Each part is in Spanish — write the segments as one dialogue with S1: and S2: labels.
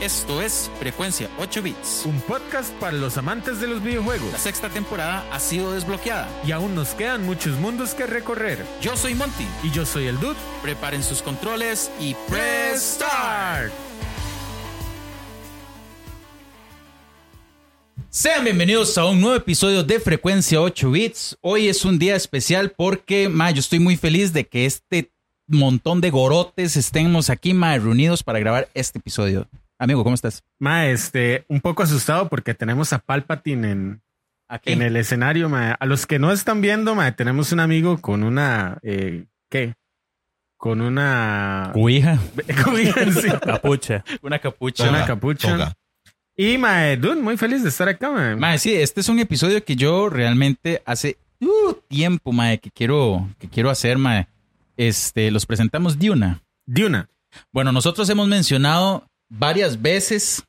S1: Esto es Frecuencia 8 Bits.
S2: Un podcast para los amantes de los
S1: La
S2: videojuegos.
S1: sexta temporada ha sido desbloqueada.
S2: Y aún nos quedan muchos mundos que recorrer.
S1: Yo soy Monty.
S2: Y yo soy el Dude.
S1: Preparen sus controles y press start.
S3: Sean bienvenidos a un nuevo episodio de Frecuencia 8 Bits. Hoy es un día especial porque, ma, yo estoy muy feliz de que este montón de gorotes estemos aquí, ma, reunidos para grabar este episodio. Amigo, ¿cómo estás?
S2: Ma, este, un poco asustado porque tenemos a Palpatine en,
S3: Aquí.
S2: en el escenario, ma. A los que no están viendo, ma, tenemos un amigo con una, eh, ¿qué? Con una...
S3: Cuija.
S2: cubija encima,
S4: Capucha.
S3: Una capucha.
S2: con una capucha.
S5: Toga.
S2: Y, ma, eh, Dude, muy feliz de estar acá, ma.
S3: Ma, sí, este es un episodio que yo realmente hace uh, tiempo, ma, que quiero, que quiero hacer, ma. Este, los presentamos de una.
S2: Duna.
S3: Bueno, nosotros hemos mencionado varias veces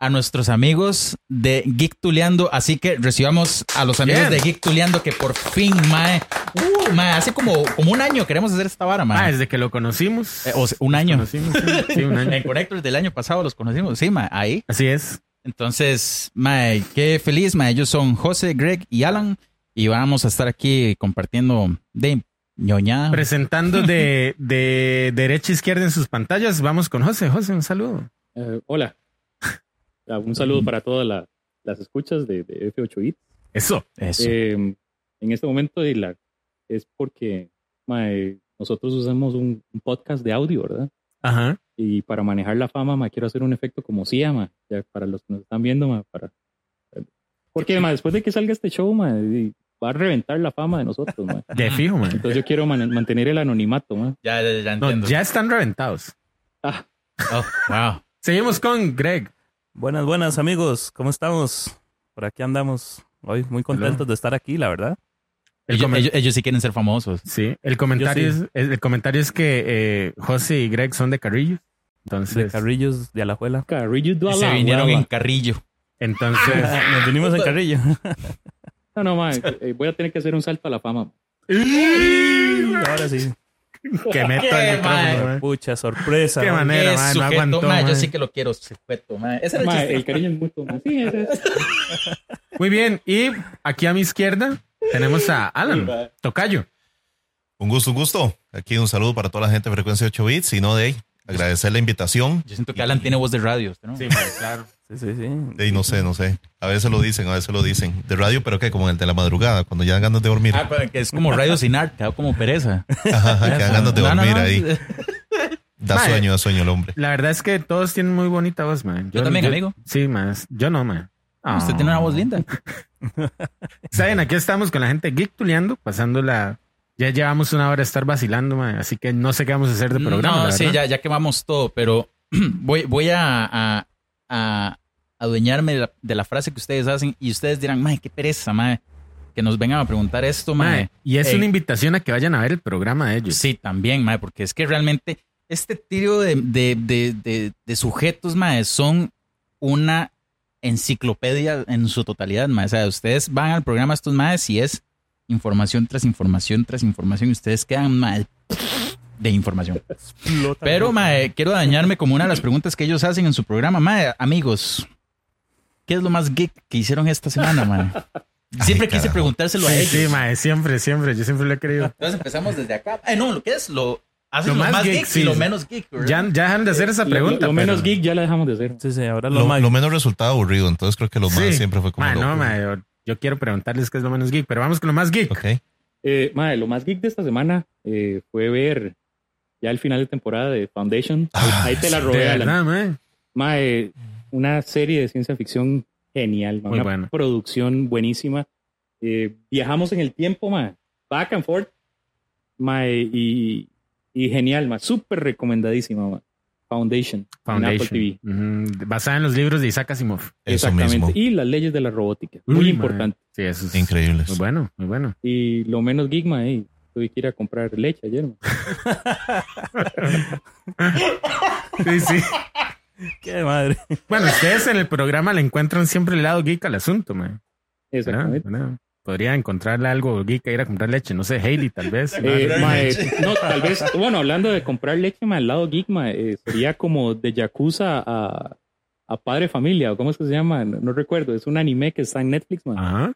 S3: a nuestros amigos de Geek Tuleando, así que recibamos a los amigos
S2: Bien.
S3: de Geek Tuleando que por fin, mae, uh, mae, hace como, como un año queremos hacer esta vara,
S2: Ma,
S3: mae.
S2: desde que lo conocimos.
S3: Eh, o sea, un año.
S2: Conocimos, sí, sí, un
S3: En
S2: año.
S3: Connectors del año pasado los conocimos, sí, mae, ahí.
S2: Así es.
S3: Entonces, mae, qué feliz, mae. Ellos son José, Greg y Alan y vamos a estar aquí compartiendo de ñoñada.
S2: Presentando de, de derecha a izquierda en sus pantallas, vamos con José. José, un saludo.
S4: Eh, hola. Ah, Un saludo para todas la- las escuchas de, de F8IT.
S2: Eso.
S3: Eso.
S4: Eh, en este momento y la- es porque mae, nosotros usamos un, un podcast de audio, ¿verdad?
S2: Ajá.
S4: Y para manejar la fama, mae, quiero hacer un efecto como CIA, mae, ya para los que nos están viendo, mae, para... eh, Porque mae, después de que salga este show, mae, y va a reventar la fama de nosotros. mae.
S2: De fijo, man.
S4: Entonces yo quiero man- mantener el anonimato. mae.
S3: Ya, ya, ya
S2: No,
S3: entiendo.
S2: ya están reventados.
S4: Ah,
S3: Oh, wow.
S2: Seguimos con Greg.
S6: Buenas, buenas amigos, ¿cómo estamos? Por aquí andamos hoy muy contentos de estar aquí, la verdad.
S2: El
S3: Ellos-
S2: comen-
S3: ellos- ellos sí quieren ser famosos.
S2: Sí, el comentario,
S6: Yo sí.
S2: Es, el el comentario es que eh, José y Greg son de Carrillo.
S6: De
S2: Entonces,
S6: Carrillos de Alajuela.
S4: Carrillo
S3: Y
S4: Duala,
S3: se vinieron
S4: guava.
S3: en carrillo.
S2: entonces,
S6: Ah, Nos vinimos en Carrillo.
S4: No, no, mae, eh, voy a tener que hacer un salto a la fama.
S6: Ahora sí.
S2: que meto el
S3: Qué
S2: micrófono. man.
S6: Pucha, sorpresa.
S2: Qué
S6: ¿no?
S2: manera. Manera,
S3: Eh,
S2: man, no
S3: sujeto,
S2: aguantó,
S3: man, Yo
S2: man.
S3: sí que lo quiero, sujeto, man. Ese era el
S4: Mae,
S3: chiste.
S4: el cariño es mutuo. mae. Sí, ese es.
S2: Muy bien. Y aquí a mi izquierda tenemos a Alan Tocayo.
S5: Un gusto, un gusto. Aquí un saludo para toda la gente de Frecuencia 8 Bits y no de ahí. Agradecer la invitación.
S3: Yo siento que Alan tiene voz de radio. ¿no?
S2: claro.
S6: Sí, sí, sí.
S5: De ahí no sé, no sé. A veces lo dicen, a veces lo dicen. De radio, pero que como en el de la madrugada, cuando ya dan ganas de dormir.
S3: Ah, pero que es como radio sin arte, ah, como pereza.
S5: Ajá, que dan ganas de
S3: No, no,
S5: dormir
S3: no. eh,
S5: ahí. Da
S2: Mae.
S5: sueño, da sueño el hombre.
S2: La verdad es que todos tienen muy bonita voz, man.
S3: Yo también, amigo.
S2: Sí, más. Yo no, man.
S3: Usted tiene una voz linda.
S2: Saben, aquí estamos con la gente geek tuleando, pasándola. Ya llevamos una hora de estar vacilando, man, así que no sé qué vamos a hacer de programa.
S3: no,
S2: la
S3: sí,
S2: verdad.
S3: ya, ya quemamos todo, pero voy, voy a, a, a adueñarme de la, de la frase que ustedes hacen y ustedes dirán, mae, qué pereza, mae, que nos vengan a preguntar esto, mae.
S2: Mae, y es
S3: Ey.
S2: una invitación a que vayan a ver el programa de ellos.
S3: Sí, también, mae, porque es que realmente este tiro de, de, de, de, de sujetos, mae, son una enciclopedia en su totalidad, mae. O sea, ustedes van al programa estos maes y es información tras información tras información y ustedes quedan mal de información.
S6: Explota.
S3: Pero, mae, quiero dañarme como una de las preguntas que ellos hacen en su programa. Mae, amigos, ¿qué es lo más geek que hicieron esta semana, mae? Siempre quise
S5: Ay, carajo.
S3: preguntárselo a
S2: Sí,
S3: ellos.
S2: sí, mae, siempre, siempre. Yo siempre lo he querido.
S3: Entonces empezamos desde acá. Eh, no, lo que es lo, hacen
S2: Lo
S3: lo,
S2: más
S3: más,
S2: geek,
S3: geek,
S2: sí,
S3: y lo
S2: sí.
S3: menos geek. ¿verdad?
S2: Ya, ya dejan de hacer esa
S4: Lo-
S2: pregunta.
S4: Lo, menos
S2: pero-
S4: geek ya la dejamos de hacer.
S6: Sí, sí, ahora lo,
S5: Lo,
S6: más.
S5: lo menos resultado aburrido, entonces creo que lo más
S2: Sí.
S5: siempre fue como.
S2: Mae,
S5: lo-
S2: no, mae, yo, yo quiero preguntarles qué es lo menos geek, pero vamos con lo más geek.
S5: Ok.
S4: Eh, madre, lo más geek de esta semana eh, fue ver ya el final de temporada de Foundation. Ahí,
S5: Ah,
S4: ahí te la
S2: De
S4: robé, Alan.
S2: verdad, mae.
S4: Madre, una serie de ciencia ficción genial, ma,
S2: Muy
S4: una
S2: buena.
S4: producción buenísima. Eh, viajamos en el tiempo, madre, back and forth. Madre, y, y genial, madre, súper recomendadísima, ma. Foundation, en Apple
S2: Foundation.
S4: TV.
S2: Ujú, Basada en los libros de Isaac Asimov.
S5: Eso mismo.
S4: Y las leyes de la robótica,
S2: Uy,
S4: muy
S2: mae.
S4: importante.
S2: Sí, eso es
S5: Increíbles.
S2: Muy bueno, muy bueno.
S4: Y lo menos geek, ma, eh, tuve que ir a comprar leche ayer, ma.
S2: Sí, sí.
S6: Qué madre.
S2: Bueno, ustedes en el programa le encuentran siempre el lado geek al asunto, man.
S4: Exactamente.
S2: podría encontrarle algo geek a ir a comprar leche. Ah, No sé, Hailey tal vez.
S4: Eh,
S5: Comprar
S4: mae,
S5: leche.
S4: no, tal vez, bueno, hablando de comprar leche, mae, el lado geek, mae, eh, sería como de Yakuza a, a Padre Familia, o cómo es que se llama, no, no recuerdo, es un anime que está en Netflix, mae.
S2: Ajá.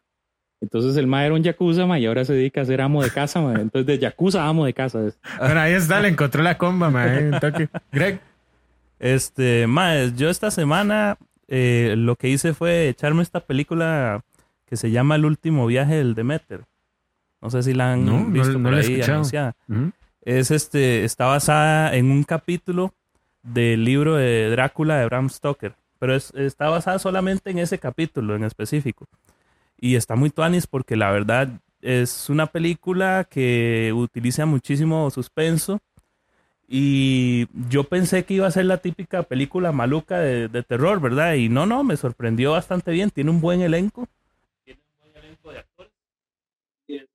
S4: Entonces el mae era un Yakuza, mae, y ahora se dedica a ser amo de casa, mae. Entonces de Yakuza a amo de casa. es.
S2: Bueno, ahí está, le encontró la comba, mae, un toque. Greg,
S6: Este, más, yo esta semana eh, lo que hice fue echarme esta película que se llama El último viaje del Demeter. No sé si la han
S2: No, no-
S6: visto
S2: no
S6: por
S2: la he
S6: ahí
S2: escuchado.
S6: anunciada.
S2: Ujú.
S6: Es este, está basada en un capítulo del libro de Drácula de Bram Stoker. Pero es- está basada solamente en ese capítulo en específico. Y está muy tuanis porque la verdad es una película que utiliza muchísimo suspenso. Y yo pensé que iba a ser la típica película maluca de, de terror, ¿verdad? Y no, no, me sorprendió bastante bien. Tiene un buen elenco. Tiene un buen elenco de actores. Y, eh,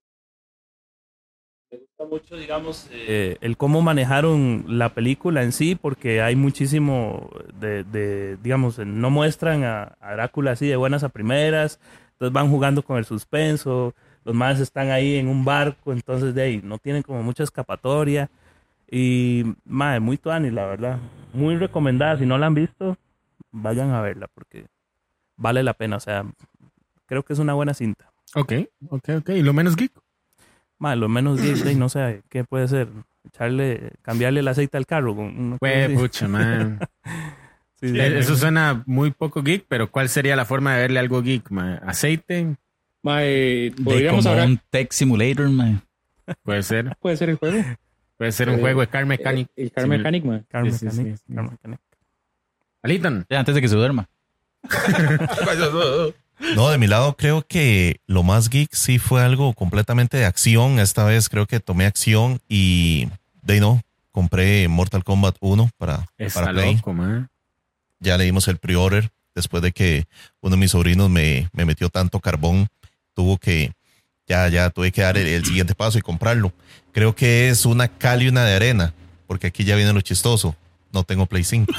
S6: Me gusta mucho, digamos, eh, el cómo manejaron la película en sí, porque hay muchísimo de, de, digamos, no muestran a, a Drácula así de buenas a primeras. Entonces van jugando con el suspenso. Los más están ahí en un barco, entonces de ahí no tienen como mucha escapatoria. Y, madre, muy tuanis, la verdad. Muy recomendada. Si no la han visto, vayan a verla porque vale la pena. O sea, creo que es una buena cinta.
S2: Ok, ok, ok. ¿Y lo menos geek?
S6: Madre, lo menos 10 de, no sé, ¿qué puede ser? Echarle, cambiarle el aceite al carro. con una cosa
S2: Güey,
S6: así.
S2: Pues, pucha, man.
S6: Sí, sí.
S2: Eh, Eso suena muy poco geek, pero ¿cuál sería la forma de verle algo geek, mae? ¿Aceite?
S4: Mae,
S3: De
S4: eh, podríamos
S3: como
S4: hablar,
S3: un tech simulator, mae.
S2: Puede ser.
S4: puede ser el juego.
S2: Puede ser un
S4: Eh,
S2: juego de car mechanic.
S4: El, el Car
S2: Sí,
S4: Mechanic, mae.
S6: Car
S2: sí, sí,
S6: Mechanic,
S2: sí, sí.
S6: Car Mechanic.
S4: eh,
S2: Alitan.
S3: Ya, Antes de que se duerma.
S5: No, de mi lado creo que lo más geek sí fue algo completamente de acción. Esta vez creo que tomé acción y de ahí no, compré Mortal Kombat 1 para,
S2: Está
S5: para Play.
S2: loco, mae.
S5: Ya le dimos el pre-order después de que uno de mis sobrinos me, me metió tanto carbón. Tuvo que, ya, ya tuve que dar el, el siguiente paso y comprarlo. Creo que es una cal y una de arena, porque aquí ya viene lo chistoso. No tengo Play 5.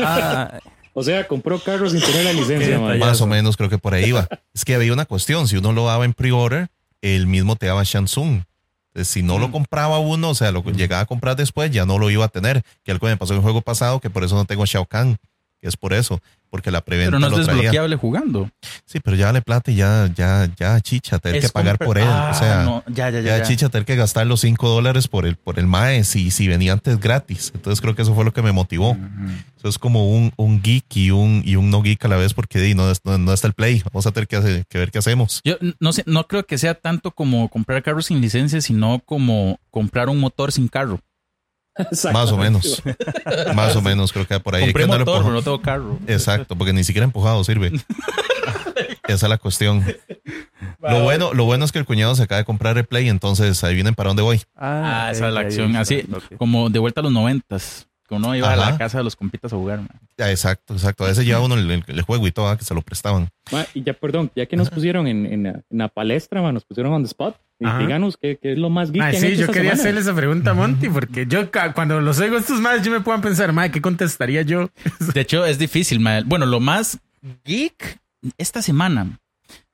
S6: Ah,
S4: O sea, compró carro sin tener la licencia,
S6: Qué
S4: mae.
S6: detalle.
S5: Más o menos creo que por ahí iba. Es que había una cuestión, si uno lo daba en pre-order, el mismo te daba Shansung. Entonces, Si
S3: Mm.
S5: no lo compraba uno, o sea, lo llegaba a comprar después, ya no lo iba a tener. Que algo me pasó en el juego pasado, que por eso no tengo Shao Kahn. Que es por eso, porque la preventa
S3: Pero no es
S5: lo traía.
S3: desbloqueable jugando.
S5: Sí, pero ya le plata y ya, ya, ya chicha, tener que
S3: Es
S5: pagar
S3: compra-
S5: por él.
S3: Ah,
S5: o sea,
S3: no, ya, ya, ya.
S5: ya,
S3: ya.
S5: chicha tener que gastar los 5 dólares por el, por el MAE si, si venía antes gratis. Entonces creo que eso fue lo que me motivó. Eso es como un, un geek y un, y un no geek a la vez porque di, no, es- no, no está el play. Vamos a tener que, hacer- que ver qué hacemos.
S3: Yo n- no sé, no creo que sea tanto como comprar carros sin licencia, sino como comprar un motor sin carro.
S5: Más o menos. Más o menos creo que por ahí. hay que
S3: Compré
S5: andarlo
S3: motor,
S5: empuja-
S3: pero no tengo carro.
S5: Exacto, porque ni siquiera empujado sirve. Esa es la cuestión. Lo bueno, lo bueno es que el cuñado se acaba de comprar el play, entonces ahí vienen para dónde voy.
S3: Ah,
S6: ok,
S3: esa es la
S6: ahí
S3: acción,
S6: está,
S3: así.
S6: ok.
S3: Como de vuelta a los noventas. Que uno iba a
S5: Ajá.
S3: la casa de los compitas a jugar. man.
S5: Ah, Exacto, exacto. A veces lleva uno el, el- el juego y todo, ah, que se lo prestaban.
S4: Ma, y ya, perdón, ya que nos pusieron en, en, la- en la palestra, ma, nos pusieron on the spot. Y
S2: Ajá.
S4: díganos qué, qué es lo más geek
S2: Mae,
S4: que han
S2: sí,
S4: hecho
S2: yo
S4: esta
S2: quería
S4: semana.
S2: hacerle esa pregunta a Monty, porque yo ca- cuando los oigo estos más, yo me puedo pensar, mae, ¿qué contestaría yo?
S3: De hecho, es difícil, man. Bueno, lo más geek esta semana.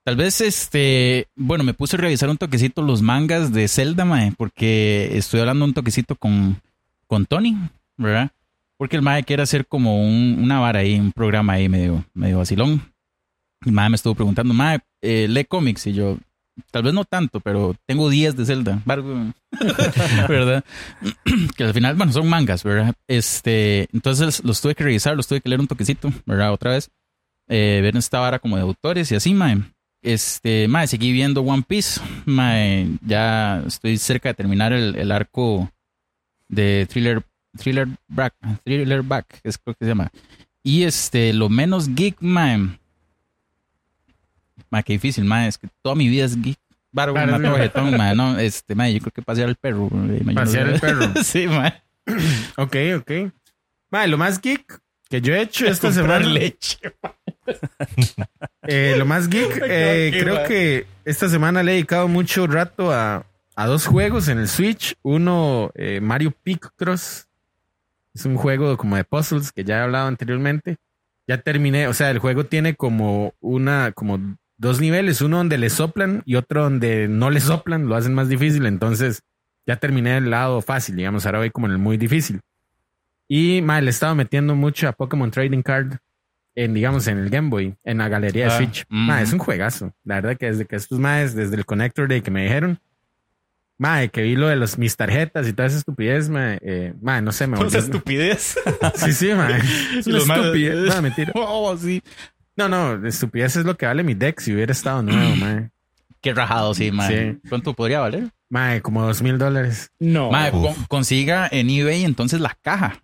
S3: Tal vez este, bueno, me puse a revisar un toquecito los mangas de Zelda, mae, porque estoy hablando un toquecito con, con Tony, ¿verdad? Porque el mae quiere hacer como un, una vara ahí, un programa ahí medio, medio vacilón. Y mae me estuvo preguntando, mae, eh, lee cómics. Y yo, tal vez no tanto, pero tengo 10 de Zelda, Bar- ¿verdad? que al final, bueno, son mangas, ¿verdad? Este, entonces los tuve que revisar, los tuve que leer un toquecito, ¿verdad? Otra vez. Eh, ver esta vara como de autores y así, mae. Este, mae, seguí viendo One Piece. Mae, ya estoy cerca de terminar el, el arco de Thriller, Thriller Back, Thriller Back, es creo que se llama. Y este, lo menos geek, mae. Mae, qué difícil, mae, es que toda mi vida es geek. Bárbaro,
S2: Claro,
S3: mató
S2: sí.
S3: vegetón, mae, no, este, mae, yo creo que pasear el perro. mae, yo no
S2: Pasear
S3: sé.
S2: el perro.
S3: sí, mae.
S2: Ok, ok. Mae, lo más geek que yo he hecho esta
S3: comprar
S2: semana.
S3: leche.
S2: Eh, lo más geek, eh, creo que esta semana le he dedicado mucho rato a, a dos juegos en el Switch. Uno, eh, Mario Picross. Es un juego como de puzzles que ya he hablado anteriormente. Ya terminé, o sea, el juego tiene como una, como dos niveles, uno donde le soplan y otro donde no le soplan, lo hacen más difícil. Entonces ya terminé el lado fácil, digamos, ahora voy como en el muy difícil. Y mal, le estaba metiendo mucho a Pokémon Trading Card en, digamos, en el Game Boy, en la galería de
S3: Ah,
S2: Switch.
S3: ujú.
S2: Ma, es un juegazo. La verdad que desde que estos maes, desde el Connector Day que me dijeron, ma, que vi lo de los, mis tarjetas y toda esa estupidez, ma, eh, ma, no sé, me
S3: Esa
S2: volví-
S3: estupidez.
S2: Sí, sí, ma. Es una
S3: los maes-
S2: estupidez. Ma, mentira.
S3: Oh, sí.
S2: No, no, estupidez es lo que vale mi deck si hubiera estado nuevo, ma.
S3: Qué rajado, sí, madre.
S2: Sí. Oh.
S3: ¿Cuánto podría valer?
S2: Ma, como dos mil dólares.
S4: No.
S3: Madre,
S5: uf.
S3: con- consiga en eBay entonces la caja.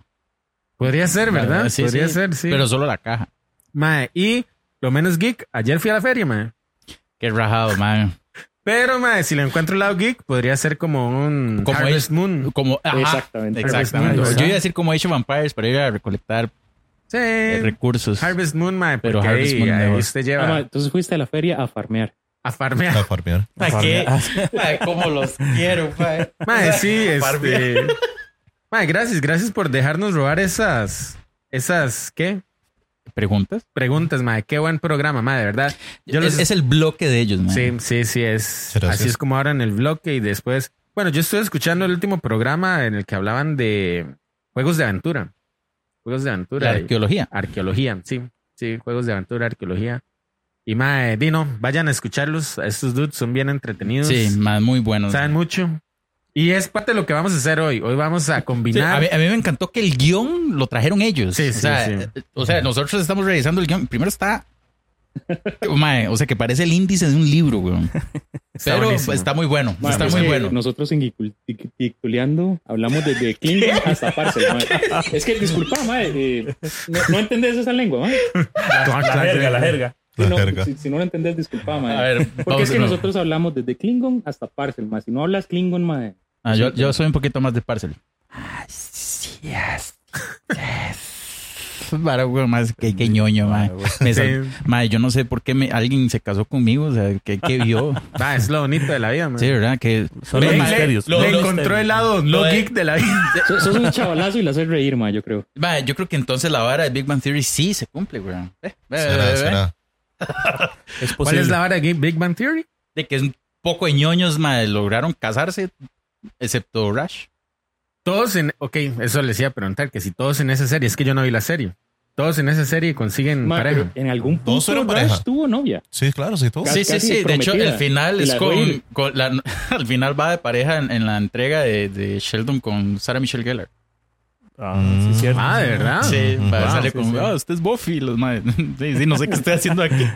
S2: Podría ser, ¿verdad?
S3: Sí,
S2: Podría
S3: sí,
S2: ser, sí.
S3: Pero solo la caja.
S2: Mae, y lo menos geek, ayer fui a la feria, mae.
S3: Qué rajado, man.
S2: Pero, mae, si lo encuentro al lado geek, podría ser como un
S3: Como
S2: Harvest Moon.
S3: Como, ajá,
S4: Exactamente.
S3: exactamente.
S2: Harvest Moon,
S3: Yo iba a decir como Age of Vampires para ir a recolectar
S2: Sí.
S3: eh, recursos.
S2: Harvest Moon, mae,
S3: Pero
S2: pero
S3: Harvest
S2: ahí,
S3: Moon
S2: ahí
S3: mejor.
S2: usted
S4: Ah,
S2: lleva
S4: ma, entonces fuiste a la feria a farmear.
S2: a farmear.
S5: a farmear.
S3: ¿Para qué? Ay, ¿Cómo los quiero, mae?
S2: Mae, sí, este. Mae, gracias, gracias por dejarnos robar esas, esas, ¿qué?
S3: ¿Preguntas?
S2: Preguntas, mae. Qué buen programa, mae, de verdad. Yo
S3: es,
S2: los-
S3: es el bloque de ellos, man.
S2: Sí, sí, sí, es. Así
S5: Gracias.
S2: es como ahora en el bloque y después. Bueno, yo estuve escuchando el último programa en el que hablaban de juegos de aventura. Juegos de
S3: La
S2: aventura. y-
S3: arqueología.
S2: arqueología, sí, sí, juegos de aventura, arqueología. Y mae, Dino, vayan a escucharlos. Estos dudes son bien entretenidos.
S3: Sí, más muy buenos.
S2: Saben mucho. Y es parte de lo que vamos a hacer hoy. Hoy vamos a
S3: Sí, a,
S2: combinar.
S3: mí, a mí me encantó que el guión lo trajeron ellos.
S2: Sí,
S3: o,
S2: sí,
S3: sea,
S2: sí.
S3: eh, o sea, nosotros estamos revisando el guión. Primero está. Mae, o sea, que parece el índice de un libro, weón.
S2: Está
S3: Pero
S2: buenísimo.
S3: está muy bueno.
S4: Ma,
S3: está
S4: es
S3: muy
S4: que
S3: bueno.
S4: Nosotros en Gicul- Tic- Tictuleando hablamos desde Klingon hasta Parcel. ma. Es que disculpa, ma, eh, no, no entendés esa lengua. ma.
S6: La jerga, la jerga.
S5: La
S4: Si no,
S5: jerga.
S4: si, si no lo entendés, disculpa, ma.
S3: A ver,
S4: eh, Porque
S3: vamos
S4: es
S3: de
S4: que
S3: nuevo.
S4: nosotros hablamos desde Klingon hasta Parcel. ma. Si no hablas Klingon, ma, eh,
S3: Ah, yo, yo soy un poquito más de parcel. Para güey, más que, que ñoño, mae. Me sal- mae, yo no sé por qué me, alguien se casó conmigo, o sea, que, que vio.
S2: Va, es lo bonito de la vida, mae.
S3: Sí, ¿verdad? Que
S6: Son
S2: Le-
S6: los
S2: le-
S6: misterios.
S2: le
S6: los
S2: encontró
S6: misterios.
S2: el lado no
S3: Lo de-
S2: geek de la vida.
S4: eh. Sos, sos un chavalazo y la haces reír, ma, yo creo.
S3: Mae, yo creo que entonces la vara de Big Bang Theory sí se cumple, güey. Eh, eh, eh,
S5: Será,
S3: eh.
S5: será.
S6: Es
S2: ¿Cuál
S6: posible.
S2: es la hora de Big Bang Theory?
S3: De que un poco de ñoños, mae, lograron casarse, excepto Rush.
S2: Todos en. Ok, eso les iba a preguntar, que si todos en esa serie, es que yo no vi la serie. Todos en esa serie consiguen
S4: Ma,
S2: Mm, pareja.
S4: pero en algún punto
S5: Todos eran
S4: Rush
S5: pareja.
S4: tuvo novia.
S5: Sí, claro, sí, todo.
S3: Sí,
S4: Casi,
S3: sí,
S4: casi
S3: sí. De hecho, el
S4: prometida.
S3: final
S4: Y
S3: es
S4: la
S3: con.
S4: Goyer.
S3: con la- al final va de pareja en, en la entrega de, de Sheldon con Sarah Michelle Gellar.
S6: Ah, sí, es cierto.
S2: Ah, de verdad.
S3: Sí,
S5: Ujú.
S3: para
S2: Wow,
S3: sale
S2: sí,
S3: como,
S2: sí.
S3: "Ah, usted es Buffy, los madres. Sí, sí, no sé qué estoy haciendo aquí.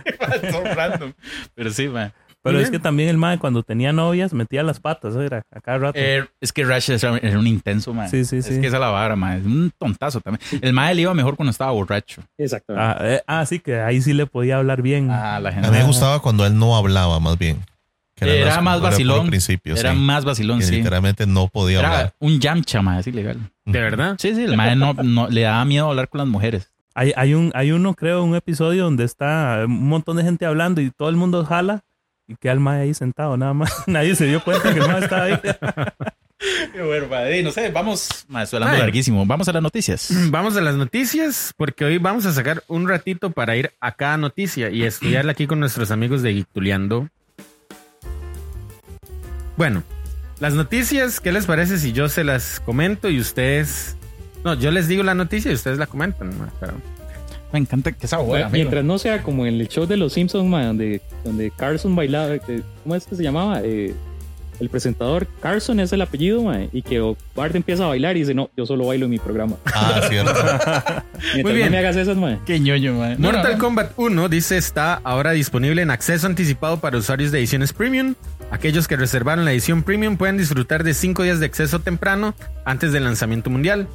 S3: Todo random. Pero sí, man.
S6: Pero
S2: Muy
S6: es que también el mae cuando tenía novias metía las patas, era a cada rato.
S3: Eh, es que Rash era era un intenso, man.
S6: Sí, sí,
S3: es
S6: sí.
S3: que esa es la vara, man. Es un tontazo también. El madre le iba mejor cuando estaba borracho.
S4: Exactamente.
S6: Ah, eh, ah, sí, que ahí sí le podía hablar bien.
S3: Ah, la gente.
S5: A mí me gustaba cuando él no hablaba, más bien. Que
S3: Era
S5: las-
S3: más
S5: por
S3: vacilón.
S5: el principio,
S3: Era
S5: sí.
S3: más vacilón,
S5: Que
S3: sí.
S5: literalmente no podía hablar.
S3: Era un yamcha, man. Es ilegal.
S2: De verdad.
S3: Sí, sí, el madre no, no- le daba miedo hablar con las mujeres.
S6: Hay, hay, un, hay uno, creo, un episodio donde está un montón de gente hablando y todo el mundo jala y queda el mae ahí sentado, nada más. Nadie se dio cuenta que el mae estaba ahí.
S3: Qué bueno, madre. No sé, vamos, man, estoy hablando
S2: Mae.
S3: larguísimo. Vamos a las noticias.
S2: Vamos a las noticias, porque hoy vamos a sacar un ratito para ir a cada noticia y estudiarla aquí con nuestros amigos de Gituleando. Bueno, las noticias, ¿qué les parece si yo se las comento y ustedes... No, yo les digo la noticia y ustedes la comentan. ma, pero-
S3: Me encanta que esa
S4: Ma,
S3: abuela.
S4: Mientras no sea como en el show de los Simpsons, ma, donde, donde Carson bailaba, eh, ¿cómo es que se llamaba? Eh, el presentador Carson es el apellido, ma, y que Bart empieza a bailar y dice, no, yo solo bailo en mi programa.
S5: Ah, cierto.
S4: Mientras
S2: Muy bien.
S4: no me hagas esas, ma.
S3: Qué ñoño, man.
S2: Mortal Kombat 1 dice está ahora disponible en acceso anticipado para usuarios de ediciones premium. Aquellos que reservaron la edición premium pueden disfrutar de 5 días de acceso temprano antes del lanzamiento mundial.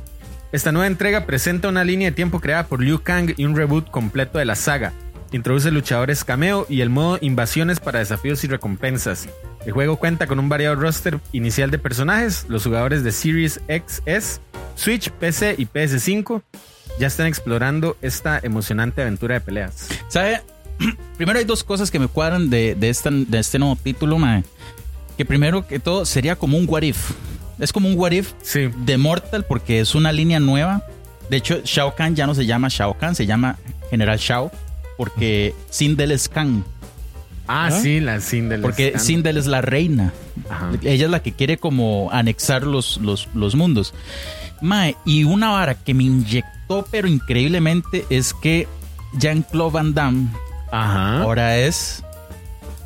S2: Esta nueva entrega presenta una línea de tiempo creada por Liu Kang y un reboot completo de la saga. Introduce luchadores cameo y el modo invasiones para desafíos y recompensas. El juego cuenta con un variado roster inicial de personajes. Los jugadores de Series XS, Switch, PC y PS5 ya están explorando esta emocionante aventura de peleas.
S3: ¿Sabe? Primero hay dos cosas que me cuadran de, de, esta- de este nuevo título, mae. Que primero que todo sería como un what if. Es como un what if
S2: Sí,
S3: de Mortal porque es una línea nueva. De hecho, Shao Kahn ya no se llama Shao Kahn, se llama General Shao porque Sindel es Kahn.
S2: Ah, sí, la Sindel.
S3: Porque
S2: Stan.
S3: Sindel es la reina.
S2: Ajá.
S3: Ella es la que quiere como anexar los, los, los mundos. Mae, y una vara que me inyectó, pero increíblemente, es que Jean-Claude Van Damme
S2: Ajá.
S3: ahora es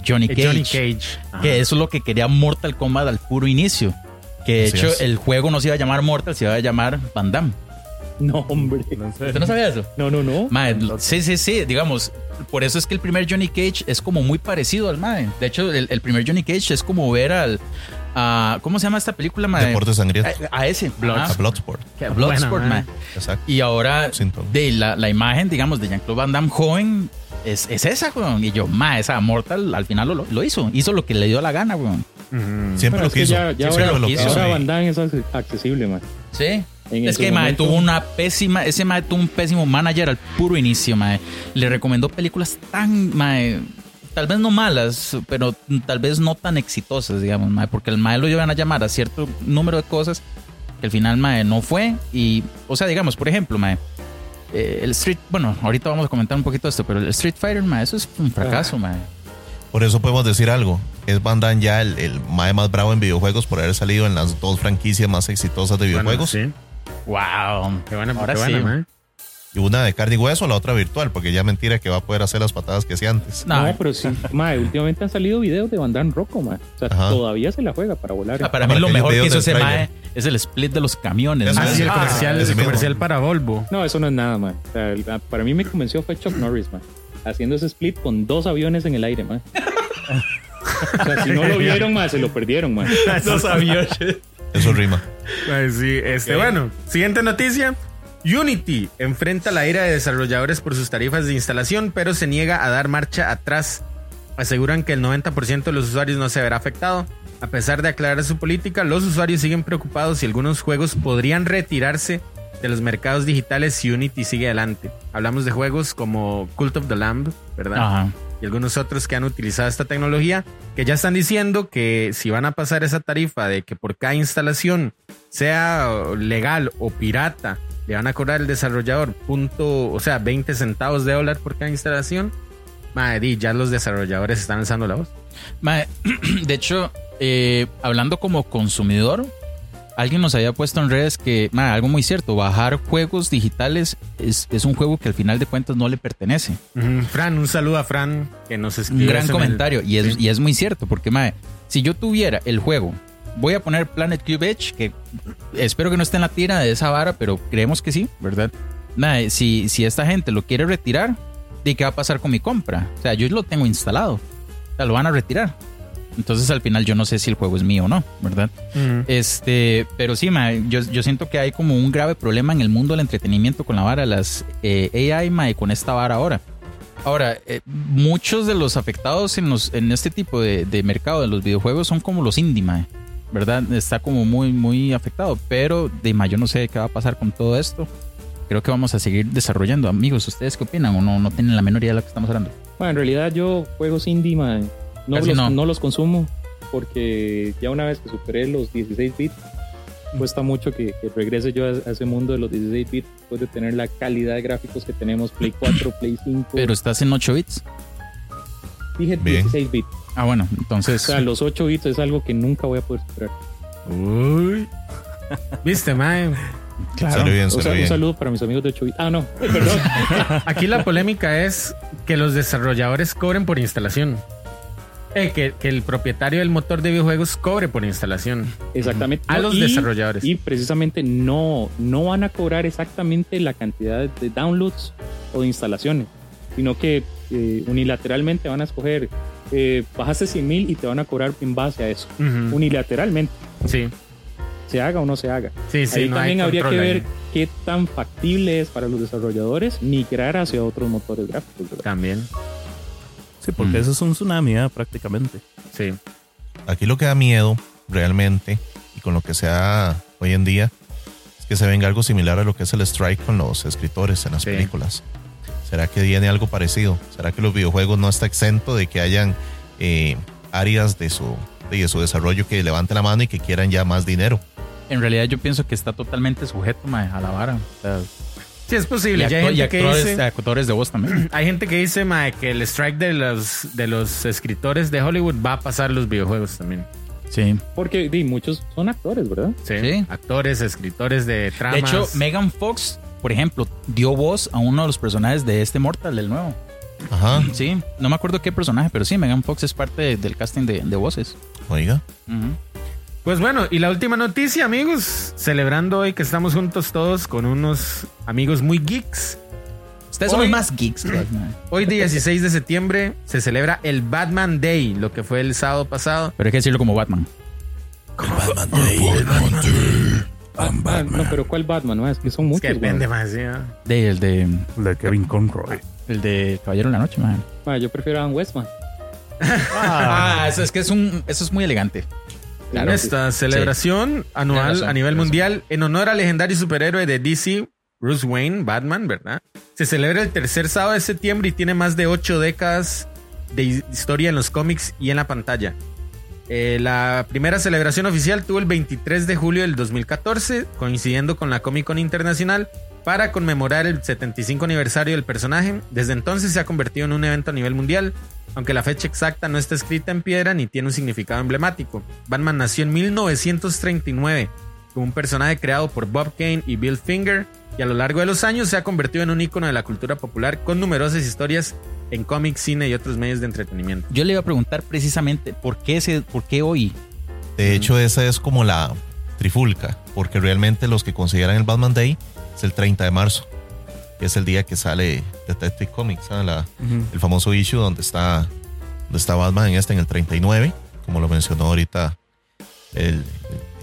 S3: Johnny
S2: Eh,
S3: Cage.
S2: Johnny Cage. Ajá.
S3: Que eso es lo que quería Mortal Kombat al puro inicio. Que de
S5: Así
S3: hecho
S5: es.
S3: el juego no se iba a llamar Mortal, se iba a llamar Van Damme.
S4: No, hombre.
S6: Entonces,
S3: ¿Usted no sabía eso?
S4: No, no, no.
S3: Mae, sí, sí, sí, digamos. Por eso es que el primer Johnny Cage es como muy parecido al Mae. De hecho, el, el primer Johnny Cage es como ver al. a- ¿Cómo se llama esta película, Mae?
S5: Deporte sangriento.
S3: A, a ese.
S5: A
S3: ajá,
S5: Bloodsport.
S2: Qué
S3: Bloodsport,
S2: buena,
S3: mae.
S5: Exacto.
S3: Ah. Y ahora,
S5: Sinton.
S3: de la, la imagen, digamos, de Jean-Claude Van Damme joven es, es esa, weón. Y yo, ma, esa Mortal al final lo, lo hizo. Hizo lo que le dio la gana, weón.
S2: Ujú.
S5: Siempre
S4: Bueno,
S5: lo
S4: es que
S5: quiso.
S4: ya- ya
S5: Siempre
S3: ahora
S5: lo
S3: lo
S5: quiso.
S3: quiso.
S4: Ahora
S5: sí.
S4: Van Damme es ac- accesible, mae.
S3: Sí.
S4: En
S3: es
S4: su
S3: que, mae,
S4: momento-
S3: tuvo una pésima. Ese mae tuvo un pésimo manager al puro inicio, mae. Le recomendó películas tan, mae. Tal vez no malas, pero tal vez no tan exitosas, digamos, mae. Porque el mae lo llevan a llamar a cierto número de cosas que al final, mae, no fue. Y, o sea, digamos, por ejemplo, mae. eh, el Street, bueno, ahorita vamos a comentar un poquito esto, pero el Street Fighter, mae, eso es un fracaso,
S2: Ah.
S3: mae.
S5: Por eso podemos decir algo. Es Van Damme ya el, el mae más bravo en videojuegos por haber salido en las dos franquicias más exitosas de
S2: Bueno,
S5: videojuegos.
S2: sí.
S3: Wow.
S2: Qué buena,
S3: Ahora
S2: qué
S3: sí.
S2: buena, mae.
S5: Y una de carne y hueso, la otra virtual, porque ya mentira que va a poder hacer las patadas que hacía antes.
S3: No,
S4: No, pero sí, mae, últimamente han salido videos de Van Damme Rocco, mae. O sea,
S5: Ajá.
S4: todavía se la juega para volar.
S3: para mí
S5: Para
S3: lo
S5: que yo
S3: mejor
S5: veo
S3: que hizo
S5: del
S3: ese mae
S5: trailer.
S3: es el split de los camiones.
S5: Eso
S2: Ah,
S3: mae.
S2: sí, el
S5: Ah,
S2: comercial,
S5: ese
S2: el
S5: mismo.
S2: comercial para Volvo.
S4: No, eso no es nada, mae. O sea, el- ah, para mí me convenció fue Chuck Norris, mae. Haciendo ese split con dos aviones en el aire, mae. O sea, si no lo vieron, mae, se lo perdieron, mae.
S3: Dos aviones.
S5: Eso rima.
S2: Ay, sí, este, bueno, siguiente noticia. Unity enfrenta la ira de desarrolladores por sus tarifas de instalación, pero se niega a dar marcha atrás. Aseguran que el 90% de los usuarios no se verá afectado. A pesar de aclarar su política, los usuarios siguen preocupados y algunos juegos podrían retirarse de los mercados digitales si Unity sigue adelante. Hablamos de juegos como Cult of the Lamb, ¿verdad?
S3: Ajá.
S2: y algunos otros que han utilizado esta tecnología, que ya están diciendo que si van a pasar esa tarifa de que por cada instalación, sea legal o pirata, le van a cobrar el desarrollador punto, o sea, 20 centavos de dólar por cada instalación, madre, ya los desarrolladores están alzando la voz.
S3: Mae, de hecho, eh, hablando como consumidor, alguien nos había puesto en redes que, mae, algo muy cierto, bajar juegos digitales es, es un juego que al final de cuentas no le pertenece.
S2: Ujú, Fran, un saludo a Fran que nos escribe.
S3: Un gran
S2: eso en el-
S3: comentario, y, es,
S2: Sí.
S3: y es muy cierto, porque, mae, si yo tuviera el juego, voy a poner Planet Cube Edge, que espero que no esté en la tira de esa vara, pero creemos que sí, ¿verdad? Mae, si, si esta gente lo quiere retirar, ¿de qué va a pasar con mi compra? O sea, yo lo tengo instalado, o sea, lo van a retirar. Entonces al final yo no sé si el juego es mío o no, ¿verdad?
S2: Ujú.
S3: Este, pero sí, mae, yo, yo siento que hay como un grave problema en el mundo del entretenimiento con la vara, las eh, AI, mae, con esta vara ahora. Ahora, eh, muchos de los afectados en, los, en este tipo de, de mercado de los videojuegos son como los indie, mae, ¿verdad? Está como muy, muy afectado, pero de mae, yo no sé qué va a pasar con todo esto. Creo que vamos a seguir desarrollando. Amigos, ¿ustedes qué opinan o no, no tienen la menor idea de lo que estamos hablando?
S4: Bueno, en realidad yo juegos indie, mae. No
S3: Casi
S4: los,
S3: no.
S4: no. los consumo porque ya una vez que superé los 16 bits, cuesta mucho que, que regrese yo a, a ese mundo de los 16 bits después de tener la calidad de gráficos que tenemos Play 4, Play 5.
S3: Pero estás en 8 bits.
S4: dije
S5: Bien.
S4: 16 bits.
S3: Ah, bueno,
S4: O
S3: entonces...
S4: sea, los 8 bits es algo que nunca voy a poder superar.
S2: Uy. ¿Viste, mae?
S5: Salió bien,
S4: O
S5: salió
S4: sea, un
S5: bien.
S4: saludo para mis amigos de 8 bits. Ah, no, perdón.
S2: Aquí la polémica es que los desarrolladores cobren por instalación. Eh, que, que el propietario del motor de videojuegos cobre por instalación
S4: Exactamente.
S2: a
S4: No,
S2: los
S4: y-
S2: desarrolladores.
S4: Y precisamente no, no van a cobrar exactamente la cantidad de downloads o de instalaciones, sino que eh, unilateralmente van a escoger, eh, bajaste 100 mil y te van a cobrar en base a eso.
S2: Ujú.
S4: Unilateralmente,
S2: Sí,
S4: se haga o no se haga.
S2: sí, sí.
S4: Ahí
S2: no hay
S4: también habría que
S2: control
S4: ver
S2: ahí.
S4: qué tan factible es para los desarrolladores migrar hacia otros motores gráficos. ¿verdad?
S2: También,
S6: sí, porque
S3: Mm.
S6: eso es un tsunami, ¿eh? prácticamente.
S2: sí.
S5: Aquí lo que da miedo realmente y con lo que se da hoy en día es que se venga algo similar a lo que es el strike con los escritores en las
S2: Sí.
S5: películas. ¿Será que viene algo parecido? ¿Será que los videojuegos no está exento de que hayan eh, áreas de su, de su desarrollo que levanten la mano y que quieran ya más dinero?
S3: En realidad yo pienso que está totalmente sujeto mae, a la vara. O sea,
S2: Sí, es
S3: Y,
S2: posible. Ya hay,
S3: acto- y
S2: gente que
S3: actores,
S2: dice,
S3: actores de voz también.
S2: hay gente que dice mae, que el strike de los, de los escritores de Hollywood va a pasar los videojuegos también.
S3: Sí.
S4: Porque di, muchos son actores, ¿verdad?
S2: Sí.
S3: Sí.
S2: Actores, escritores de tramas.
S3: De hecho, Megan Fox, por ejemplo, dio voz a uno de los personajes de este Mortal, del nuevo.
S5: Ajá,
S3: Sí, no me acuerdo qué personaje, pero sí, Megan Fox es parte de- del casting de, de voces.
S5: oiga.
S3: Ujú.
S2: Pues bueno, y la última noticia, amigos. Celebrando hoy que estamos juntos todos con unos amigos muy geeks.
S3: Ustedes
S2: Hoy-
S3: son más geeks. pues, man.
S2: Hoy, 16 de septiembre, se celebra el Batman Day, lo que fue el sábado pasado.
S3: pero hay que decirlo como Batman.
S4: Ah, no, pero ¿cuál Batman? mae? Es que son
S2: Es
S4: muchos.
S2: que depende
S4: mae.
S2: más, ¿sí, ah?
S3: De, el de
S6: De Kevin Conroy.
S3: el de Caballero de la Noche, man.
S4: Mae, yo prefiero a Adam West, mae.
S3: Ah, eso es que es un, eso es muy elegante.
S2: En esta celebración anual
S3: Tienes razón,
S2: a nivel
S3: tienes
S2: mundial, en honor al legendario superhéroe de DC, Bruce Wayne, Batman, ¿verdad? Se celebra el tercer sábado de septiembre y tiene más de ocho décadas de hi- historia en los cómics y en la pantalla. Eh, la primera celebración oficial tuvo el 23 de julio del 2014, coincidiendo con la Comic Con Internacional, para conmemorar el 75 aniversario del personaje. Desde entonces se ha convertido en un evento a nivel mundial, aunque la fecha exacta no está escrita en piedra ni tiene un significado emblemático. Batman nació en 1939 como un personaje creado por Bob Kane y Bill Finger, y a lo largo de los años se ha convertido en un icono de la cultura popular con numerosas historias en cómics, cine y otros medios de entretenimiento.
S3: Yo le iba a preguntar precisamente por qué, ese- por qué hoy.
S5: De hecho, esa es como la trifulca, porque realmente los que consideran el Batman Day es el 30 de marzo, que es el día que sale Detective Comics, ¿sabe? La- el famoso issue donde está, donde está Batman en este, en el 39, como lo mencionó ahorita el,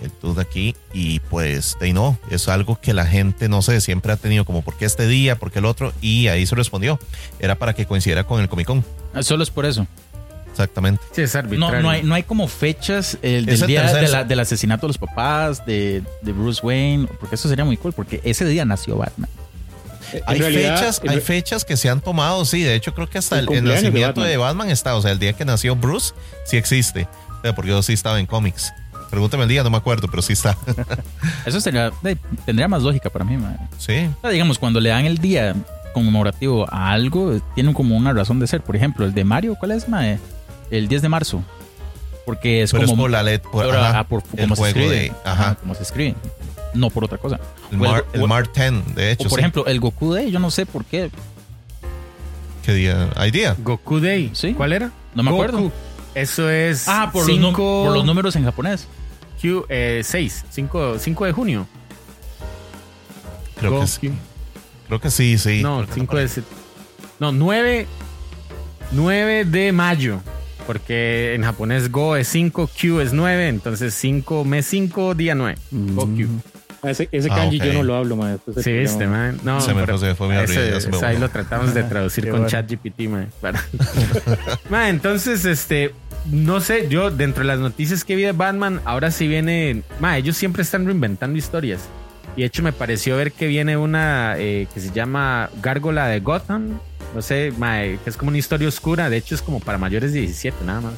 S5: el dude aquí. Y pues, de ahí no, es algo que la gente, no sé, siempre ha tenido como, ¿por qué este día? ¿Por qué el otro? Y ahí se respondió, era para que coincidiera con el Comic Con,
S3: Ah, Solo es por eso.
S5: exactamente.
S2: Sí, es
S3: No,
S2: arbitrario.
S3: no, hay, no hay como fechas el
S5: Es
S3: del
S5: el
S3: día
S5: tercer-
S3: de la- del asesinato de los papás, de, de Bruce Wayne, porque eso sería muy cool, porque ese día nació Batman.
S4: En
S5: Hay
S4: realidad,
S5: fechas,
S4: en
S5: hay
S4: re-
S5: fechas que se han tomado, sí. De hecho, creo que hasta
S4: El
S5: el, el
S4: cumpleaños de
S5: nacimiento
S4: Batman.
S5: de Batman está. O sea, el día que nació Bruce sí existe. O sea, porque yo sí estaba en cómics. Pregúntame el día, no me acuerdo, pero sí está.
S3: Eso sería, de- tendría más lógica para mí. man.
S5: Sí.
S3: O sea, digamos, cuando le dan el día conmemorativo a algo, tienen como una razón de ser. Por ejemplo, el de Mario, ¿cuál es, mae? El 10 de marzo. Porque es
S5: pero es
S3: como...
S5: por la LED. Por,
S3: pero,
S5: ajá,
S3: ah, por
S5: el
S3: cómo se
S5: juego
S3: escribe.
S5: de- ajá.
S3: Cómo se escribe. No por otra cosa.
S5: el
S3: o el-
S5: Mar, el
S3: o-
S5: Mar 10, de
S3: O
S5: hecho.
S3: por
S5: sí.
S3: ejemplo, el Goku Day, yo no sé por qué.
S5: ¿Qué día? ¿Hay día?
S2: Goku Day.
S3: Sí.
S2: ¿Cuál era?
S3: No me
S2: Goku.
S3: acuerdo.
S2: Eso es
S3: Ah, por, los, nu-
S2: cinco-
S3: por los números en japonés.
S2: Q, eh, 6, 5, 5 de junio.
S5: Creo que, sí.
S2: Goku.
S5: creo que sí, sí.
S2: No, 5 de septiembre. No, 9, 9 de mayo. Porque en japonés Go es 5, Q es 9. Entonces 5, mes 5, día 9. Go Q.
S4: Ah, Ese, ese
S5: Ah,
S4: kanji
S5: ok.
S4: yo no lo hablo, mae. Este es
S2: Sí,
S4: el problema,
S2: este,
S4: mae.
S2: man. No,
S5: Se me
S2: pero
S5: fue, se me fue, me
S2: ese-
S5: olvidé, se me
S2: ese ahí
S5: olvidó.
S2: lo tratamos de traducir
S6: Qué
S2: con
S6: bueno.
S2: ChatGPT, man. para- Man, entonces, este, no sé, yo dentro de las noticias que vi de Batman, ahora sí viene, ma, ellos siempre están reinventando historias. Y de hecho me pareció ver que viene una eh, que se llama Gárgola de Gotham. No sé, ma, eh, que es como una historia oscura. De hecho es como para mayores de 17 nada más.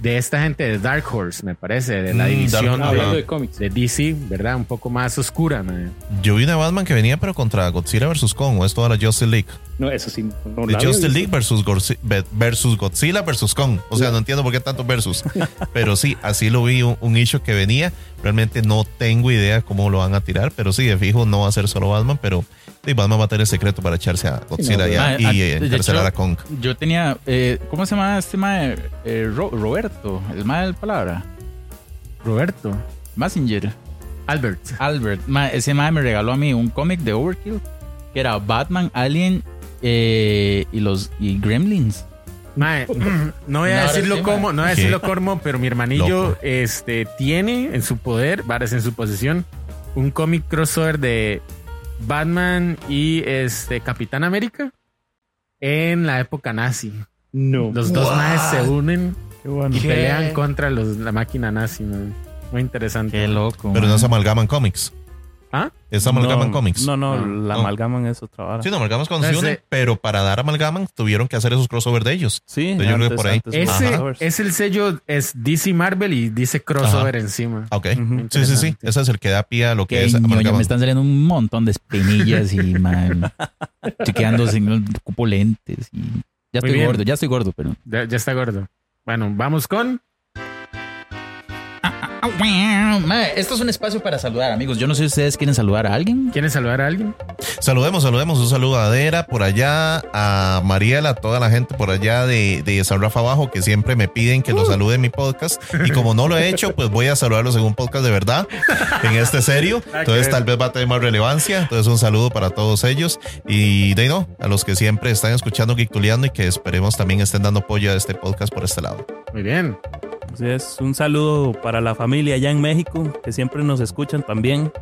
S2: De esta gente de Dark Horse, me parece, de la
S5: Mm,
S2: división
S5: Dark-
S4: Hablando
S5: Ajá.
S2: de,
S4: de cómics.
S2: de DC, ¿verdad? Un poco más oscura, man.
S5: Yo vi una Batman que venía, pero contra Godzilla vs. Kong. O es toda la Justice League.
S4: No, eso sí. No
S5: De
S4: lo había
S5: Justice
S4: visto.
S5: League versus, Gorzi- ve- versus Godzilla versus Kong. O sea, no entiendo por qué tanto versus. Pero sí, así lo vi un, un issue que venía. Realmente no tengo idea cómo lo van a tirar, pero sí, de fijo no va a ser solo Batman, pero sí, Batman va a tener secreto para echarse a Godzilla
S4: no,
S5: y, a-
S3: Ah, ah,
S5: y, eh,
S3: de hecho-
S5: encarcelar a Kong.
S3: Yo tenía... eh, ¿Cómo se llama este mae? Eh, Ro- Roberto, el mae de la palabra.
S2: Roberto.
S3: Messenger.
S2: Albert.
S3: Albert, ma, ese mae me regaló a mí un cómic de Overkill que era Batman, Alien eh, y los y Gremlins.
S2: Mae, no voy a
S3: Ahora
S2: decirlo
S3: sí, mae.
S2: como, no voy a
S5: Sí.
S2: decirlo como, pero mi hermanillo
S5: Loco.
S2: este tiene en su poder, varas en su posesión, un cómic crossover de Batman y este Capitán América en la época nazi.
S4: No.
S2: Los dos
S5: What?
S2: maes se unen
S6: Qué bueno.
S2: y pelean contra los- la máquina nazi, mae. Muy interesante.
S3: loco.
S5: Pero no se amalgaman cómics.
S2: ¿Ah?
S5: Es Amalgaman
S6: no,
S5: Comics.
S6: No, no,
S2: Ah,
S6: la
S5: no.
S6: Amalgaman es otra vara.
S5: Sí, no, Amalgaman es cuando se
S2: Ese-
S5: unen, pero para dar Amalgaman tuvieron que hacer esos crossover de ellos.
S6: Sí,
S5: Entonces yo creo que por ahí-
S6: eran
S2: Ese
S6: crossovers.
S2: es el sello, es DC Marvel y dice crossover encima.
S5: Ah, Ok.
S6: Ujú.
S5: Sí, sí, sí. Ese es el que da pie a lo que
S3: Que
S5: es Amalgaman.
S3: me están saliendo un montón de espinillas y man, estoy quedando sin cupo lentes y ya
S2: Muy
S3: estoy
S2: bien.
S3: gordo, ya estoy gordo, pero
S2: Ya, ya está gordo. Bueno, vamos con.
S3: Mae, esto es un espacio para saludar, amigos. Yo no sé si ustedes quieren saludar a alguien.
S2: ¿Quieres saludar a alguien?
S5: Saludemos, saludemos. Un saludo a Adera por allá, a Mariela, a toda la gente por allá de, de San Rafa Abajo que siempre me piden que
S2: Uh.
S5: los salude en mi podcast. Y como no lo he hecho, pues voy a saludarlos en un podcast de verdad, en este serio.
S2: Ah,
S5: Entonces tal vez va a tener más relevancia. Entonces un saludo para todos ellos. Y de ahí no, a los que siempre están escuchando Geektuleando y que esperemos también estén dando apoyo a este podcast por este lado.
S2: Muy bien.
S6: Así es, un saludo para la familia allá en México, que siempre nos escuchan también.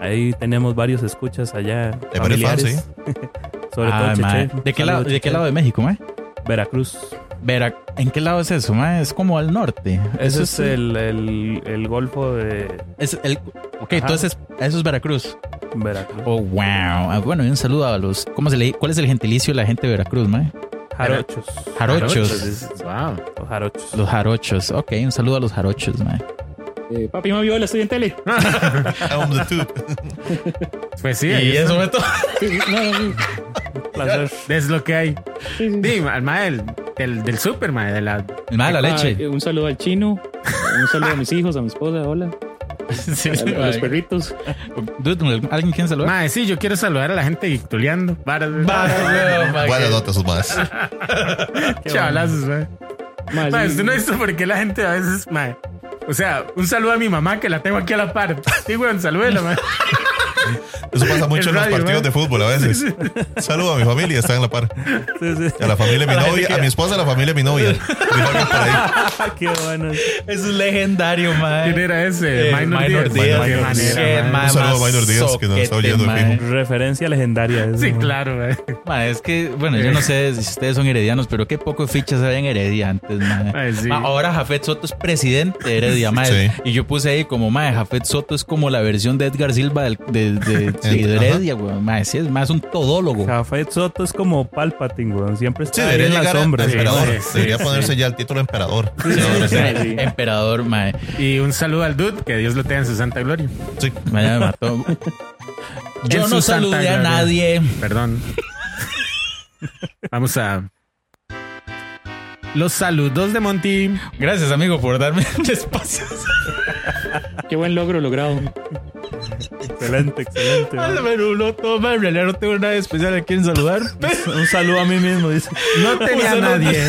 S6: Ahí tenemos varios escuchas allá.
S5: Hay varios fans,
S6: familiares. Sobre todo
S3: Ay, mae.
S6: Cheche.
S3: Ah, ¿De, qué
S6: Saludos,
S3: lado, ¿De
S6: Cheche.
S3: qué lado de México, mae?
S6: Veracruz.
S3: Vera, ¿En qué lado es eso, mae? Es como al norte.
S6: Ese es
S3: eh,
S6: el, el- el golfo de
S3: es el- ok,
S6: Ajá.
S3: entonces eso es Veracruz.
S6: Veracruz.
S3: Oh, wow. Ah, Bueno, y un saludo a los. ¿Cómo se le ¿Cuál es el gentilicio de la gente de Veracruz, mae?
S6: Jarochos.
S3: Jarochos.
S2: Wow.
S6: Los jarochos.
S3: Los jarochos. Ok, un saludo a los jarochos, mae.
S4: Eh, papi, me viola, estoy en tele.
S3: Ah.
S5: On the tube.
S2: Pues sí, ahí está.
S3: momento.
S4: Sí, no, no, sí.
S6: Placer.
S2: es lo que hay.
S4: Sí, sí.
S2: Dime, al mae del, del, del super, mae, de la.
S3: El mae de la
S4: Ah, eh,
S3: leche.
S4: un saludo al chino. Un saludo a mis hijos, a mi esposa, hola.
S3: Sí,
S4: A,
S3: sí,
S4: a los
S3: mae.
S4: perritos.
S3: Dude, ¿Alguien quiere saludar?
S2: Mae, sí, yo quiero saludar a la gente victuleando.
S5: Buenas notas, sus más.
S2: Chavalazos, mae.
S4: Mae,
S2: Mae,
S4: sí,
S2: usted no ha visto por qué la gente a veces, mae. O sea, un saludo a mi mamá que la tengo aquí a la par. Sí, weón, salúdela, mae.
S5: Eso pasa mucho
S2: El
S5: en los
S2: radio, ¿eh? ¿verdad?
S5: partidos de fútbol a veces. Saludo a mi familia, están en la par.
S6: Sí, sí.
S5: A la familia de mi novia, a mi esposa, a la familia de mi novia. Dijo alguien por ahí.
S6: qué bueno.
S3: Eso es legendario, mae.
S2: ¿Quién era ese?
S3: Eh,
S2: Minor,
S3: Minor
S2: Díaz.
S3: Díaz.
S2: Qué
S5: Minor
S2: manera,
S3: Qué
S2: mae.
S3: mae
S5: Un saludo a
S3: más
S5: Minor Díaz, que nos está oyendo,
S3: soquete, mae.
S6: Referencia legendaria. eso,
S2: Sí,
S6: man.
S2: claro, mae.
S3: Mae, es que, bueno, yo no sé si ustedes son heredianos, pero qué poco de fichas había en Heredia antes, mae.
S2: Mae, sí.
S3: Ma, Ahora Jafet Soto es presidente de Heredia, mae.
S5: Sí.
S3: Y yo puse ahí como, mae, Jafet Soto es como la versión de Edgar Silva del- de, de- de
S5: Ajá.
S3: Heredia, weón. Mae, sí, es más un todólogo.
S6: Jafet Soto es como Palpatine, weón. Siempre
S5: Sí,
S6: está ahí
S5: debería
S6: en las
S5: llegar a- a
S6: sombras.
S5: emperador.
S2: Sí, sí,
S5: debería
S2: sí.
S5: ponerse ya el título de emperador.
S3: Sí,
S4: sí.
S3: Emperador, mae.
S2: Y un saludo al dude, que Dios lo tenga en su santa gloria.
S5: Sí.
S3: Mae, me mató.
S2: En
S3: Yo
S2: su
S3: no
S2: santa
S3: saludé a
S2: gloria.
S3: nadie.
S2: Perdón. Vamos a. Los saludos de Monty.
S3: Gracias, amigo, por darme el espacio.
S4: Qué buen logro logrado.
S6: Excelente, excelente.
S3: Ay, se
S6: man.
S3: me nubló todo, mae. En realidad no tengo nada especial a quien saludar.
S6: Un saludo a mí mismo, dice.
S2: No tenía a nadie.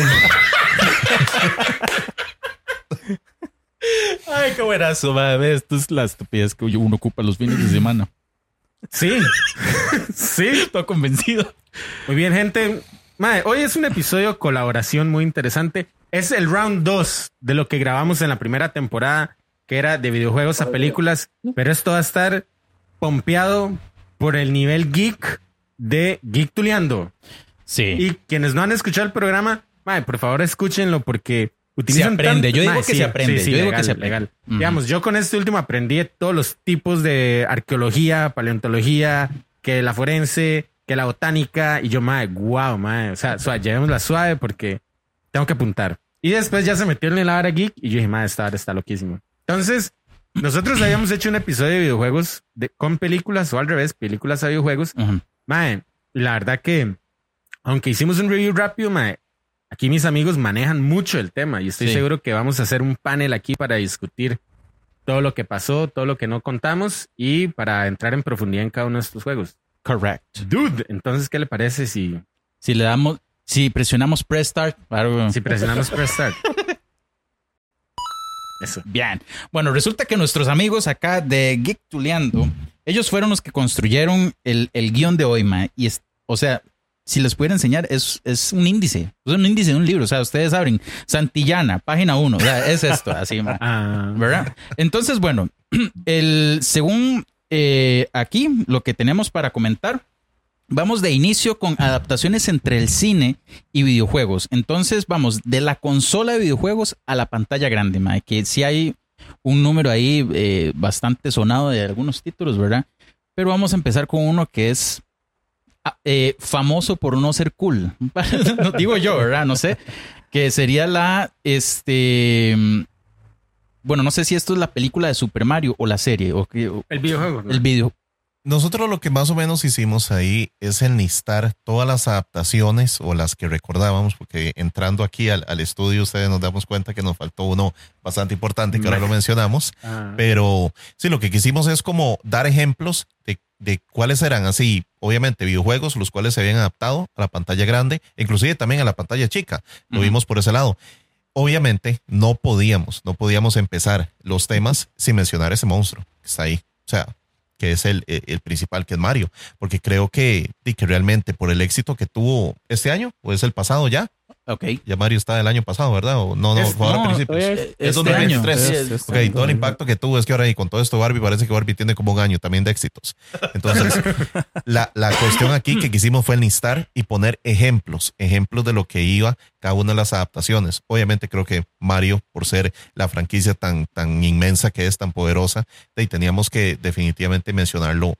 S3: Ay, qué buenazo, mae. Ve, Esto es la estupidez que uno ocupa los fines de semana.
S2: Sí. Sí.
S3: Estoy convencido.
S2: Muy bien, gente. Mae, hoy es un episodio colaboración muy interesante. Es el round 2 de lo que grabamos en la primera temporada, que era de videojuegos a películas. Pero esto va a estar pompeado por el nivel geek de Geek Tuleando.
S3: Sí.
S2: Y quienes no han escuchado el programa, mae, por favor escúchenlo porque
S3: Se
S2: utilizan
S3: aprende.
S2: tanto-
S3: Yo digo
S2: mae,
S3: que se aprende. Yo digo que se aprende. Ujú.
S2: Digamos, yo con este último aprendí todos los tipos de arqueología, paleontología, que la forense, que la botánica y yo mae, wow, mae, o sea, suave, llevémosla suave porque tengo que apuntar. Y después ya se metió en la hora geek y yo dije, mae, esta hora está loquísimo. Entonces, nosotros habíamos hecho un episodio de videojuegos de- con películas o al revés, películas a videojuegos
S3: Ujú.
S2: Mae, la verdad que, aunque hicimos un review rápido, mae, aquí mis amigos manejan mucho el tema y estoy
S3: Sí.
S2: seguro que vamos a hacer un panel aquí para discutir todo lo que pasó, todo lo que no contamos y para entrar en profundidad en cada uno de estos juegos.
S3: Correct.
S2: Dude, entonces, ¿qué le parece si,
S3: Si le damos, si presionamos press start, claro.
S2: si presionamos press start? Eso.
S3: Bien. Bueno, resulta que nuestros amigos acá de Geek Tuleando, ellos fueron los que construyeron el, el guión de hoy, ma. Y es, o sea, si les pudiera enseñar, es, es un índice. Es un índice de un libro. O sea, ustedes abren Santillana, página 1. O sea, es esto, así, ma.
S2: Ah,
S3: ¿verdad? Entonces, bueno, el, según eh, aquí lo que tenemos para comentar, vamos de inicio con adaptaciones entre el cine y videojuegos. Entonces, vamos de la consola de videojuegos a la pantalla grande, mae, que sí hay un número ahí eh, bastante sonado de algunos títulos, ¿verdad? Pero vamos a empezar con uno que es ah, eh, famoso por no ser cool. No, digo yo, ¿verdad? No sé. Que sería la, este... Bueno, no sé si esto es la película de Super Mario o la serie o, que- o
S2: El videojuego. ¿no?
S3: el video.
S5: Nosotros lo que más o menos hicimos ahí es enlistar todas las adaptaciones o las que recordábamos, porque entrando aquí al, al estudio ustedes nos damos cuenta que nos faltó uno bastante importante que ahora lo mencionamos,
S2: Ah.
S5: pero sí, lo que quisimos es como dar ejemplos de, de cuáles eran así, obviamente videojuegos, los cuales se habían adaptado a la pantalla grande, inclusive también a la pantalla chica, lo
S3: Ujú.
S5: vimos por ese lado. Obviamente no podíamos, no podíamos empezar los temas sin mencionar ese monstruo que está ahí. O sea, que es el, e, el- el principal, que es Mario, porque creo que, y que realmente por el éxito que tuvo este año, o es el pasado ya,
S3: Ok.
S5: ya Mario está del año pasado, ¿verdad? O no, no,
S2: Es-
S5: fue ahora a
S3: no,
S5: principios.
S4: Todavía es-
S3: Este
S5: Es 2023.
S3: año.
S6: Es- es-
S5: Ok, todo el impacto que tuvo es que ahora y con todo esto Barbie parece que Barbie tiene como un año también de éxitos. Entonces, la, la cuestión aquí que quisimos fue enlistar y poner ejemplos, ejemplos de lo que iba cada una de las adaptaciones. Obviamente creo que Mario, por ser la franquicia tan, tan inmensa que es, tan poderosa, y teníamos que definitivamente mencionarlo,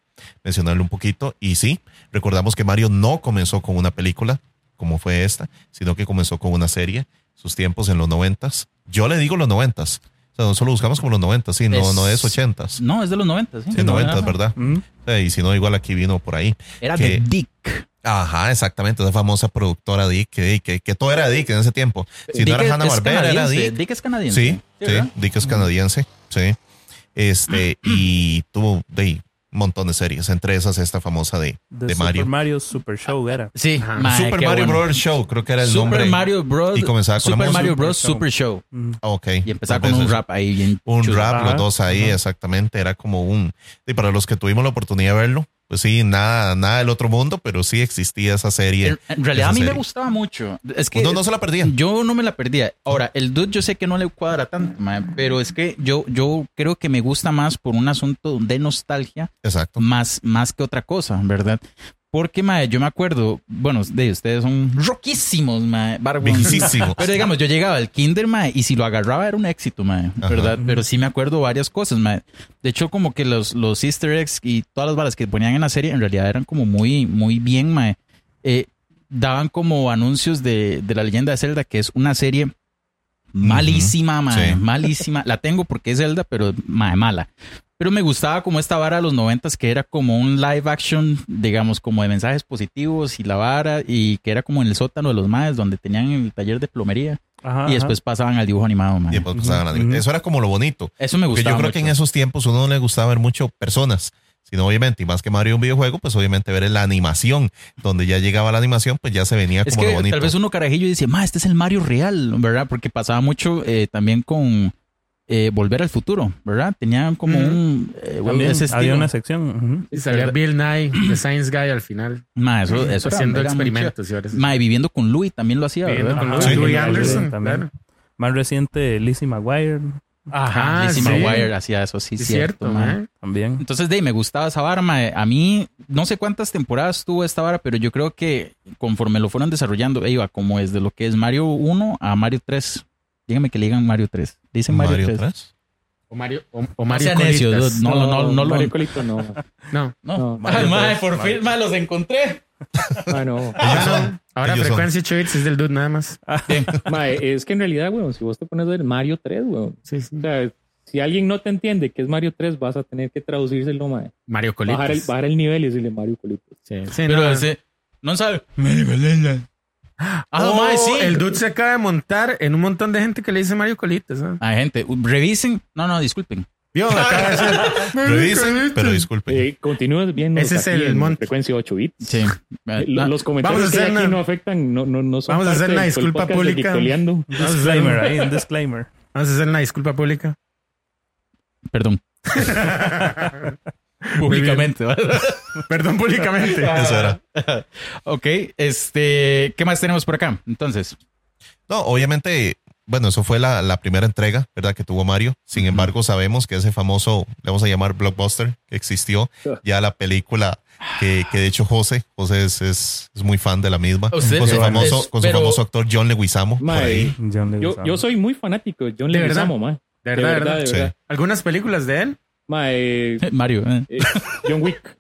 S5: mencionarlo un poquito. Y sí, recordamos que Mario no comenzó con una película como fue esta, sino que comenzó con una serie, sus tiempos en los noventas. Yo le digo los noventas. O sea, nosotros lo buscamos como los 90, sí, no es,
S3: Es-
S5: no es 80. Sí,
S3: Pues, No, es de los 90. Sí,
S5: 90, ¿verdad?
S6: Mm.
S5: Sí, y si no, igual aquí vino por ahí.
S3: Era de
S5: Que-
S3: Dick.
S5: Ajá, exactamente, esa famosa productora Dick, que, que, que todo era Dick en ese tiempo. Si no
S3: Dick es-
S5: era Hanna
S3: es
S5: Barbera, era
S3: canadiense.
S5: Dick.
S3: Dick es canadiense.
S5: Sí, sí,
S3: ¿verdad?
S5: Dick es canadiense, sí. Este, y tuvo de ahí, un montón de series, entre esas esta famosa de,
S6: De,
S5: de
S6: Super
S5: Mario.
S6: Mario. Super Show era.
S3: Sí,
S2: Ajá.
S3: mae,
S5: Super
S3: qué
S5: Mario
S3: bueno.
S5: Brothers Show, creo que era el
S3: Super
S5: nombre.
S3: Mario Bros.
S5: y comenzaba con la
S3: Super
S5: música.
S3: Mario Bros.
S6: Show.
S3: Super Show.
S6: Mm.
S5: Ah, ok.
S3: Y empezaba con
S5: Entonces,
S3: un rap ahí. bien
S5: un
S3: chulo.
S5: rap, los
S6: Ajá,
S5: dos ahí,
S6: ajá.
S5: exactamente. Era como un. Y para los que tuvimos la oportunidad de verlo, pues sí, nada, nada del otro mundo, pero sí existía esa serie.
S3: En, en realidad
S5: esa
S3: a mí me
S5: serie.
S3: gustaba mucho. Es que
S5: Uno no se la perdía.
S3: yo no me la perdía. Ahora, el dude yo sé que no le cuadra tanto, mae, pero es que yo, yo creo que me gusta más por un asunto de nostalgia
S5: Exacto.
S3: más, más que otra cosa, ¿verdad? Porque, mae, yo me acuerdo, bueno, de ustedes son roquísimos, mae, barbones.
S5: Viejísimo.
S3: Pero digamos, yo llegaba al kinder, mae, y si lo agarraba era un éxito, mae,
S5: Ajá.
S3: ¿verdad? Pero sí me acuerdo varias cosas, mae. De hecho, como que los, los easter eggs y todas las balas que ponían en la serie en realidad eran como muy, muy bien, mae. Eh, daban como anuncios de, de La Leyenda de Zelda, que es una serie malísima, mae,
S5: Sí.
S3: malísima. La tengo porque es Zelda, pero mae, mala. Pero me gustaba como esta vara de los noventas que era como un live action, digamos, como de mensajes positivos y la vara, y que era como en el sótano de los maes, donde tenían el taller de plomería,
S6: Ajá,
S3: y
S6: ajá.
S3: después pasaban al dibujo animado, mae.
S5: Y después pasaban a-
S6: Ujú.
S5: Eso era como lo bonito.
S3: Eso me
S5: Porque
S3: gustaba
S5: yo creo que en
S3: mucho.
S5: esos tiempos uno no le gustaba ver mucho personas, sino obviamente, y más que Mario un videojuego, pues obviamente ver la animación. Donde ya llegaba la animación, pues ya se venía
S3: Es
S5: como lo
S3: que
S5: bonito.
S3: tal vez uno carajillo dice, ma, este es el Mario real, ¿verdad? Porque pasaba mucho eh, también con eh, Volver al Futuro, ¿verdad? Tenían como
S2: Ujú.
S3: un... eh,
S6: También
S3: ese
S6: había
S3: estilo.
S6: una sección. ujú.
S2: Y salía Bill Nye, The Science Guy al final,
S3: Ma, eso, eso era-
S2: haciendo
S3: era
S2: experimentos. y
S3: mucho-
S2: varias-
S3: Ma, y viviendo con Louis también lo hacía,
S2: Viviendo
S3: ¿verdad?
S2: con
S6: Ajá,
S2: Louis
S5: sí,
S2: Louis
S6: Louis
S2: Anderson,
S6: Anderson también.
S2: claro.
S6: Más reciente, Lizzie McGuire
S3: Ajá, Lizzie
S2: sí.
S3: McGuire hacía eso, Ah, sí,
S2: Sí,
S3: cierto,
S2: cierto,
S3: ma.
S2: mae.
S6: también.
S3: Entonces, de ahí, me gustaba esa vara, mae. A mí, no sé cuántas temporadas tuvo esta vara, pero yo creo que conforme lo fueron desarrollando, eh, iba como desde lo que es Mario 1 a Mario 3. Díganme que le digan Mario 3. Dicen Mario,
S5: Mario
S3: 3.
S5: 3.
S2: O Mario, o, o Mario
S3: sean necios,
S2: Colitas.
S3: no, no, no, no lo-
S4: Mario Colito no.
S2: No.
S3: No.
S4: No,
S3: Ay,
S6: Mario
S3: mae,
S6: 3,
S3: por
S6: Mario.
S3: fin, mae, los encontré.
S4: Ah, no.
S5: Ellos son-
S2: Ahora
S5: ellos son.
S2: frecuencia 8 bits es del dude nada más.
S4: Mae, es que en realidad, weón, si vos te pones a ver Mario 3, weón.
S2: Sí, sí.
S4: O sea, si alguien no te entiende que es Mario 3, vas a tener que traducírselo, mae.
S2: Mario Colitas.
S4: Bajar el, bajar el nivel y decirle Mario Colito.
S2: Sí, sí,
S3: Pero
S2: no.
S3: ese, no sabe. Mario Galena. Ah,
S2: Oh,
S3: mae, sí.
S2: El dude se acaba de montar en un montón de gente que le dice Mario Colitas. ¿no?
S3: Ay, gente, revisen. No, no, disculpen.
S2: Vio, acaba de hacer-
S5: Revisen, pero disculpen.
S4: Eh, continúas bien.
S2: Pues, Ese es el monte. Ah,
S4: Frecuencia 8 bits.
S3: Sí. ah,
S4: Eh, lo- Los
S2: Vamos
S4: comentarios
S2: a
S4: que hay
S2: hacer
S4: aquí
S2: una-
S4: no afectan, no, no, no son
S2: Vamos a
S4: parte
S2: hacer una
S4: del- del
S2: disculpa
S4: podcast de
S2: pública.
S4: Gictoleando.
S2: Vamos a hacer un-
S6: Disclaimer, ahí un disclaimer.
S2: vamos a hacer una disculpa pública.
S3: Perdón. Públicamente, ¿verdad?
S2: Perdón públicamente.
S5: Eso era.
S3: Ok, este, ¿qué más tenemos por acá? Entonces,
S5: No, obviamente, bueno, eso fue la, la primera entrega, ¿verdad? Que tuvo Mario. Sin embargo, sabemos que ese famoso, le vamos a llamar blockbuster, que existió,
S4: Ah.
S5: ya la película que, que de hecho José, José es, es, es muy fan de la misma,
S3: Usted
S5: con su,
S3: es-
S5: famoso, con su
S3: pero-
S5: famoso actor John Leguizamo. por
S4: Mae,
S5: ahí.
S6: John
S4: Yo,
S6: Leguizamo.
S4: yo soy muy fanático de John
S2: ¿De
S4: Leguizamo, mae.
S2: De verdad, de verdad.
S4: de
S5: Sí.
S4: verdad.
S2: Algunas películas de él.
S4: Mae, eh,
S3: Mario, eh,
S4: John Wick.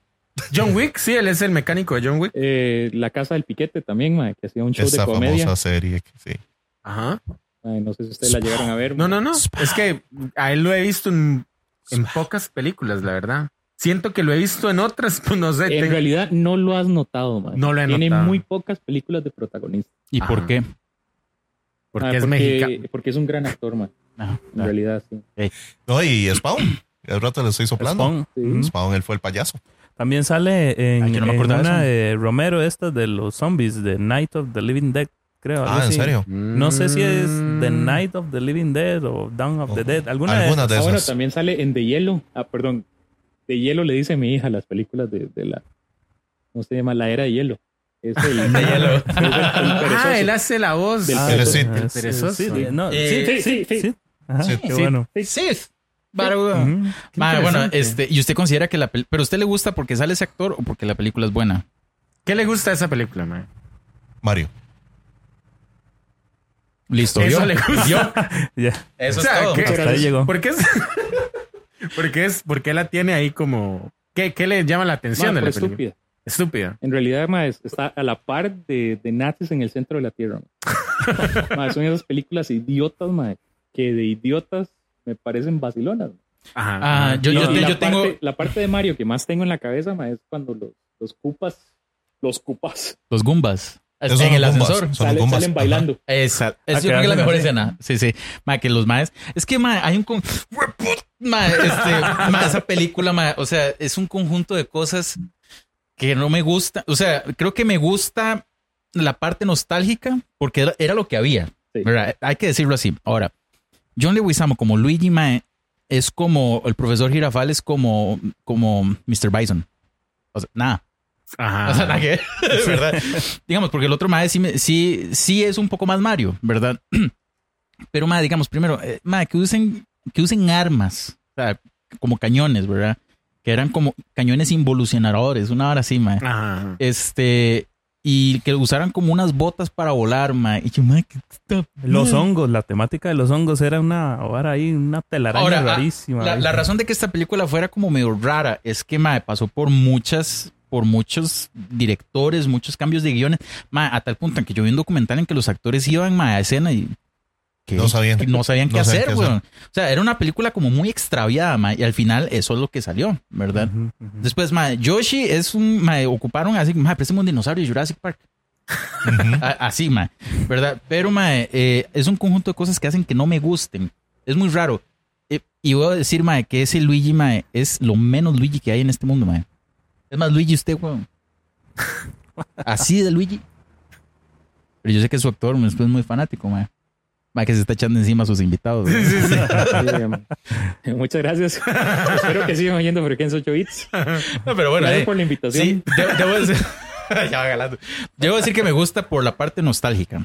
S2: John Wick, sí, él es el mecánico de John Wick.
S4: Eh, la Casa del Piquete también, mae, que hacía un show
S5: Esa
S4: de comedia.
S5: famosa serie. que Sí.
S2: Ajá.
S4: Mae, no sé si ustedes la llegaron a ver.
S2: No,
S4: mae.
S2: no, no. Es que a él lo he visto en, en pocas películas, la verdad. Siento que lo he visto en otras, pues no sé.
S4: En
S2: tengo-
S4: realidad no lo has notado, mae.
S2: No lo he
S4: Tiene
S2: notado.
S4: muy pocas películas de protagonista.
S3: ¿Y por
S2: Ajá.
S3: qué?
S2: porque
S4: Mae,
S2: es mexicano.
S4: ah, Porque es un gran actor, mae.
S3: No,
S4: En realidad, sí.
S5: No, y Spawn. Al rato le estoy soplando. Spawn.
S6: Spawn.
S4: Sí.
S6: Ujú.
S5: él fue el payaso.
S6: También sale en,
S3: Ay, yo no me
S6: en
S3: acordaba de
S6: una
S3: eso.
S6: de Romero, esta de los zombies, de Night of the Living Dead, creo. algo
S5: Ah, ¿en
S6: así.
S5: serio?
S6: No sé si es The
S2: Mm.
S6: Night of the Living Dead o Dawn of
S5: Ojo.
S6: the Dead. Alguna, de
S5: Alguna
S6: esas.
S5: de
S4: Ah, bueno,
S5: esas.
S4: también sale en De Hielo. Ah, perdón. De Hielo le dice mi hija las películas de, de la. ¿Cómo se llama? La era de hielo. Es el
S3: De hielo.
S4: es el- el perezoso.
S2: Ah, él hace la voz.
S4: Del
S2: Ah,
S5: Pero
S3: pues
S2: del-
S5: sí.
S2: del
S6: Sí,
S2: perezoso.
S6: sí, de- no,
S3: Eh,
S6: sí, sí, sí, sí. Ajá,
S5: Sí.
S6: qué
S3: Sí.
S6: bueno.
S3: Sí. Ujú.
S2: Qué
S3: Ma, bueno,
S2: interesante.
S3: este, y usted considera que la pel- pero a usted le gusta porque sale ese actor o porque la película es buena.
S2: ¿Qué le gusta a esa película, man?
S5: Mario.
S3: Listo,
S2: Eso
S3: ¿vio?
S2: le gusta.
S3: ¿Vio?
S6: Ya.
S3: Eso
S2: O sea,
S3: es todo.
S2: ¿qué?
S6: Hasta ahí llegó.
S2: ¿Por qué es? ¿Por qué es? ¿Por qué la tiene ahí como? ¿Qué, qué le llama la atención
S4: Ma,
S2: de
S4: por
S2: la película?
S4: estúpida.
S2: Estúpida.
S4: En realidad, ma, es- está a la par de, de nazis en el centro de la tierra. ma. Ma, son esas películas idiotas, ma, que de idiotas me parecen vacilonas. ma.
S2: Ajá.
S3: Ah,
S2: ajá.
S3: yo, yo
S4: Y
S3: te-
S4: la,
S3: yo tengo
S4: parte, la parte de Mario que más tengo en la cabeza ma, es cuando los, los cupas, los cupas,
S3: los Goombas
S5: Esos
S3: en
S5: son
S3: el
S5: los Goombas.
S3: ascensor.
S5: Son los
S4: salen,
S5: Goombas.
S4: salen
S5: Ajá.
S4: bailando.
S3: Esa, es, yo
S6: Ah,
S3: creo que es la
S6: claro,
S3: mejor
S6: sí.
S3: escena. Sí, sí. Ma, que los maes. Es que, ma, hay un. con- Ma, este, ma, esa película, ma, o sea, es un conjunto de cosas que no me gusta. O sea, creo que me gusta la parte nostálgica porque era, era lo que había.
S4: Sí.
S3: ¿verdad? Hay que decirlo así. Ahora, John Leguizamo como Luigi, ma, es como el profesor Girafal es como, como Mr. Bison. O sea, nada.
S2: Ajá.
S3: O sea, nada que ver, ¿verdad? digamos, porque el otro Mae sí, me- sí, sí es un poco más Mario, ¿verdad? Pero Mae, digamos, primero, eh, Mae, que usen, que usen armas, o sea, como cañones, ¿verdad? Que eran como cañones involucionadores, una hora así, Mae.
S2: Ajá, ajá.
S3: Este, y que usaran como unas botas para volar, Mae. Y yo, Mae, ¿qué está-
S6: Los hongos, la temática de los hongos era una ahora ahí, una telaraña
S3: Ahora, la-
S6: rarísima.
S3: La,
S6: ahí.
S3: la razón de que esta película fuera como medio rara es que mae, pasó por muchas, por muchos directores, muchos cambios de guiones, mae, a tal punto en que yo vi un documental en que los actores iban mae, a escena y que-
S5: No sabían.
S3: que no sabían qué
S5: No sabían
S3: hacer,
S5: qué
S3: weón. O sea, era una película como muy extraviada, mae, y al final eso es lo que salió, ¿verdad?
S6: Ujú, ujú.
S3: Después, mae, Yoshi es un, mae, ocuparon así, mae, préstame un dinosaurio de Jurassic Park.
S5: Ujú.
S3: A- así, mae, ¿verdad? Pero, mae, eh, es un conjunto de cosas que hacen que no me gusten. Es muy raro. Eh, y voy a decir, mae, que ese Luigi, mae, es lo menos Luigi que hay en este mundo, mae. Es más, Luigi, usted, weón. Así de Luigi. Pero yo sé que su actor mae, después es muy fanático, mae. Mae, que se está echando encima a sus invitados. weón.
S4: Sí, ma. Muchas gracias. Espero que sigan oyendo Frecuencia 8 bits.
S3: No, pero bueno,
S4: Gracias
S3: eh,
S4: por la invitación.
S3: Sí, de- debo decir. ya va galando. Debo decir que me gusta por la parte nostálgica.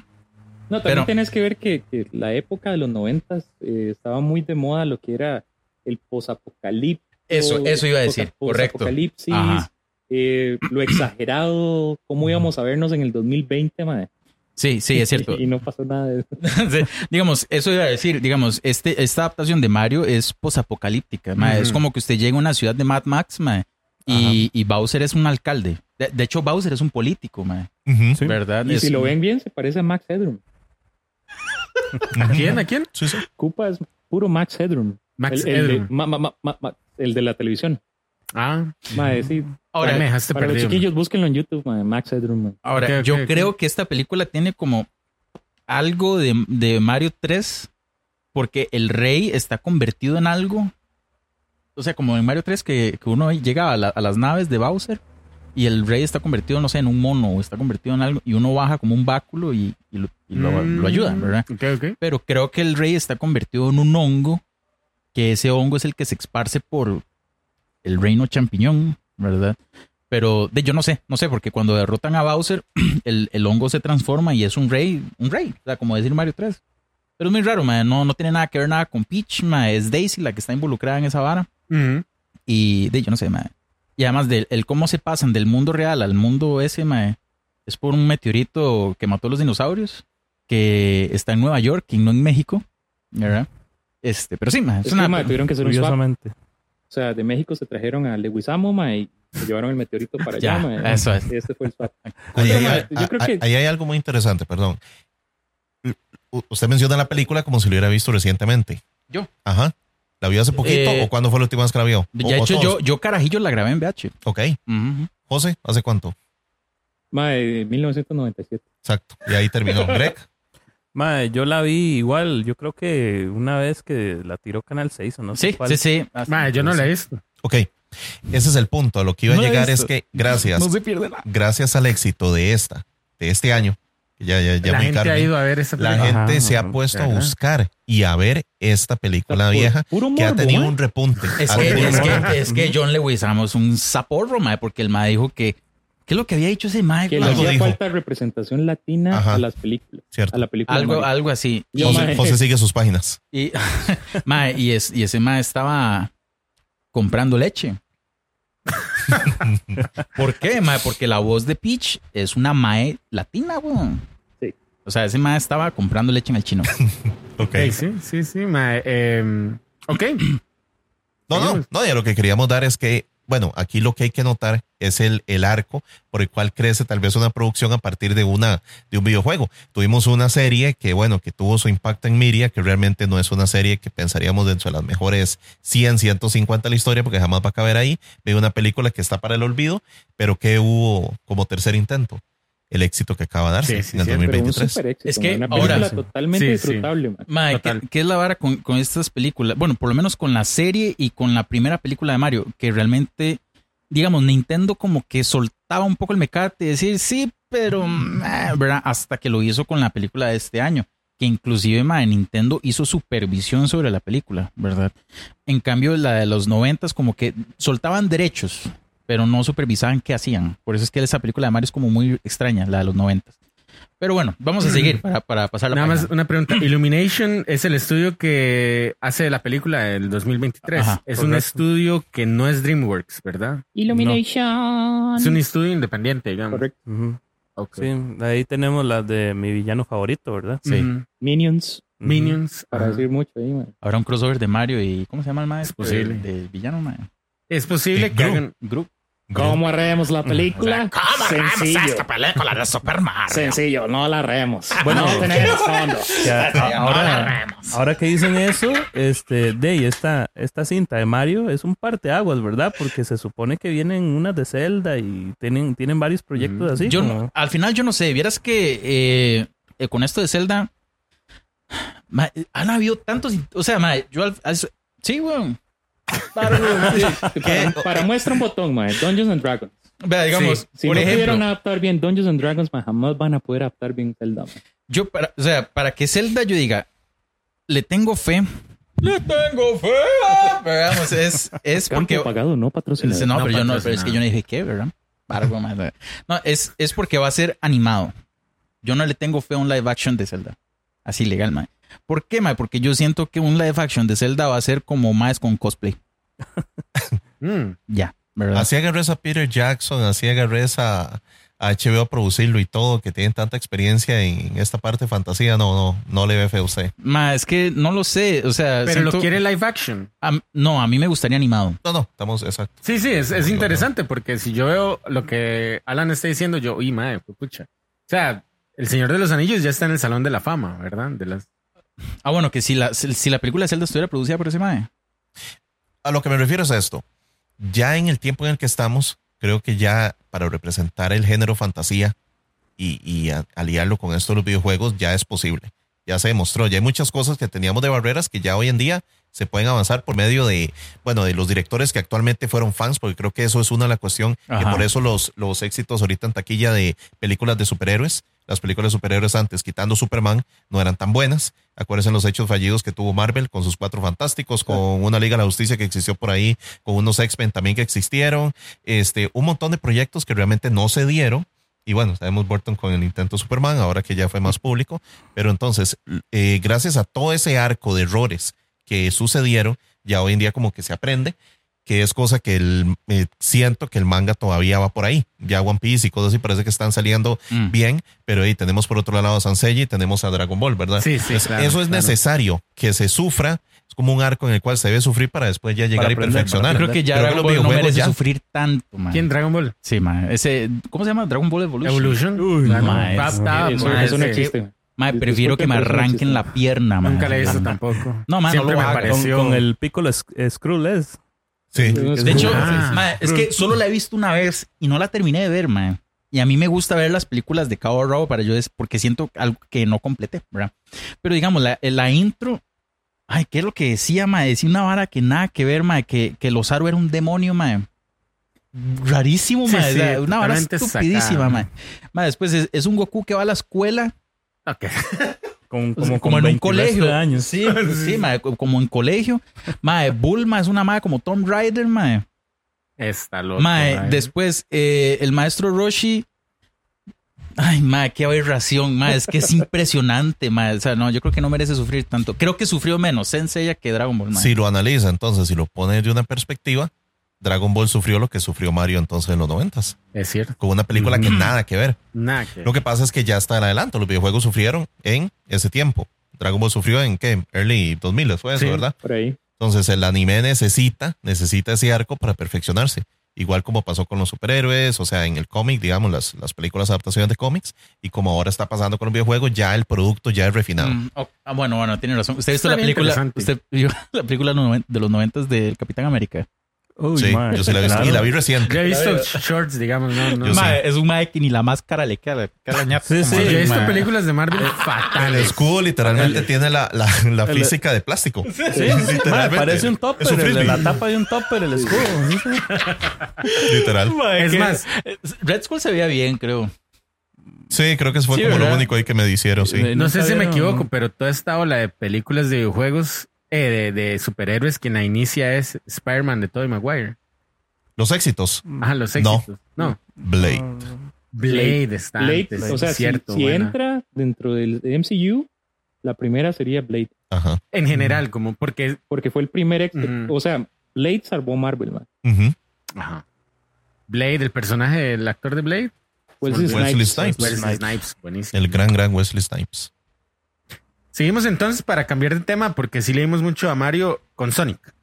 S4: No, también
S3: Pero-
S4: tienes que ver que, que la época de los noventas eh, estaba muy de moda lo que era el posapocalipsis.
S3: Eso, eso iba a decir. Correcto.
S4: Posapocalipsis,
S3: Ajá.
S4: eh, lo exagerado, cómo íbamos a vernos en el 2020, madre.
S3: Sí, sí, es cierto.
S4: Y, no pasó nada de eso.
S3: Sí, digamos, eso iba a decir, digamos, este, esta adaptación de Mario es posapocalíptica. mae. Es
S2: Ujú.
S3: como que usted llega a una ciudad de Mad Max mae, y, y Bowser es un alcalde. De, de hecho, Bowser es un político, mae,
S5: Ujú.
S6: Sí.
S3: ¿verdad?
S4: Y
S3: Es-
S4: si lo ven bien, se parece a Max Headroom.
S2: ¿A quién? ¿A quién?
S5: Sí, sí.
S4: Cupa es puro Max Headroom.
S2: Max
S4: el, el de,
S2: Edrum.
S4: ma- ma- ma- ma- ma- el de la televisión.
S2: Ah,
S4: Madre, sí.
S3: Ahora,
S2: ya me dejaste
S4: Para los
S2: perdido.
S4: chiquillos, búsquenlo en YouTube, madre, Max Headroom. madre.
S3: ahora,
S2: Ok, ok,
S3: yo
S2: ok.
S3: creo que esta película tiene como algo de, de Mario 3, porque el rey está convertido en algo. O sea, como en Mario 3, que, que uno llega a, la- a las naves de Bowser y el rey está convertido, no sé, en un mono o está convertido en algo y uno baja como un báculo y, y lo, y lo-
S2: Mm.
S3: lo ayuda, ¿verdad?
S2: Ok, ok.
S3: Pero creo que el rey está convertido en un hongo, que ese hongo es el que se esparce por el reino champiñón, ¿verdad? Pero de, yo no sé, no sé, porque cuando derrotan a Bowser, el, el hongo se transforma y es un rey, un rey, o sea, como decir Mario 3. Pero es muy raro, mae, no, no tiene nada que ver nada con Peach, mae, es Daisy la que está involucrada en esa vara.
S2: Ujú.
S3: Y de, yo no sé, mae. Y además del el cómo se pasan del mundo real al mundo ese, mae, es por un meteorito que mató a los dinosaurios, que está en Nueva York y no en México, ¿verdad? Este, pero sí, mae, es
S4: Es que,
S3: una-
S4: madre, tuvieron que hacer un swap.
S6: Curiosamente.
S4: O sea, de México se trajeron a Leguizamo, ma, y Se llevaron el meteorito para
S3: Ya,
S4: allá, mae.
S3: eso es.
S4: Este fue el SWAT.
S5: Ahí
S4: Otro,
S5: hay,
S4: mae, yo
S5: a-
S4: creo
S5: a-
S4: que-
S5: ahí hay algo muy interesante, perdón. U- Usted menciona la película como si lo hubiera visto recientemente.
S3: Yo.
S5: Ajá. ¿La vio hace poquito
S3: Eh,
S5: o cuándo fue la última vez que la vio? O-
S3: Ya
S5: o
S3: hecho,
S5: todos.
S3: yo, yo carajillo la grabé en VH.
S5: Ok.
S3: Ujú.
S5: José, ¿hace cuánto?
S4: Mae, 1997.
S5: Exacto. Y ahí terminó. Greg,
S6: Mae, yo la vi igual, yo creo que una vez que la tiró Canal 6 o no sé
S3: Sí,
S6: cuál.
S3: sí, sí.
S2: Mae, yo no la he visto.
S5: ok. Ese es el punto. A lo que iba a
S3: No la he
S5: llegar es
S3: visto.
S5: que gracias,
S3: se pierde nada.
S5: gracias al éxito de esta, de este año, que ya, ya, ya
S2: la
S5: muy
S2: gente
S5: caro,
S2: ha ido a ver esa
S5: la
S2: película.
S5: gente
S6: Ajá,
S5: se ha
S6: ajá,
S5: puesto a
S2: ajá.
S5: buscar y a ver esta
S4: O sea,
S5: película
S4: pu-
S5: vieja
S4: Puro
S5: que ha
S4: morbo,
S5: tenido
S4: mae.
S5: un repunte.
S3: Es
S5: Ha
S3: que,
S5: tenido
S3: es,
S5: un repunte.
S3: que, es que John Leguizamo es un zaporro, mae, porque el mae dijo que. ¿Qué es lo que había dicho ese mae?
S4: Que le
S3: mae?
S5: Algo
S4: hacía
S5: dijo.
S4: falta representación latina
S5: Ajá.
S4: a las películas.
S5: Cierto.
S4: A la película.
S3: Algo,
S4: mae.
S3: algo así.
S4: Yo,
S5: José,
S4: mae,
S5: José sigue sus páginas.
S3: Y, mae, y, es- y ese mae estaba comprando leche. ¿Por qué, mae? Porque la voz de Peach es una mae latina, weón.
S4: Sí.
S3: O sea, ese mae estaba comprando leche en el chino.
S5: Ok.
S2: Ey, sí, sí, sí. mae, em, ok.
S5: No, no,
S2: Seguimos.
S5: no, ya lo que queríamos dar es que, bueno, aquí lo que hay que notar es el, el arco por el cual crece tal vez una producción a partir de una de un videojuego. Tuvimos una serie que, bueno, que tuvo su impacto en Miria, que realmente no es una serie que pensaríamos dentro de las mejores 100, 150 de la historia, porque jamás va a caber ahí. Veo una película que está para el olvido, pero que hubo como tercer intento. El éxito que acaba de darse
S2: Sí, sí,
S5: en el
S2: sí, pero un
S4: Pero un
S5: 2023.
S4: super éxito.
S3: Es que
S4: mae, una
S3: ahora-
S4: película
S2: Sí,
S4: totalmente
S2: sí.
S4: disfrutable, mae.
S3: Mae, ¿qué,
S2: Total.
S3: qué es la vara con, con estas películas? Bueno, por lo menos con la serie y con la primera película de Mario, que realmente, digamos, Nintendo como que soltaba un poco el mecate y decir, sí, pero, meh", ¿verdad? Hasta que lo hizo con la película de este año, que inclusive, mae, Nintendo hizo supervisión sobre la película, ¿verdad? En cambio, la de los noventas como que soltaban derechos, pero no supervisaban qué hacían. Por eso es que esa película de Mario es como muy extraña, la de los noventas. Pero bueno, vamos a seguir para, para pasar la
S2: Nada
S3: página.
S2: más una pregunta. Illumination es el estudio que hace la película del 2023.
S3: Ajá,
S2: es un
S6: correcto.
S2: estudio que no es DreamWorks, ¿verdad?
S4: Illumination.
S2: Es un estudio independiente, digamos.
S4: Correcto.
S6: Ujú.
S2: Ok.
S6: Sí, ahí tenemos las de mi villano favorito, ¿verdad?
S2: Ujú.
S3: sí.
S4: Minions.
S6: Ujú.
S2: Minions.
S4: Para
S2: ajá.
S4: decir mucho ahí, mae.
S3: Habrá un crossover de Mario y. ¿Cómo se llama el maestro?
S2: Es posible.
S3: De, de villano, maestro.
S2: Es posible que
S5: Gru.
S2: hagan.
S3: Group.
S4: ¿Cómo haremos la película? Sencillo.
S3: película de Super Mario?
S4: Sencillo, no la haremos.
S6: Bueno.
S4: no tenemos fondo.
S6: Que
S3: Ah,
S6: a- a- Ah, ahora, Ah, ahora que dicen eso, este, de y esta, esta cinta de Mario es un parteaguas, ¿verdad? Porque se supone que vienen unas de Zelda y tienen, tienen varios proyectos así.
S3: Mm. Yo,
S6: como-
S3: no- al final, yo no sé. Vieras que eh, eh, con esto de Zelda. ma, han habido tantos. O sea, ma, yo al. al- sí, weón.
S4: Para, para muestra un botón, mae. Dungeons and Dragons.
S3: Vea, digamos,
S2: Sí,
S4: Si
S3: por
S4: no
S3: ejemplo.
S4: pudieron adaptar bien Dungeons and Dragons, mae, jamás van a poder adaptar bien Zelda. mae.
S3: Yo, para, o sea, para que Zelda yo diga, le tengo fe. Le tengo fe. ¿verdad? Digamos, es, es
S4: Campo
S3: porque.
S4: pagado, no
S3: Él
S4: patrocinado.
S3: pues, dice, no,
S2: No
S3: pero yo no,
S2: patrocinado.
S3: pero es que yo no dije qué, ¿verdad? Para, güey, madre. no, es, es porque va a ser animado. Yo no le tengo fe a un live action de Zelda. Así legal, man. ¿Por qué, man? Porque yo siento que un live action de Zelda va a ser como más con cosplay.
S2: Mm,
S3: Ya, ¿verdad?
S5: Así agarres a Peter Jackson, así agarres a, a HBO a producirlo y todo, que tienen tanta experiencia en esta parte de fantasía, no, no, no le ve fe a usted.
S3: Ma, es que no lo sé. O sea,
S2: Pero
S3: siento-
S2: lo quiere live action.
S3: a- no, a mí me gustaría animado.
S5: No, no, estamos exacto.
S2: Sí, sí, es, es interesante porque si yo veo lo que Alan está diciendo, yo, uy, madre, fue pucha. O sea, el Señor de los Anillos ya está en el Salón de la Fama, ¿verdad? De las...
S3: Ah, bueno, que si la, si, si la película de Zelda estuviera producida por ese mae.
S5: A lo que me refiero es a esto. Ya en el tiempo en el que estamos, creo que ya para representar el género fantasía y, y a- aliarlo con esto de los videojuegos ya es posible. Ya se demostró, ya hay muchas cosas que teníamos de barreras que ya hoy en día se pueden avanzar por medio de, bueno, de los directores que actualmente fueron fans, porque creo que eso es una de las cuestiones que
S3: Ajá.
S5: por eso los, los éxitos ahorita en taquilla de películas de superhéroes, las películas de superhéroes antes, quitando Superman, no eran tan buenas. Acuérdense los hechos fallidos que tuvo Marvel con sus cuatro fantásticos, con una Liga de la Justicia que existió por ahí, con unos X-Men también que existieron, este, un montón de proyectos que realmente no se dieron. Y bueno, sabemos Burton con el intento Superman, ahora que ya fue más público. Pero entonces, eh, gracias a todo ese arco de errores que sucedieron, ya hoy en día como que se aprende, que es cosa que el, eh, siento que el manga todavía va por ahí. Ya One Piece y cosas así parece que están saliendo
S3: Mm.
S5: bien, pero ahí tenemos por otro lado a Sansei y tenemos a Dragon Ball, ¿verdad?
S2: Sí, sí,
S5: Entonces,
S2: claro,
S5: eso es
S2: claro.
S5: necesario que se sufra como un arco en el cual se debe sufrir para después ya llegar
S6: Para
S5: y
S6: aprender,
S5: perfeccionar.
S6: para
S3: Creo que ya
S5: Pero
S3: Dragon
S5: los
S3: Ball no
S5: videojuegos
S3: merece
S5: ya-
S3: sufrir tanto, man.
S2: ¿Quién? Dragon Ball.
S3: Sí, man. Ese, ¿Cómo se llama? Dragon Ball Evolution.
S2: Evolution.
S3: Uy,
S2: Claro,
S3: mae,
S2: Rap
S3: es-
S2: Tap,
S4: eso,
S2: mae,
S4: eso no
S2: sí.
S4: existe. mae.
S3: Mae,
S4: Dis-
S3: prefiero que me
S4: disculpen, pero eso no
S3: arranquen
S4: existe.
S3: la pierna, man.
S2: Nunca la he visto
S3: Ah,
S2: tampoco.
S3: No, man,
S2: Siempre
S3: no lo
S2: me
S3: haga.
S6: Con,
S2: pareció.
S6: con el Piccolo Sk- Skrull es.
S5: Sí.
S4: Eso
S3: De
S4: es
S3: hecho,
S4: como-
S2: Ah.
S3: mae, es que solo la he visto una vez y no la terminé de ver, man. Y a mí me gusta ver las películas de Cabo Robo para yo es porque siento algo que no completé, ¿verdad? Pero digamos, la, la intro, ay, ¿qué es lo que decía, mae? Decía una vara que nada que ver, mae, que, que Lozaro era un demonio, mae. Rarísimo,
S2: Sí,
S3: mae.
S2: sí,
S3: o sea, una vara
S2: totalmente
S3: estupidísima,
S2: sacada.
S3: mae. Mae, después es, es un Goku que va a la escuela
S2: Ok.
S6: Con,
S3: O sea,
S6: como,
S3: como en un colegio.
S6: años.
S3: Sí, sí, mae, co- como en colegio. Mae, Bulma es una mae como Tom Rider, mae.
S2: Está loco.
S3: Mae,
S2: mae.
S3: después eh, el maestro Roshi. Ay, mae, qué aberración, mae. Es que es impresionante, mae. O sea, no, yo creo que no merece sufrir tanto. Creo que sufrió menos Sensei que Dragon Ball, mae.
S5: Si lo analiza, entonces, si lo pone de una perspectiva, Dragon Ball sufrió lo que sufrió Mario entonces en los noventas,
S2: Es cierto.
S5: con una película que nada que ver.
S2: Nada que-
S5: Lo que pasa es que ya está el adelanto. Los videojuegos sufrieron en ese tiempo. Dragon Ball sufrió en qué? Early 2000 fue eso,
S2: Sí.
S5: ¿verdad?
S4: Por ahí.
S5: Entonces el anime necesita, necesita ese arco para perfeccionarse. Igual como pasó con los superhéroes, o sea, en el cómic, digamos, las, las películas adaptaciones de cómics, y como ahora está pasando con los videojuegos, ya el producto ya es refinado.
S3: Mm, ok. Ah, bueno, bueno, tiene razón. Usted ha visto
S2: Está
S3: la
S2: bien
S3: película,
S2: interesante.
S3: usted vio la película de los noventas del Capitán América.
S6: Uy,
S5: sí,
S6: mae,
S5: yo sí la vi,
S6: claro.
S5: y la vi reciente.
S2: Yo he visto shorts, digamos. No, no.
S5: Yo sí.
S3: Mae, es un mae que ni la máscara le queda. le queda la ñata,
S6: Sí, sí.
S2: Sí,
S3: mae.
S2: yo he visto
S3: Mae.
S2: películas de Marvel
S5: Eh, El
S2: fatales.
S5: escudo literalmente tiene la, la- la
S6: El-
S5: física de plástico.
S6: Sí,
S5: Literalmente.
S6: mae, parece un
S5: Es
S6: topper,
S5: un
S6: el-
S5: frisbee.
S6: la tapa de un topper, el escudo.
S5: Literal.
S3: Mae,
S2: Es
S3: que-
S2: más-
S3: Red Skull se veía bien, creo.
S5: Sí, creo que eso fue
S3: Sí,
S5: como lo
S3: ¿verdad?
S5: único ahí que me hicieron, sí.
S2: No sé si me
S6: sabieron-
S2: equivoco, pero toda esta ola de películas de videojuegos, eh, de, de superhéroes, quien la inicia es Spider-Man de Tobey Maguire.
S5: Los éxitos.
S2: Ajá, los
S5: No.
S2: éxitos. No.
S5: Blade.
S2: Blade está
S4: Blade,
S2: antes,
S4: o sea, si-
S2: cierto,
S4: si,
S2: buena.
S4: entra dentro del MCU, la primera sería Blade,
S5: Ajá.
S2: En general, como porque...
S4: porque fue el primer. ex-
S2: Ujú.
S4: O sea, Blade salvó Marvel, man.
S5: Ujú.
S2: Ajá. Blade, el personaje, del actor de Blade,
S4: Wesley
S5: Wesley
S4: Snipes.
S5: Snipes.
S2: Wesley
S6: Snipes.
S2: Snipes, buenísimo.
S5: El gran, gran Wesley Snipes.
S2: Seguimos entonces para cambiar de tema, porque sí leímos mucho a Mario con Sonic.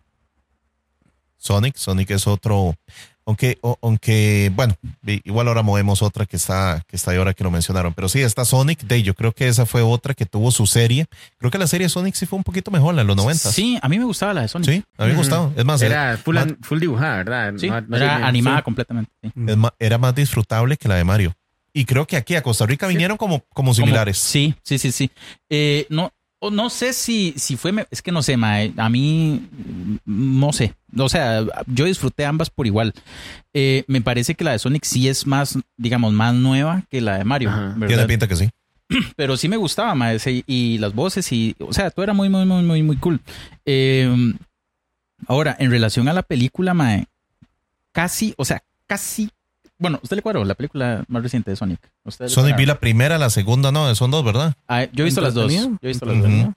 S5: Sonic. Sonic es otro. Aunque, o- aunque, bueno, i- igual ahora movemos otra que está, que está ahí ahora que lo mencionaron. Pero sí, está Sonic Day. Yo creo que esa fue otra que tuvo su serie. Creo que la serie Sonic sí fue un poquito mejor, la de los 90. Sí,
S3: Sí, a mí me gustaba la de Sonic.
S5: a mí me
S2: Ujú.
S5: gustado. Es más, era,
S2: Era full, an- full dibujada, ¿verdad?
S3: Ah, Sí,
S2: No- no
S3: era
S2: sé,
S3: animada
S2: sí.
S3: completamente. sí.
S5: es ma- era más disfrutable que la de Mario. Y creo que aquí a Costa Rica vinieron como, como similares.
S3: Como- sí, sí, sí, sí. Eh, no, o no sé si, si fue, me- es que no sé, mae, a mí, mm, no sé. O sea, yo disfruté ambas por igual. Eh, me parece que la de Sonic sí es más, digamos, más nueva que la de Mario.
S2: Ajá.
S3: ¿verdad?
S5: Tiene pinta que sí.
S3: Pero sí me gustaba, mae, sí, y las voces y, o sea, todo era muy, muy, muy, muy, muy cool. Eh, ahora, en relación a la película, mae, casi, o sea, casi, bueno, ¿usted le cuadró la película más reciente de Sonic? ¿Usted le
S5: Sonic
S3: cuadró?
S5: vi la primera, la segunda, no, son dos, ¿verdad?
S3: Ah, yo he visto las dos. Yo he visto las dos.
S5: Ujú.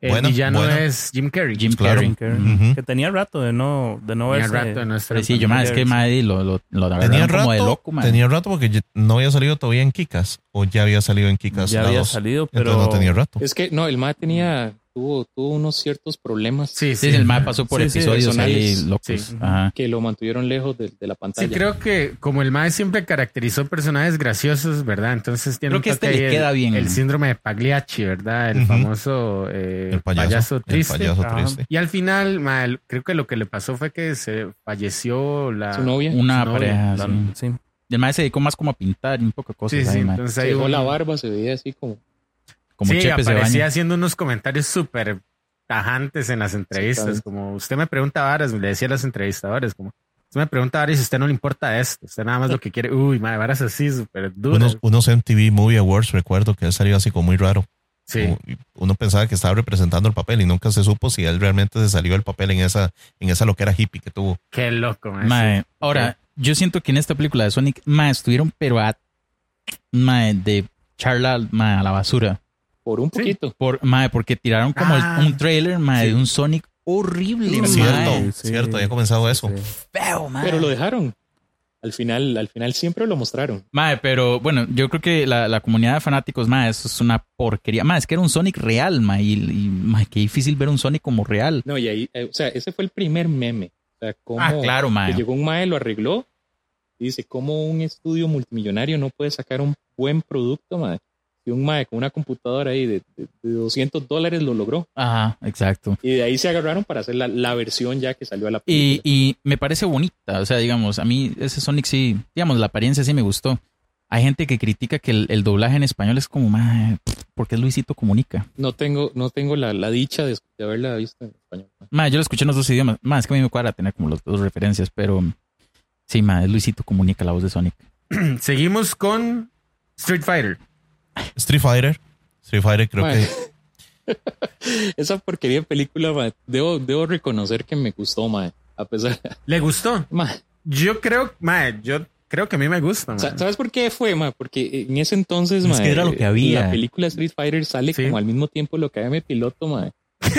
S2: El
S5: Bueno,
S2: villano
S5: bueno.
S2: es Pues Jim Carrey.
S3: Jim
S5: Claro.
S3: Carrey.
S6: Carrey.
S5: Ujú.
S6: Que tenía rato de no, de no
S2: Tenía
S6: verse.
S2: rato no estar
S3: Pero sí, yo más, es que Maddy lo, lo, lo agarraron
S5: Tenía
S3: como
S5: rato,
S3: de loco, mae.
S5: tenía rato porque ya- no había salido todavía en Kikas o ya había salido en Kikas.
S6: Ya
S5: la
S6: había
S5: dos.
S6: salido, pero.
S5: Entonces no tenía rato.
S4: Es que no, el MAD tenía, tuvo, tuvo unos ciertos problemas
S2: Sí,
S3: Sí,
S2: sí.
S3: sí, el mae pasó por
S6: Sí, sí,
S3: episodios ahí
S4: personales.
S3: locos.
S2: Sí.
S3: Ajá.
S4: que lo mantuvieron lejos de, de la pantalla.
S2: Sí, creo que como el Mae siempre caracterizó personajes graciosos, ¿verdad? Entonces tiene
S3: Creo
S2: un
S3: que este
S2: toque
S3: le
S2: ahí
S3: queda
S2: el,
S3: bien.
S2: El síndrome de Pagliacci, ¿verdad? El
S5: Ujú.
S2: famoso eh,
S5: El payaso,
S2: payaso, triste.
S5: El payaso
S6: Ajá.
S5: triste.
S2: Y al final, mae, el- creo que lo que le pasó fue que se falleció la...
S4: Su novia
S3: Una
S2: Su novia,
S3: pareja,
S6: la-
S3: Ah, sí.
S6: sí.
S3: Y el mae se dedicó más como a pintar y un poco de cosas
S2: Sí, sí,
S3: ahí, mae.
S2: entonces
S4: se
S2: ahí
S4: dejó
S2: un-
S4: la barba, se veía así como.
S3: Como
S2: sí,
S3: Chepe se
S2: aparecía
S3: baña.
S2: haciendo unos comentarios súper tajantes en las entrevistas,
S4: claro.
S2: como usted me pregunta varas, le decía a los entrevistadores, como usted me pregunta varas y usted no le importa esto, usted nada más lo que quiere, uy, madre, varas así súper duras.
S5: Unos, unos MTV Movie Awards, recuerdo que él salió así como muy raro.
S2: Sí,
S5: Como- y uno pensaba que estaba representando el papel y nunca se supo si él realmente se salió del papel en esa, en esa loquera hippie que tuvo.
S2: qué loco, mae,
S3: Mae,
S2: sí.
S3: Ahora, yo siento que en esta película de Sonic, mae, estuvieron pero a, mae, de charla mae, a la basura.
S4: Por un poquito.
S3: Por, mae, porque tiraron como el-
S2: Ah.
S3: un trailer, mae,
S2: Sí.
S3: de un Sonic horrible,
S5: Es
S3: mae.
S5: cierto,
S6: sí.
S5: cierto, había comenzado eso.
S3: Feo, mae.
S4: Pero lo dejaron. Al final, al final siempre lo mostraron.
S3: Mae, pero bueno, yo creo que la, la comunidad de fanáticos, mae, eso es una porquería. Mae, es que era un Sonic real, mae, y, y, mae, qué difícil ver un Sonic como real.
S4: No, y ahí, eh, o sea, ese fue el primer meme. O sea, cómo
S3: ah, claro,
S4: que
S3: mae.
S4: llegó un mae, lo arregló. Y dice, ¿cómo un estudio multimillonario no puede sacar un buen producto, mae? Y un mae con una computadora ahí de, de- de 200 dólares lo logró.
S3: Ajá, exacto.
S4: Y de ahí se agarraron para hacer la, la versión ya que salió a la
S3: Y,
S4: película.
S3: y me parece bonita, o sea, digamos, a mí ese Sonic sí, digamos, la apariencia sí me gustó. Hay gente que critica que el, el doblaje en español es como, mae, porque es Luisito Comunica.
S4: No tengo, no tengo la, la dicha de, de haberla visto en español. mae.
S3: Mae, yo lo escuché en los dos idiomas. Mae, es que a mí me cuadra tener como los dos referencias, pero sí, mae, es Luisito Comunica la voz de Sonic.
S2: Seguimos con Street Fighter.
S5: Street Fighter. Street Fighter creo
S4: Mae.
S5: que
S4: Esa porquería de película, mae, debo, debo reconocer que me gustó, mae. A pesar,
S2: ¿Le gustó?
S4: mae,
S2: Yo creo, mae, yo creo que a mí me gusta.
S4: sa-
S2: mae.
S4: ¿sabes por qué fue, mae? Porque en ese entonces,
S3: Es
S4: mae,
S3: que era lo que había.
S4: La película Street Fighter sale
S2: Sí.
S4: como al mismo tiempo lo que había en el piloto, mae.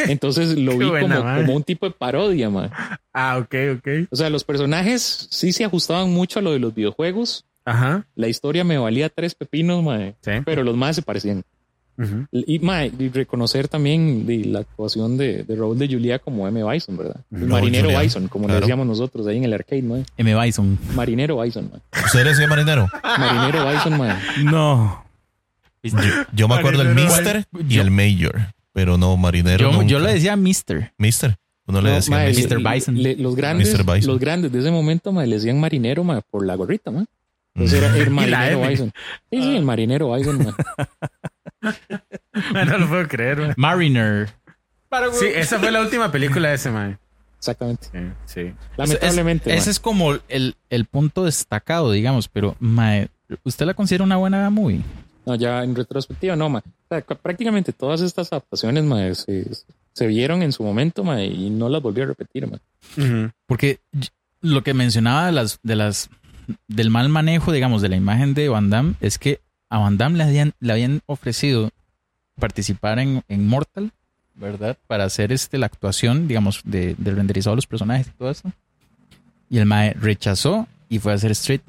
S4: Entonces lo
S2: Qué
S4: vi
S2: buena,
S4: como,
S2: mae.
S4: como un tipo de parodia, mae.
S2: Ah, ok, ok.
S4: O sea, los personajes sí se ajustaban mucho a lo de los videojuegos.
S2: Ajá.
S4: La historia me valía tres pepinos, mae.
S2: Sí.
S4: Pero los más se parecían.
S2: Ujú,
S4: Y, mae, y reconocer también de la actuación de, de Raúl de Julia como M. Bison, ¿verdad? El
S5: No,
S4: marinero
S5: Julia,
S4: Bison, como le
S5: claro.
S4: decíamos nosotros ahí en el arcade, mae.
S3: M. Bison.
S4: Marinero Bison, mae.
S5: ¿Usted era marinero?
S4: Marinero Bison, mae.
S6: No.
S5: Yo, yo me acuerdo el Mister y el Mayor, pero no marinero.
S3: Yo,
S5: nunca.
S3: yo le decía Mister.
S5: Mister. Uno le
S4: No,
S5: decía
S4: mae,
S5: Mister.
S3: Mr. Bison.
S4: le- los grandes,
S5: Mr. Bison.
S4: los grandes de ese momento, mae, le decían marinero, mae, por la gorrita, mae. Entonces pues era el marinero
S2: M.
S4: Bison. Sí, sí, el marinero Bison, mae.
S2: No lo puedo creer. mae.
S3: Mariner.
S2: Sí, esa fue la última película de ese, mae.
S4: Exactamente.
S2: Sí, sí.
S4: Lamentablemente,
S3: Es-
S4: mae.
S3: ese es como el, el punto destacado, digamos, pero mae, ¿usted la considera una buena movie?
S4: No, ya en retrospectiva, no, ma. O sea, cu- prácticamente todas estas adaptaciones, ma, se, se vieron en su momento, ma, y no las volví a repetir, ma.
S2: Ujú.
S3: Porque y- lo que mencionaba de las, de las del mal manejo, digamos, de la imagen de Van Damme es que a Van Damme le habían, le habían ofrecido participar en, en Mortal, ¿verdad? Para hacer este, la actuación, digamos, de, del renderizado de los personajes y todo eso. Y el mae rechazó y fue a hacer Street.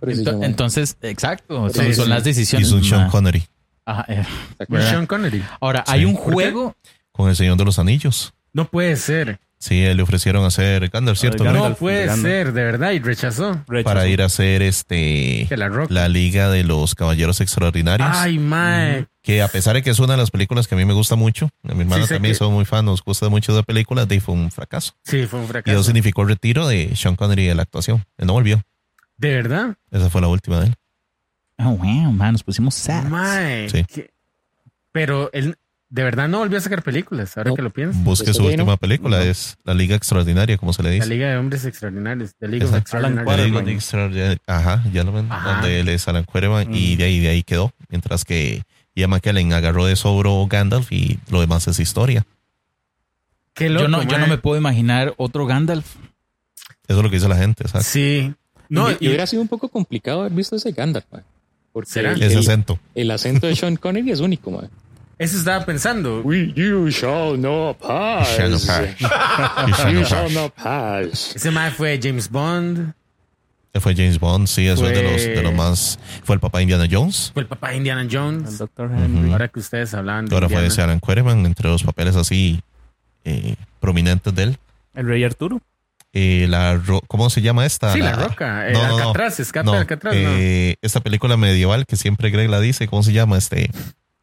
S4: Pero sí,
S3: Ento-
S4: yo, ma,
S3: entonces, exacto, o sea,
S2: Sí,
S3: son
S2: sí.
S3: las
S5: Y
S3: decisiones.
S5: es Mm. un Sean
S3: mae.
S5: Connery
S3: Ajá, eh.
S2: Y
S3: ¿Verdad?
S2: Sean Connery.
S3: Ahora,
S5: Sí.
S3: hay un
S2: qué?
S3: juego
S5: con el Señor de los Anillos.
S2: No puede ser.
S5: Sí, le ofrecieron hacer Gandalf, ¿cierto?
S6: Gandalf.
S5: Greg?
S2: No puede
S6: Gandalf.
S2: ser, de verdad. Y rechazó.
S6: Rechazó.
S5: Para ir a hacer este
S2: Que la rock.
S5: la Liga de los Caballeros Extraordinarios.
S2: Ay, eh. mae.
S5: Que a pesar de que es una de las películas que a mí me gusta mucho, a mi hermana
S2: sé
S5: también
S2: que-
S5: son muy fan, nos gusta mucho de películas, de ahí fue un fracaso.
S2: Sí, fue un
S5: Y eso
S2: fracaso.
S5: significó el retiro de Sean Connery de la actuación. Él no volvió.
S2: ¿De verdad?
S5: Esa fue la última de él.
S3: Oh, wow, man, nos pusimos sad.
S2: Mae.
S5: Sí.
S2: qué- Pero él de verdad no volvió a sacar películas, ahora
S4: No.
S2: que lo pienso.
S5: Busque
S4: Eso
S5: su
S4: Pues sí,
S5: última
S4: ¿no?
S5: película, es La Liga Extraordinaria, como se le
S2: La
S5: dice.
S2: Liga de Hombres Extraordinarios. La Liga de
S5: Exacto.
S2: Extraordinarios.
S5: La Liga Extraordinaria. Ajá, ya lo ven,
S2: Ajá.
S5: donde él es Alan Quarterman y de ahí, de ahí quedó. Mientras que Ian McKellen agarró de sobro Gandalf y lo demás es historia.
S2: Qué loco,
S3: yo no, yo
S2: mae.
S3: no me puedo imaginar otro Gandalf.
S5: Eso es lo que dice la gente. exacto.
S2: Sí. No,
S4: y, y
S2: y-
S4: hubiera sido un poco complicado haber visto ese Gandalf, ma. Porque
S2: ¿Será?
S4: El,
S5: Ese
S4: el-
S5: acento.
S4: el acento de Sean Connery es único, ma.
S2: eso estaba pensando.
S4: We, you shall not pass.
S5: Shall not pass. You shall
S4: You
S5: not
S4: shall
S5: pass.
S4: not pass.
S2: Ese mae fue James Bond,
S5: Ese Fue James Bond, sí, eso es de los, de los
S2: Fue-
S5: más. Fue el papá de Indiana Jones.
S2: fue el papá de Indiana
S6: Al
S2: Jones.
S6: Dr. Henry.
S2: Ahora que ustedes hablan de
S5: Ahora fue
S2: Indiana.
S5: ese Alan Quarterman, entre los papeles así eh, prominentes de él.
S6: El Rey Arturo.
S5: Eh, la ro- ¿Cómo se llama esta?
S2: Sí, la roca. El
S5: No, no, no.
S2: Alcatraz, escape
S5: No,
S2: de Alcatraz, ¿no?
S5: eh, Esta película medieval que siempre Greg la dice, ¿cómo se llama? Este,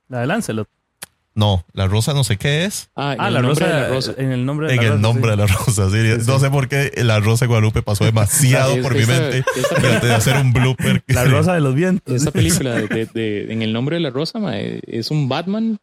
S6: La de Lancelot.
S5: no, la rosa no sé qué es.
S4: Ah,
S6: Ah,
S4: el
S6: la
S4: nombre
S6: rosa,
S4: de la rosa.
S6: En el nombre de
S5: en
S6: la
S5: el
S6: rosa,
S5: nombre
S6: sí.
S5: de la rosa, sí. No sé por qué la rosa de Guadalupe pasó demasiado
S4: Es-
S5: por mi
S4: esa-
S5: mente
S4: esa-
S5: y antes de hacer un blooper.
S6: La rosa de los vientos.
S4: Esta película de, de- de- en el nombre de la rosa, ma, es un Batman,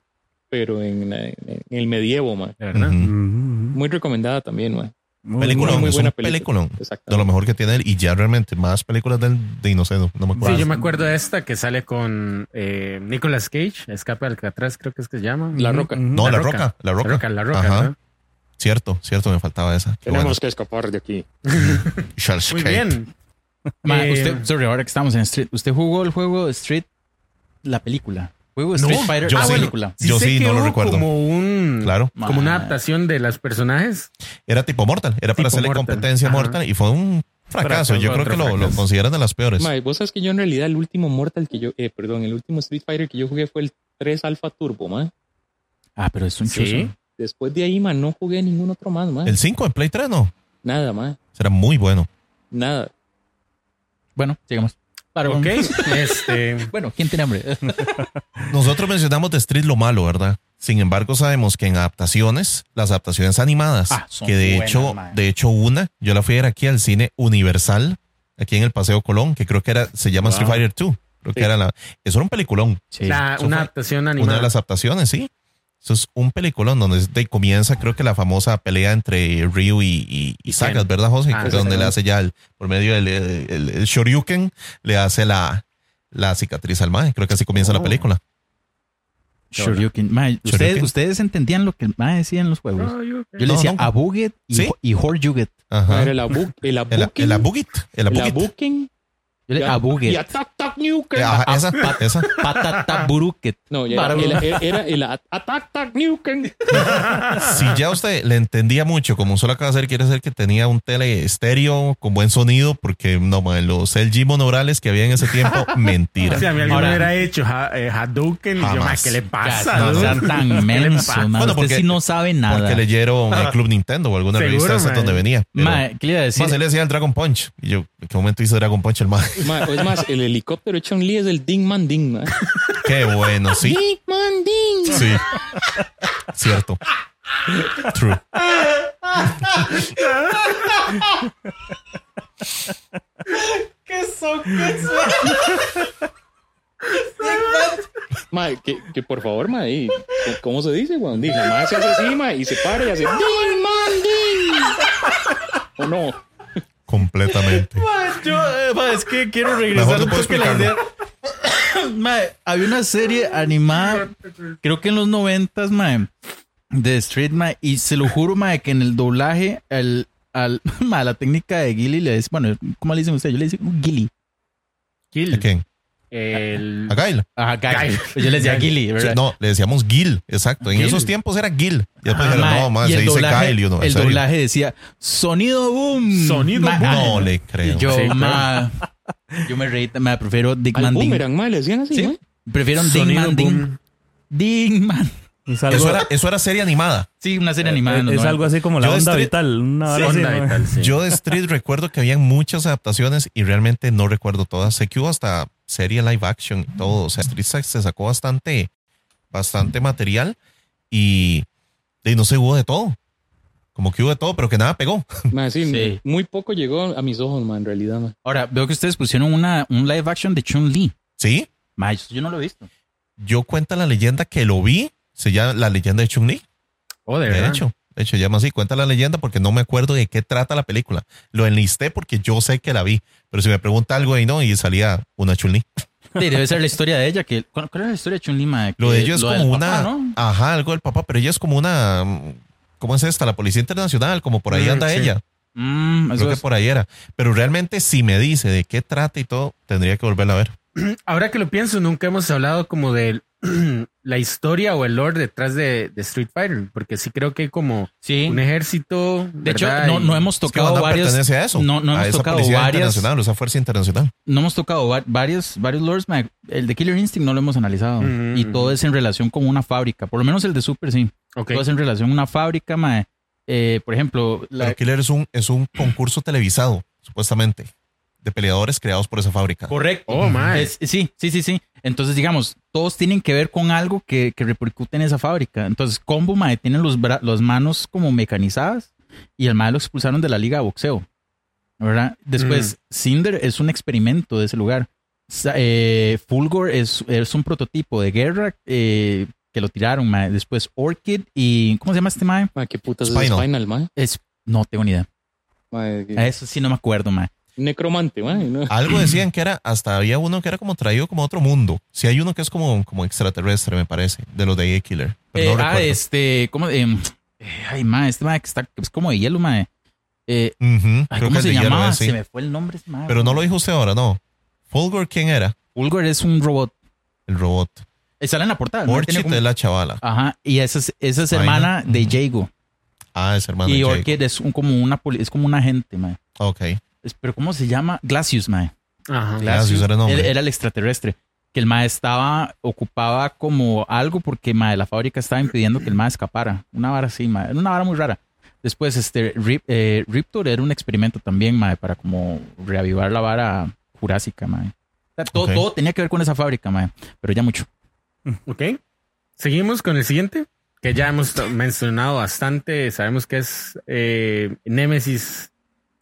S4: pero en, la- en el medievo, ma.
S2: De verdad.
S5: Ujú.
S6: Muy,
S4: Muy recomendada también, ma.
S6: muy
S5: Película,
S4: muy
S5: es
S4: buena
S5: un
S4: película.
S5: peliculón.
S4: Exactamente.
S5: De lo mejor que tiene él y ya realmente más películas de, él, de Inocente, no me acuerdo.
S2: Sí, yo me acuerdo de esta que sale con eh, Nicolas Cage, Escape de Alcatraz, creo que es que se llama.
S4: La roca.
S6: Ujú.
S5: No, la, roca, la roca.
S2: La roca,
S5: Ajá.
S2: ¿no?
S5: Cierto, cierto, me faltaba esa. Qué
S4: Tenemos
S5: bueno.
S4: que escapar de aquí.
S5: Charles
S2: Muy
S5: Kane.
S2: bien.
S3: Ma,
S2: Eh,
S3: usted, sorry, ahora que estamos en Street, usted jugó el juego Street, la película. Juego Street Fighter,
S5: yo
S3: la
S5: sí.
S3: película.
S5: Yo
S2: sé
S5: sí,
S2: que
S5: no lo
S2: hubo
S5: recuerdo.
S2: Como un,
S5: Claro.
S2: como una
S3: Ma,
S2: adaptación de los personajes.
S5: Era tipo Mortal, era
S2: Tipo
S5: para hacerle
S2: Mortal,
S5: competencia a
S2: ajá.
S5: Mortal y fue un fracaso. Yo creo
S6: Otro
S5: que lo, lo
S6: fracaso.
S5: consideran de las peores.
S4: Mae, vos sabes que yo en realidad el último Mortal que yo, eh, perdón, el último Street Fighter que yo jugué fue el 3 Alpha Turbo, mae.
S3: Ah, pero es un
S2: Sí.
S3: chuzo.
S4: Después de ahí, mae, no jugué ningún otro más, mae.
S5: El 5 en Play 3 no.
S4: Nada, mae.
S5: Será muy bueno.
S4: Nada.
S3: Bueno, sigamos. Para
S2: Ok, este.
S3: Bueno, ¿quién tiene hambre?
S5: Nosotros mencionamos de Street lo malo, ¿verdad? Sin embargo, sabemos que en adaptaciones, las adaptaciones animadas,
S3: Ah, son
S5: que de
S3: buenas,
S5: hecho,
S3: mae.
S5: de hecho una, yo la fui a ver aquí al cine Universal, aquí en el Paseo Colón, que creo que era, se llama Street
S2: Wow.
S5: Fighter 2. Creo que
S2: Sí.
S5: era la, eso era un peliculón.
S3: Sí.
S2: la-
S5: eso
S2: una
S5: fue
S2: adaptación
S5: Una
S2: animada.
S5: de las adaptaciones, sí. Eso es un peliculón donde es de- comienza, creo que la famosa pelea entre Ryu y, y, y
S2: Y
S5: Sagat,
S2: Ken.
S5: ¿verdad, José?
S2: Ah,
S5: Que
S2: sí,
S5: donde
S2: sí.
S5: le hace ya el, por medio del el- el- el Shoryuken, le hace la, la cicatriz al mae. Creo que así comienza la
S2: Oh.
S5: película.
S3: Shoryuken. Mae, ¿ustedes,
S5: Shoryuken.
S3: ustedes entendían lo que el mae decía en los juegos. Yo le
S5: No,
S3: decía
S5: no.
S3: abuget y,
S5: ¿Sí?
S3: y Horjuget.
S5: Ajá.
S4: Mae, Era el Abu- el
S5: El,
S4: Abuken.
S5: el Abugit. El
S4: el
S5: Abugit.
S4: Abuken.
S3: Yo le
S4: Ya-
S3: abuget.
S4: Y Attack Tac Nukem.
S5: Eh, Ajá,
S2: Ah.
S5: esa, esa.
S3: Patataburuket.
S4: No, ya era,
S3: Bárbaro.
S4: el- era el At- Attack Tac Nukem.
S5: Si ya usted le entendía mucho, como solo acaba de hacer, quiere decir que tenía un tele estéreo con buen sonido, porque no, mae, los LG monorales que había en ese tiempo, mentira.
S2: O sea, a mí alguien
S3: Ahora-
S2: me hubiera hecho ha- eh, Hadouken y yo,
S5: Jamás.
S2: "Ma, ¿qué le pasa?
S3: No
S2: dude?
S3: sean tan
S2: Ah, ¿Qué le
S3: menso,
S2: pasa?
S3: mae.
S5: Bueno,
S3: Usted
S5: porque-
S3: sí no sabe nada.
S5: Porque leyeron el Club Nintendo o alguna
S2: Seguro,
S5: revista de esas
S2: mae.
S5: donde venía. Pero,
S3: Mae, ¿qué le iba a decir?
S5: Más él decía el Dragon Punch. Y yo, ¿en qué momento hizo Dragon Punch el mae?
S4: Mae, o es más, el helicóptero de Chun-Li es el Ding Man Ding, mae.
S5: Qué bueno, sí.
S4: Ding Man Ding.
S5: Sí. Cierto. True.
S4: Mae, que, que por favor, mae, y- ¿cómo se dice, weón? Dice, la madre se hace así, mae, y se para y hace Ding Man Ding. ¿O no?
S5: Completamente.
S2: Yo, eh, ma, es que quiero
S5: Mejor
S2: regresar
S5: no
S2: un
S5: puedo
S2: poco a la idea.
S5: explicarlo.
S3: Mae, había una serie animada, creo que en los noventas, mae, de Street, mae, y se lo juro, mae, que en el doblaje, el, al, mae, la técnica de Gilly le dice, bueno, ¿cómo le dicen ustedes? Yo le digo Gilly.
S5: ¿A quién?
S2: El-
S5: ¿A Gail?
S3: Ajá, Gilly.
S2: Gilly.
S3: Yo le decía Gilly, ¿verdad?
S5: No, le decíamos Gil, exacto. En
S2: Gil.
S5: esos tiempos era Gil. Y después
S3: Ah,
S5: dijeron,
S3: mae,
S5: no,
S3: y
S5: mae, se
S3: el
S5: dice
S3: doblaje-
S5: Kyle. Y uno, ¿en
S3: el
S5: serio?
S3: doblaje decía sonido boom.
S2: Sonido
S3: Mae,
S2: boom.
S5: No le creo.
S3: Y yo,
S2: Sí, claro.
S3: mae, yo me reí, me prefiero Dick
S4: Al
S3: Manding.
S4: boomerang, mae, le decían así,
S3: Sí.
S4: mae.
S3: Prefiero Dick
S2: Sonido
S3: Manding.
S2: boom.
S3: Dick Man. Eh,
S6: Un salgo-
S5: eso, era, eso era serie animada.
S3: Sí, una serie animada. en los
S6: es
S3: 90.
S6: algo así como la
S5: Yo
S6: onda
S5: estoy-
S6: vital. Una vara así,
S2: Onda y
S6: mae.
S2: tal, sí.
S5: Yo de Street recuerdo que habían muchas adaptaciones y realmente no recuerdo todas. Sé que hubo hasta serie live action y todo. O sea, Street sa- se sacó bastante, bastante material y, y no se hubo de todo. Como que hubo de todo, pero que nada pegó.
S4: Mae, sí,
S3: Sí.
S4: muy poco llegó a mis ojos, mae, en realidad, mae.
S3: Ahora, veo que ustedes pusieron una, un live action de Chun-Li.
S5: Sí,
S3: Ma, eso yo no lo he visto.
S5: yo cuenta la leyenda que lo vi. Se llama la leyenda de Chun-Li.
S2: Oh, de
S5: De
S3: ¿Eh?
S2: verdad.
S5: hecho, de hecho, llama así. Cuenta la leyenda porque no me acuerdo de qué trata la película. Lo enlisté porque yo sé que la vi. Pero si me pregunta algo ahí, no, y salía una Chun-Li.
S3: Sí, debe ser la historia de ella. Que, ¿cuál, cuál era la historia de Chun-Li? ma?
S5: Lo
S3: Que-
S5: de ellos es como
S3: del
S5: una.
S3: papá, ¿no?
S5: Ajá, algo del papá, pero ella es como una. mm, ¿Cómo es esta? La Policía Internacional, como por ahí
S2: Mm,
S5: anda
S2: sí.
S5: ella.
S3: Mm, eso
S5: Creo que
S3: es-
S5: por ahí era. Pero realmente, si me dice de qué trata y todo, tendría que volverla a ver.
S2: Ahora que lo pienso, nunca hemos hablado como de la historia o el lore detrás de, de Street Fighter, porque sí creo que hay como
S3: sí.
S2: un ejército.
S3: De hecho,
S2: ¿verdad?
S3: no,
S2: Y-
S3: no hemos
S5: Es que
S3: tocado
S5: Van Damme
S3: varios.
S5: pertenece a eso.
S3: no- no
S5: a
S3: hemos
S5: esa
S3: tocado
S5: Policía
S3: varias-
S5: Internacional, esa Fuerza Internacional.
S3: No hemos tocado va- varios, varios lords. ma. El de Killer Instinct no lo hemos analizado.
S5: Mm,
S2: Ujú,
S3: Y
S2: ujú.
S3: todo es en relación con una fábrica. Por lo menos el de Super, sí.
S2: Ok.
S3: Todo es en relación a una fábrica, ma. Eh, por ejemplo, la-
S5: Pero Killer es un, es un concurso televisado, supuestamente, de peleadores creados por esa fábrica.
S3: Correcto.
S2: Oh, mae.
S3: Es- sí, sí, sí, sí. Entonces, digamos, todos tienen que ver con algo que, que repercute en esa fábrica. Entonces, Combo Mae tiene los bra- las manos como mecanizadas y el Mae lo expulsaron de la liga de boxeo. ¿Verdad? Después,
S5: Mm.
S3: Cinder es un experimento de ese lugar. Sa- eh, Fulgor es, es un prototipo de guerra eh, que lo tiraron, mae. Después, Orchid y. ¿Cómo se llama este Mae?
S4: Mae, qué putas es
S5: Spinal.
S4: Spinal, mae.
S3: Es. No tengo ni idea.
S4: Mae, qué-
S3: A eso sí no me acuerdo, Mae.
S4: Necromante, mae, ¿no?
S5: Algo decían que era, hasta había uno que era como traído como a otro mundo. Si hay uno que es como, como extraterrestre, me parece, de los de A Killer. Pero
S3: Eh,
S5: no
S3: ah,
S5: recuerdo.
S3: este, ¿cómo? em, eh, ay, ma, este ma que está, es como de hielo, ma. Eh,
S5: Ujú,
S3: ay,
S5: creo
S3: ¿Cómo
S5: que
S3: se
S5: el de hierro,
S3: llamaba?
S5: eh, sí.
S3: Se me fue el nombre, ma.
S5: Pero no lo dijo usted ahora, no. Fulgor, ¿quién era?
S3: Fulgor es un robot.
S5: El robot.
S3: Eh, sale en la portada. ¿no? Tiene
S5: Orchid
S3: como-
S5: es la chavala.
S3: Ajá, y esa es, esa es
S5: Vaina.
S3: hermana de
S5: Ujú.
S3: Jago.
S5: Ah, es hermano. de
S3: Y
S5: Jake.
S3: Orchid es un, como una poli- es como un agente, ma.
S5: Ok.
S3: Es- Pero ¿cómo se llama? Glacius, mae.
S2: Ajá.
S5: Glacius era el nombre.
S3: Él era el extraterrestre. Que el mae estaba, ocupaba como algo porque mae, la fábrica estaba impidiendo que el mae escapara. Una vara así, mae. Era una vara muy rara. Después, este, Rip- eh, Riptor era un experimento también, mae, para como reavivar la vara jurásica, mae. O sea, todo,
S5: Ok.
S3: todo tenía que ver con esa fábrica, mae. Pero ya mucho.
S2: Ok. Seguimos con el siguiente, que ya hemos to- mencionado bastante. Sabemos que es eh, Nemesis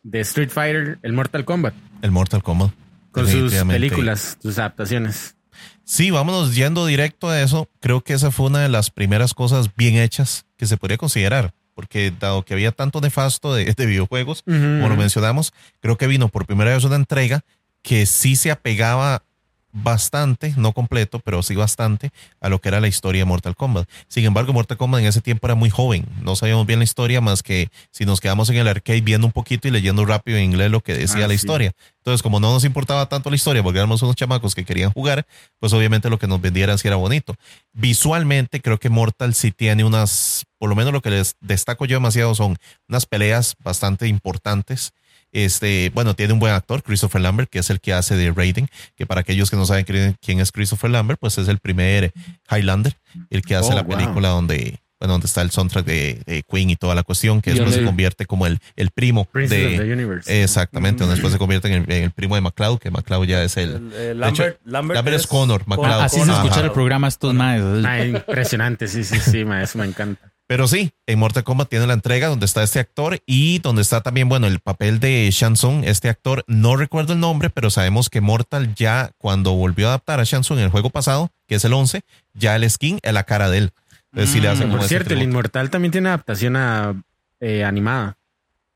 S2: de Street Fighter, el Mortal Kombat,
S5: El Mortal Kombat.
S2: con sus
S5: Definitivamente.
S2: películas, sus adaptaciones.
S5: Sí, vámonos yendo directo a eso. Creo que esa fue una de las primeras cosas bien hechas que se podría considerar, porque dado que había tanto nefasto de, de videojuegos, como lo
S2: Mm.
S5: mencionamos, creo que vino por primera vez una entrega que sí se apegaba bastante, no completo, pero sí bastante a lo que era la historia de Mortal Kombat. Sin embargo, Mortal Kombat en ese tiempo era muy joven, no sabíamos bien la historia más que si nos quedamos en el arcade viendo un poquito y leyendo rápido en inglés lo que decía
S2: Ah,
S5: la
S2: sí.
S5: historia. Entonces, como no nos importaba tanto la historia porque éramos unos chamacos que querían jugar, pues obviamente lo que nos vendieran sí era bonito. Visualmente creo que Mortal sí tiene unas, por lo menos lo que les destaco yo demasiado son unas peleas bastante importantes. Este, bueno, tiene un buen actor, Christopher Lambert, que es el que hace de Raiden, que para aquellos que no saben quién- quién es Christopher Lambert, pues es el primer Highlander, el que hace
S2: Oh,
S5: la
S2: wow.
S5: película donde, bueno, donde está el soundtrack de, de Queen y toda la cuestión, que
S4: Y
S5: después
S4: donde-
S5: se convierte como el, el primo
S2: Princess of
S5: de...
S2: the Universe.
S5: Exactamente, donde después se convierte en el, en el primo de McCloud, que McCloud ya es
S6: El- el
S5: el...
S6: Eh, Lambert, Lambert,
S5: Lambert es Connor, McLeod. Claro,
S3: Así se
S5: Connor,
S3: escucha
S5: Ah, ajá.
S3: el programa a estos maes.
S2: Ah, impresionante, sí, sí, sí, ma, eso me encanta.
S5: Pero sí, en Mortal Kombat tiene la entrega donde está este actor y donde está también, bueno, el papel de Shansun, este actor, no recuerdo el nombre, pero sabemos que Mortal ya cuando volvió a adaptar a Shansun en el juego pasado, que es el 11, ya el skin es la cara de él. Entonces, sí le
S3: Mm.
S5: hacen como
S2: Por
S5: ese
S2: cierto, el
S5: tributo.
S2: Inmortal también tiene adaptación a, eh, animada.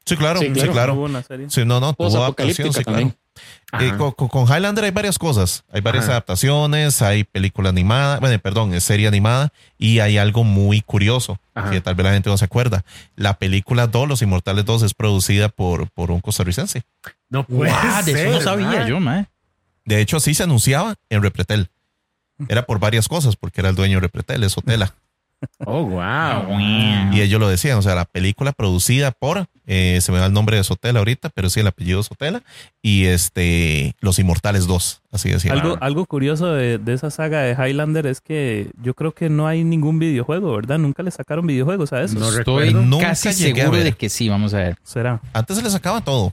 S5: Sí, claro,
S4: Sí,
S5: sí,
S4: claro.
S5: claro.
S6: Hubo una serie.
S5: Sí, no, no, tuvo adaptación,
S4: Posapocalíptica
S5: sí, claro.
S4: también.
S2: Ajá.
S5: Eh, con, con- con Highlander hay varias cosas. Hay varias
S2: Ajá.
S5: adaptaciones, hay película animada, bueno, eh, perdón, es serie animada y hay algo muy curioso
S2: Ajá.
S5: que tal vez la gente no se acuerda. La película 2, Los Inmortales 2, es producida por, por un costarricense.
S2: no puede
S3: Guau, de eso no
S2: ser,
S3: sabía
S2: ma.
S3: yo, mae.
S5: De hecho, así se anunciaba en Repretel. Era por varias cosas, porque era el dueño de Repretel, es Otela.
S2: Oh,
S5: Ah,
S2: wow.
S5: Y ellos lo decían, o sea, la película producida por, eh, se me da el nombre de Sotela ahorita, pero sí el apellido es Sotela, y este, Los Inmortales 2, así decía.
S6: Algo, algo curioso de, de esa saga de Highlander es que yo creo que no hay ningún videojuego, ¿verdad? Nunca le sacaron videojuegos a eso.
S2: No
S3: Estoy
S2: recuerdo.
S5: Nunca
S3: casi
S5: llegué a
S3: seguro
S5: ver.
S3: de que sí, vamos a ver.
S6: Será.
S5: Antes se le sacaba todo.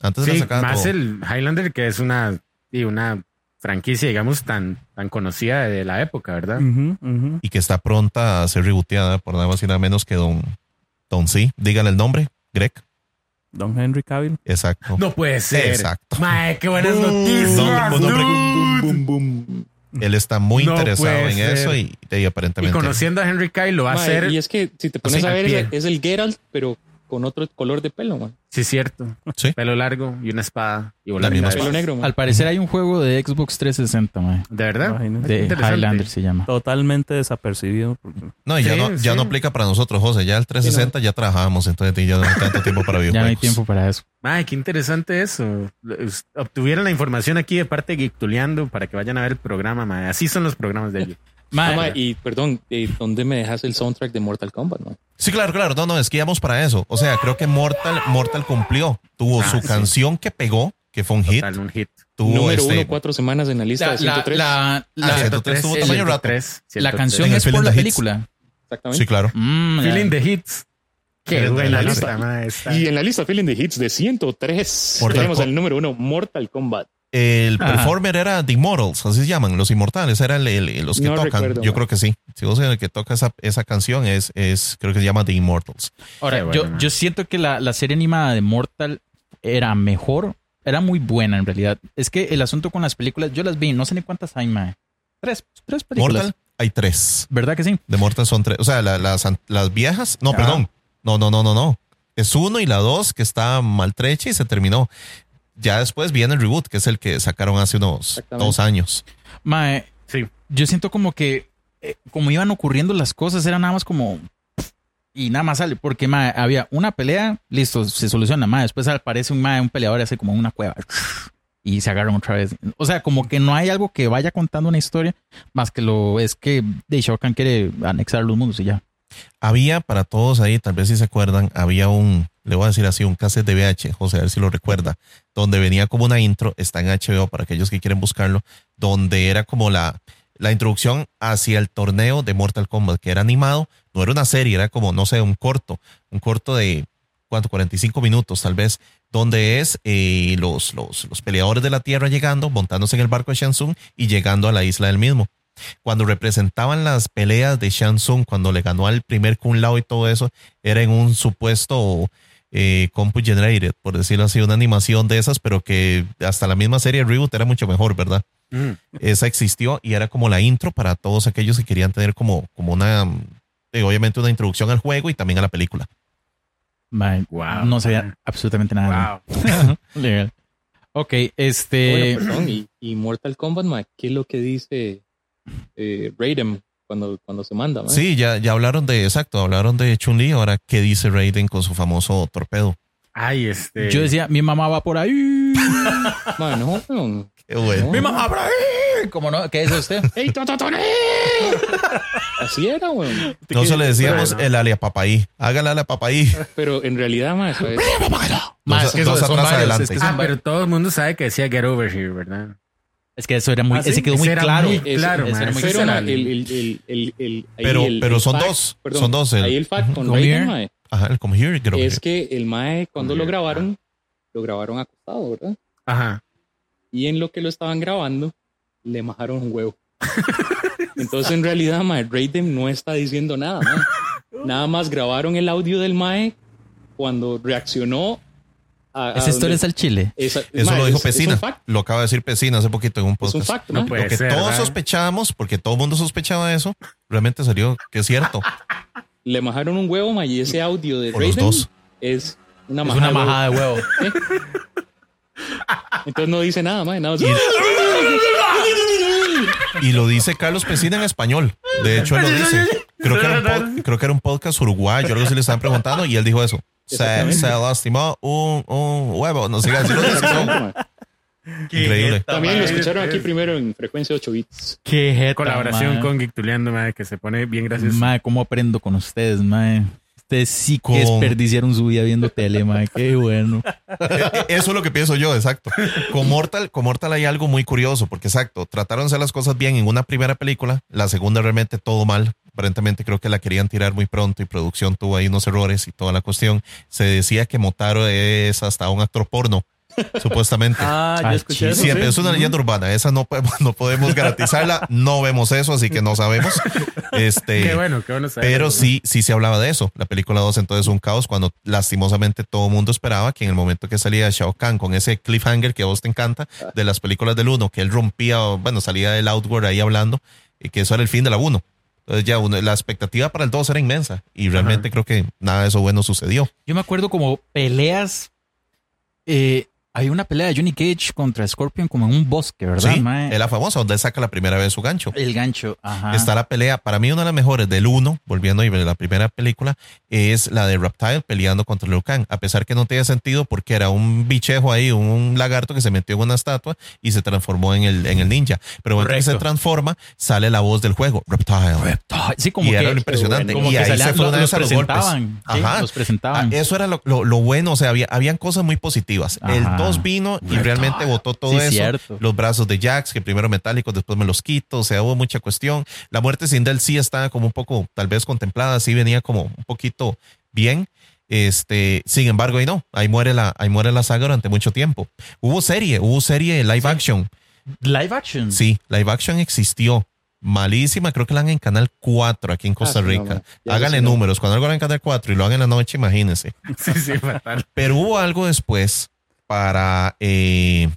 S5: Antes se le
S2: Sí,
S5: sacaba
S2: más
S5: todo.
S2: el Highlander, que es una, y una franquicia, digamos, tan, tan conocida de la época, ¿verdad?
S6: Ujú, ujú.
S5: y que está pronta a ser reboteada por nada más y nada menos que Don Don C. Díganle el nombre, Greg.
S6: Don Henry Cavill.
S5: Exacto.
S2: No puede ser.
S5: Exacto.
S2: Mae, qué buenas noticias.
S5: No, no, no,
S2: dude.
S5: Él está muy
S2: No
S5: interesado
S2: puede
S5: en
S2: ser.
S5: eso y, y
S2: Y
S5: aparentemente.
S2: conociendo a Henry Cavill lo va a
S4: Mae,
S2: hacer.
S4: y es que si te pones
S2: así,
S4: a
S2: al
S4: ver,
S2: pie.
S4: es, es el Geralt, pero con otro color de pelo, man.
S2: Sí, cierto.
S5: Sí.
S2: Pelo largo y una espada. Y volar.
S5: La misma
S4: Pelo
S5: espada.
S4: negro, man.
S3: Al parecer hay un juego de Xbox 360, mae.
S2: ¿De verdad?
S6: imagínate.
S3: De
S2: Interesante.
S3: Highlander se llama.
S6: Totalmente desapercibido. porque-
S5: No, y ya,
S2: Sí,
S5: no, ya
S2: sí.
S5: no aplica para nosotros, José. Ya el 360 ya trabajábamos, entonces ya no hay tanto tiempo para videojuegos.
S3: Ya no hay tiempo para eso.
S2: Mae, qué interesante eso. Es- Obtuvieron la información aquí de parte de Geektuleando para que vayan a ver el programa, mae. Así son los programas de ellos.
S4: Ah,
S3: Mae,
S4: mae, y perdón, eh, ¿dónde me dejas el soundtrack de Mortal Kombat, man?
S5: Sí, claro, claro. No, no, es que íbamos para eso. O sea, creo que Mortal, Mortal cumplió. Tuvo
S2: Ah,
S5: su
S2: sí.
S5: canción que pegó, que fue un hit.
S2: Total, un hit.
S5: Tuvo
S4: Número
S5: este,
S4: uno, cuatro semanas en la lista
S3: Uh, la,
S4: de
S3: la,
S4: 103.
S3: la- la-
S5: Ah, 103 tuvo tamaño rato.
S2: 103,
S3: la
S2: 103.
S3: canción
S5: En el
S3: es
S5: Feeling
S3: por la
S5: the Hits.
S3: película.
S4: Exactamente.
S5: Sí, claro.
S3: Mm, ya.
S2: Feeling the hits. Qué
S5: Feeling the
S2: buena
S5: hits.
S2: lista, mae. está.
S4: Y en la lista Feeling the Hits de 103
S5: Mortal
S4: tenemos
S5: Com-
S4: el número uno, Mortal Kombat.
S5: El
S3: Ajá.
S5: performer era The Immortals, así se llaman, los inmortales, eran el- el- los que
S4: No
S5: tocan.
S4: recuerdo,
S5: Yo
S4: man.
S5: creo que sí. Si vos eres el que toca esa, esa canción es, es, creo que se llama The Immortals.
S3: Ahora,
S2: Qué bueno,
S3: yo,
S2: mae.
S3: yo siento que la, la serie animada de Mortal era mejor, era muy buena en realidad. Es que el asunto con las películas, yo las vi, no sé ni cuántas hay, mae. Tres, tres películas.
S5: Mortal, hay tres.
S3: ¿Verdad que sí?
S5: De Mortal son tres. O sea, la- las, an- las viejas, no,
S3: Ah.
S5: perdón. No, no, no, no, no. Es uno y la dos que está maltrecha y se terminó. Ya después viene el reboot, que es el que sacaron hace unos
S4: Exactamente.
S5: dos años.
S3: Mae,
S2: Sí.
S3: yo siento como que eh, como iban ocurriendo las cosas, era nada más como y nada más sale, porque mae, había una pelea, listo, se soluciona, mae, después aparece un mae, un peleador hace como una cueva y se agarran otra vez. O sea, como que no hay algo que vaya contando una historia más que lo es que de Shokan quiere anexar los mundos y ya.
S5: Había para todos ahí, tal vez si se acuerdan, había un, le voy a decir así, un cassette de VH, José, a ver si lo recuerda, donde venía como una intro, está en HBO para aquellos que quieren buscarlo, donde era como la, la introducción hacia el torneo de Mortal Kombat, que era animado, no era una serie, era como, no sé, un corto, un corto de, ¿cuánto? 45 minutos tal vez, donde es eh, los, los, los peleadores de la Tierra llegando, montándose en el barco de Shansung y llegando a la isla del mismo. Cuando representaban las peleas de Shansung, cuando le ganó al primer Kun Lao y todo eso, era en un supuesto eh, Compu Generated, por decirlo así, una animación de esas, pero que hasta la misma serie Reboot era mucho mejor, ¿verdad?
S2: Mm.
S5: Esa existió y era como la intro para todos aquellos que querían tener como, como una, eh, obviamente una introducción al juego y también a la película.
S3: Mae,
S2: Wow.
S3: No sabía absolutamente nada.
S2: Wow.
S3: Legal. Ok,
S5: Eh,
S3: este.
S4: Bueno, perdón, y, y Mortal Kombat, ma, ¿qué es lo que dice eh, Raiden cuando, cuando se manda? ma?
S5: Sí, ya, ya hablaron de, exacto, hablaron de Chun-Li, ahora qué dice Raiden con su famoso torpedo.
S2: Ay, este.
S3: Yo decía, mi mamá va por ahí.
S4: Ma, no, weón.
S5: Qué bueno.
S4: No.
S3: mamá por ahí. ¿Cómo no? ¿Qué dice usted?
S4: ¡Ey, Tototone! Así era, weón.
S5: No se le decíamos
S2: Bueno.
S5: el alia papaí. Hágala la papaí.
S4: Pero en realidad, ma, eso es-
S3: Mae,
S5: Dos-
S3: es que
S5: dos
S3: eso- son
S5: atrás
S3: varios,
S5: adelante.
S3: es que son
S2: Ah,
S3: varios.
S2: pero todo el mundo sabe que decía Get Over Here, ¿verdad?
S3: Es que eso era muy.
S6: ¿Ah, sí?
S3: Ese quedó muy
S2: Ese era
S3: claro.
S2: muy-
S4: es-
S2: Claro,
S4: es-
S2: ma,
S4: era muy-
S2: ese
S4: pero, ma,
S2: era
S4: el- el- el- el- el- ahí
S5: Pero-
S4: el-
S5: pero
S4: el
S5: son
S4: fact-
S5: dos,
S4: perdón,
S5: son dos, el-
S4: ahí el fact con
S3: Come
S4: Raiden,
S3: here.
S4: ma,
S5: Ajá, el come here, creo.
S4: es que el mae, cuando lo
S2: Come here.
S4: grabaron, lo grabaron acostado, ¿verdad?
S2: Ajá.
S4: y en lo que lo estaban grabando, le majaron un huevo. Entonces, en realidad, Mae, Raiden no está diciendo nada. mae. Nada más grabaron el audio del Mae cuando reaccionó a. a
S3: Esa historia es
S4: donde-
S3: al chile.
S4: esa-
S5: Eso
S4: mae,
S5: lo dijo
S4: es- Es
S5: Pesina.
S4: un fact.
S5: lo acaba de decir Pesina hace poquito en un
S4: Es
S5: podcast.
S4: un fact,
S2: No
S4: mae.
S2: puede
S5: lo que
S2: ser.
S5: todos
S2: ¿verdad?
S5: sospechábamos, porque todo el mundo sospechaba eso, realmente salió que es cierto.
S4: Le majaron un huevo, mae, y ese audio de
S5: O los
S4: Raiden
S5: dos.
S4: es una
S3: Es
S4: majada.
S3: una
S4: de huevo.
S3: majada de huevo.
S4: Entonces no dice nada, mae. Nada más-
S5: Y lo dice Carlos Pesina en español. De hecho, él lo dice. Creo que era un, pod- creo que era un podcast uruguayo, algo así le estaban preguntando, y él dijo eso. Se,
S4: Exactamente.
S5: se lastimó un, un huevo. No sé, así lo dice.
S4: Exactamente, mae.
S5: Increíble.
S4: También lo escucharon aquí primero en frecuencia 8 bits.
S3: Qué jeta,
S2: Colaboración
S3: mae.
S2: con Gictuleando, madre, que se pone bien gracioso.
S3: Mae, ¿cómo aprendo con ustedes, mae? Ustedes sí que
S5: Con-
S3: desperdiciaron su vida viendo tele, mae. Qué bueno.
S5: Eh, Eso es lo que pienso yo, exacto. Con Mortal, con Mortal hay algo muy curioso, porque exacto, trataron de hacer las cosas bien en una primera película, la segunda realmente todo mal. Aparentemente creo que la querían tirar muy pronto y producción tuvo ahí unos errores y toda la cuestión. Se decía que Motaro es hasta un actor porno, supuestamente.
S6: Ah, yo
S3: Ah,
S6: escuché eso.
S5: Siempre
S6: sí.
S5: es una leyenda urbana, esa no podemos, no podemos garantizarla, no vemos eso, así que no sabemos. Este,
S2: Qué bueno, qué bueno saber.
S5: pero
S2: eso.
S5: sí, sí se hablaba de eso. La película 2 entonces un caos cuando lastimosamente todo el mundo esperaba que en el momento que salía Shao Kahn con ese cliffhanger que a vos te encanta de las películas del 1, que él rompía, o, bueno, salía del outward ahí hablando, y que eso era el fin de la 1. Entonces ya uno- la expectativa para el 2 era inmensa y realmente creo que nada de eso bueno sucedió.
S3: Yo me acuerdo como peleas. Eh, hay una pelea de Johnny Cage contra Scorpion como en un bosque, ¿verdad,
S5: Sí,
S3: mae?
S5: es la famosa donde él saca la primera vez su gancho.
S3: El gancho. Ajá.
S5: Está la pelea, para mí una de las mejores del 1, volviendo a la primera película, es la de Reptile peleando contra Liu Kang, a pesar que no tenía sentido porque era un bichejo ahí, un lagarto que se metió en una estatua y se transformó en el, en el ninja. Pero cuando
S3: Correcto.
S5: se transforma, sale la voz del juego, Reptile.
S3: Ah, Sí, como
S5: Pues, y
S3: que,
S5: era lo impresionante.
S3: como
S5: y
S3: que
S5: ahí
S3: salían-
S5: se fue
S3: lo-
S5: una de
S3: los
S5: esas golpes.
S3: presentaban. sí,
S5: Ajá.
S3: Los presentaban.
S5: Ah, eso era lo, lo- lo bueno, o sea, había, habían cosas muy positivas.
S3: Ajá.
S5: El 2 vino y
S3: Reptile.
S5: realmente botó todo
S3: Sí,
S5: eso.
S3: cierto.
S5: Los brazos de Jax, que primero metálicos, después me los quito, o sea, hubo mucha cuestión. La muerte sin del sí estaba como un poco, tal vez contemplada, sí venía como un poquito bien. Este, sin embargo, ahí no, ahí muere la, ahí muere la saga durante mucho tiempo. Hubo serie, hubo serie live action.
S3: Live
S4: Mm.
S3: action.
S5: Sí, live action existió. Malísima, creo que la hagan en Canal 4 aquí en Costa
S4: Ah, sí, no,
S5: Rica.
S4: man. Ya
S5: Háganle
S4: sí, no.
S5: números. Cuando algo lo hagan en Canal 4 y lo hagan en la noche, imagínense.
S2: Sí, sí, fatal.
S5: Pero hubo algo después para, eh,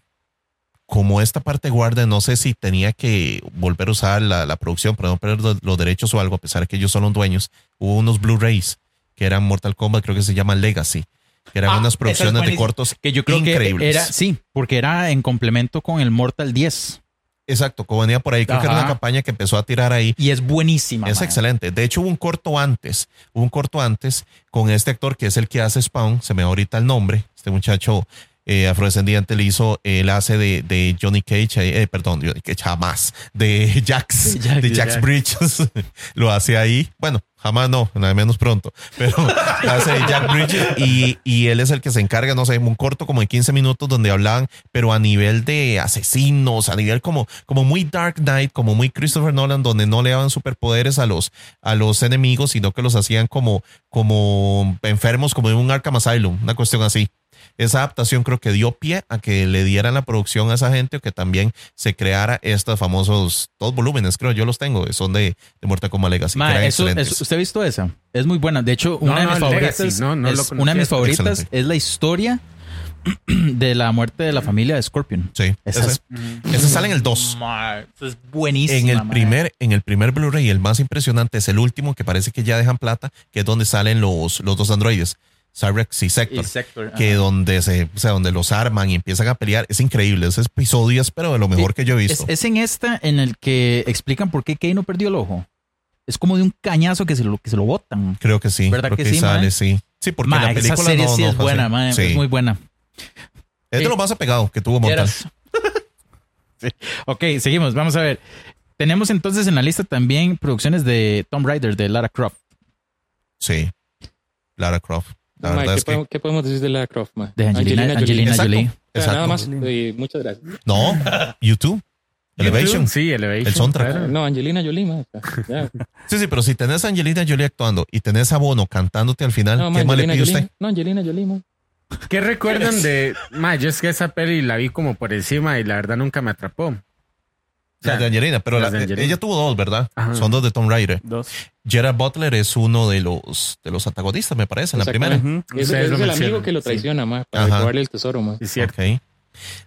S5: como esta parte guarda, no sé si tenía que volver a usar la, la producción para no perder los, los derechos o algo, a pesar que ellos son los dueños. Hubo unos Blu-rays que eran Mortal Kombat, creo que se llama Legacy, que eran
S3: Ah,
S5: unas
S3: esa es
S5: producciones de
S3: buenísima.
S5: cortos.
S3: Que yo creo que
S5: Increíbles.
S3: era, sí, porque era en complemento con el Mortal 10.
S5: Exacto, como venía por ahí, creo que era
S3: Ajá.
S5: una campaña que empezó a tirar ahí.
S3: Y es buenísima.
S5: Es
S3: mae.
S5: excelente. De hecho, hubo un corto antes, hubo un corto antes con este actor que es el que hace Spawn, se me va ahorita el nombre, este muchacho eh, afrodescendiente le hizo el hace de, de Johnny Cage, eh, perdón, Johnny Cage jamás, de Jax,
S3: De Jax,
S5: de
S3: de
S5: Jax
S3: Jax.
S5: Bridges, lo hace ahí, bueno, jamás no, nada menos pronto, pero lo hace de Jack Bridges y, y él es el que se encarga, no sé, un corto como de 15 minutos donde hablaban, pero a nivel de asesinos, a nivel como, como muy Dark Knight, como muy Christopher Nolan, donde no le daban superpoderes a los, a los enemigos, sino que los hacían como, como enfermos, como en un Arkham Asylum, una cuestión así esa adaptación creo que dio pie a que le dieran la producción a esa gente o que también se creara estos famosos dos volúmenes, creo yo los tengo, son de, de Mortal Kombat Legacy. que
S3: Ma,
S5: eran
S3: eso-
S5: excelentes.
S3: eso- ¿Usted ha visto esa? Es muy buena. De hecho, una
S2: No,
S3: de
S2: no,
S3: mis favoritas,
S2: Legacy, no, no lo
S3: es,
S2: conocía.
S3: una de mis favoritas
S5: Excelente.
S3: es la historia de la muerte de la familia de Scorpion.
S5: sí,
S3: Esa
S5: esa-
S3: es-
S5: esa sale en el 2.
S3: Ma, eso es buenísima.
S5: En el
S3: ma.
S5: primer, en el primer Blu-ray, el más impresionante es el último que parece que ya dejan plata, que es donde salen los, los dos androides, Cyrex y
S3: Y
S5: Sector.
S3: Sector, ajá.
S5: Que donde se, o sea, donde los arman y empiezan a pelear, es increíble. Ese episodio es pero de lo mejor
S3: Sí,
S5: que yo he
S3: Es,
S5: visto.
S3: es en esta en el que explican por qué Kano perdió el ojo. Es como de un cañazo que se lo, que se lo botan.
S5: creo que sí.
S3: ¿Verdad
S5: creo
S3: que
S5: que
S3: sí,
S5: sale,
S3: mae?
S5: sí. Sí, porque
S3: Ma,
S5: la película
S3: esa serie
S5: no-
S3: sí
S5: no
S3: es
S5: fue
S3: buena,
S5: así.
S3: ma,
S5: Sí.
S3: es muy buena.
S5: Es de
S3: Sí.
S5: lo más apegado que tuvo Mortal.
S3: Vieras. Sí. Ok, seguimos. Vamos a ver. Tenemos entonces en la lista también producciones de Tom Rider de Lara Croft.
S5: Sí. Lara Croft. La
S4: Mae,
S5: verdad
S4: ¿qué,
S5: es que.
S4: podemos, qué podemos decir de Lara Croft, mae?
S3: De Angelina, Angelina,
S5: Exacto.
S3: Jolie.
S4: O sea, nada más.
S5: Exacto.
S4: eh, muchas gracias.
S5: No, YouTube. Elevation.
S2: Sí, Elevation.
S5: El soundtrack.
S2: claro.
S4: No, Angelina Jolie, mae. o sea, ya.
S5: Sí, sí, pero si tenés a Angelina Jolie actuando y tenés a Bono cantándote al final,
S4: No, mae,
S5: ¿qué más le
S4: Angelina
S5: pide usted?
S4: Jolie. No, Angelina Jolie, mae.
S2: ¿Qué recuerdan de... Ma, yo es que esa peli la vi como por encima y la verdad nunca me atrapó.
S5: Las de Angelina, pero
S2: Las
S5: la-
S2: de Angelina.
S5: ella tuvo dos, ¿verdad?
S2: Ajá.
S5: Son dos de Tom Rider.
S6: Dos.
S5: Gerard Butler es uno de los, de los antagonistas, me parece, en la primera.
S4: Exactamente.
S6: Ujú.
S4: Ese,
S2: Ustedes
S4: ese
S2: lo
S4: es el amigo
S2: mencionan,
S4: que lo
S2: sí.
S4: traiciona, mae, para
S5: Ajá.
S4: robarle el tesoro, mae.
S2: Es cierto.
S5: Ok.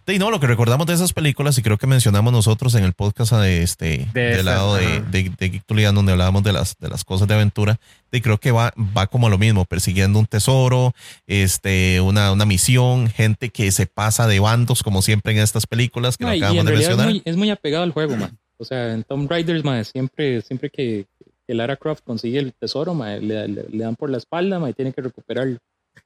S5: Y no, lo que recordamos de esas películas, y creo que mencionamos nosotros en el podcast de este
S2: De
S5: del
S2: esas,
S5: lado de,
S2: ajá.
S5: de, de Geek Tulian, donde hablábamos de las, de las cosas de aventura, y creo que va, va como a lo mismo, persiguiendo un tesoro, este, una, una misión, gente que se pasa de bandos, como siempre en estas películas que
S4: No,
S5: lo
S4: y
S5: acabamos
S4: en
S5: de
S4: realidad es
S5: mencionar.
S4: muy, es muy apegado al juego, man. O sea, en Tomb Raiders, man, siempre, siempre que, que Lara Croft consigue el tesoro, man, le, le- le dan por la espalda, man, y tiene que recuperarlo.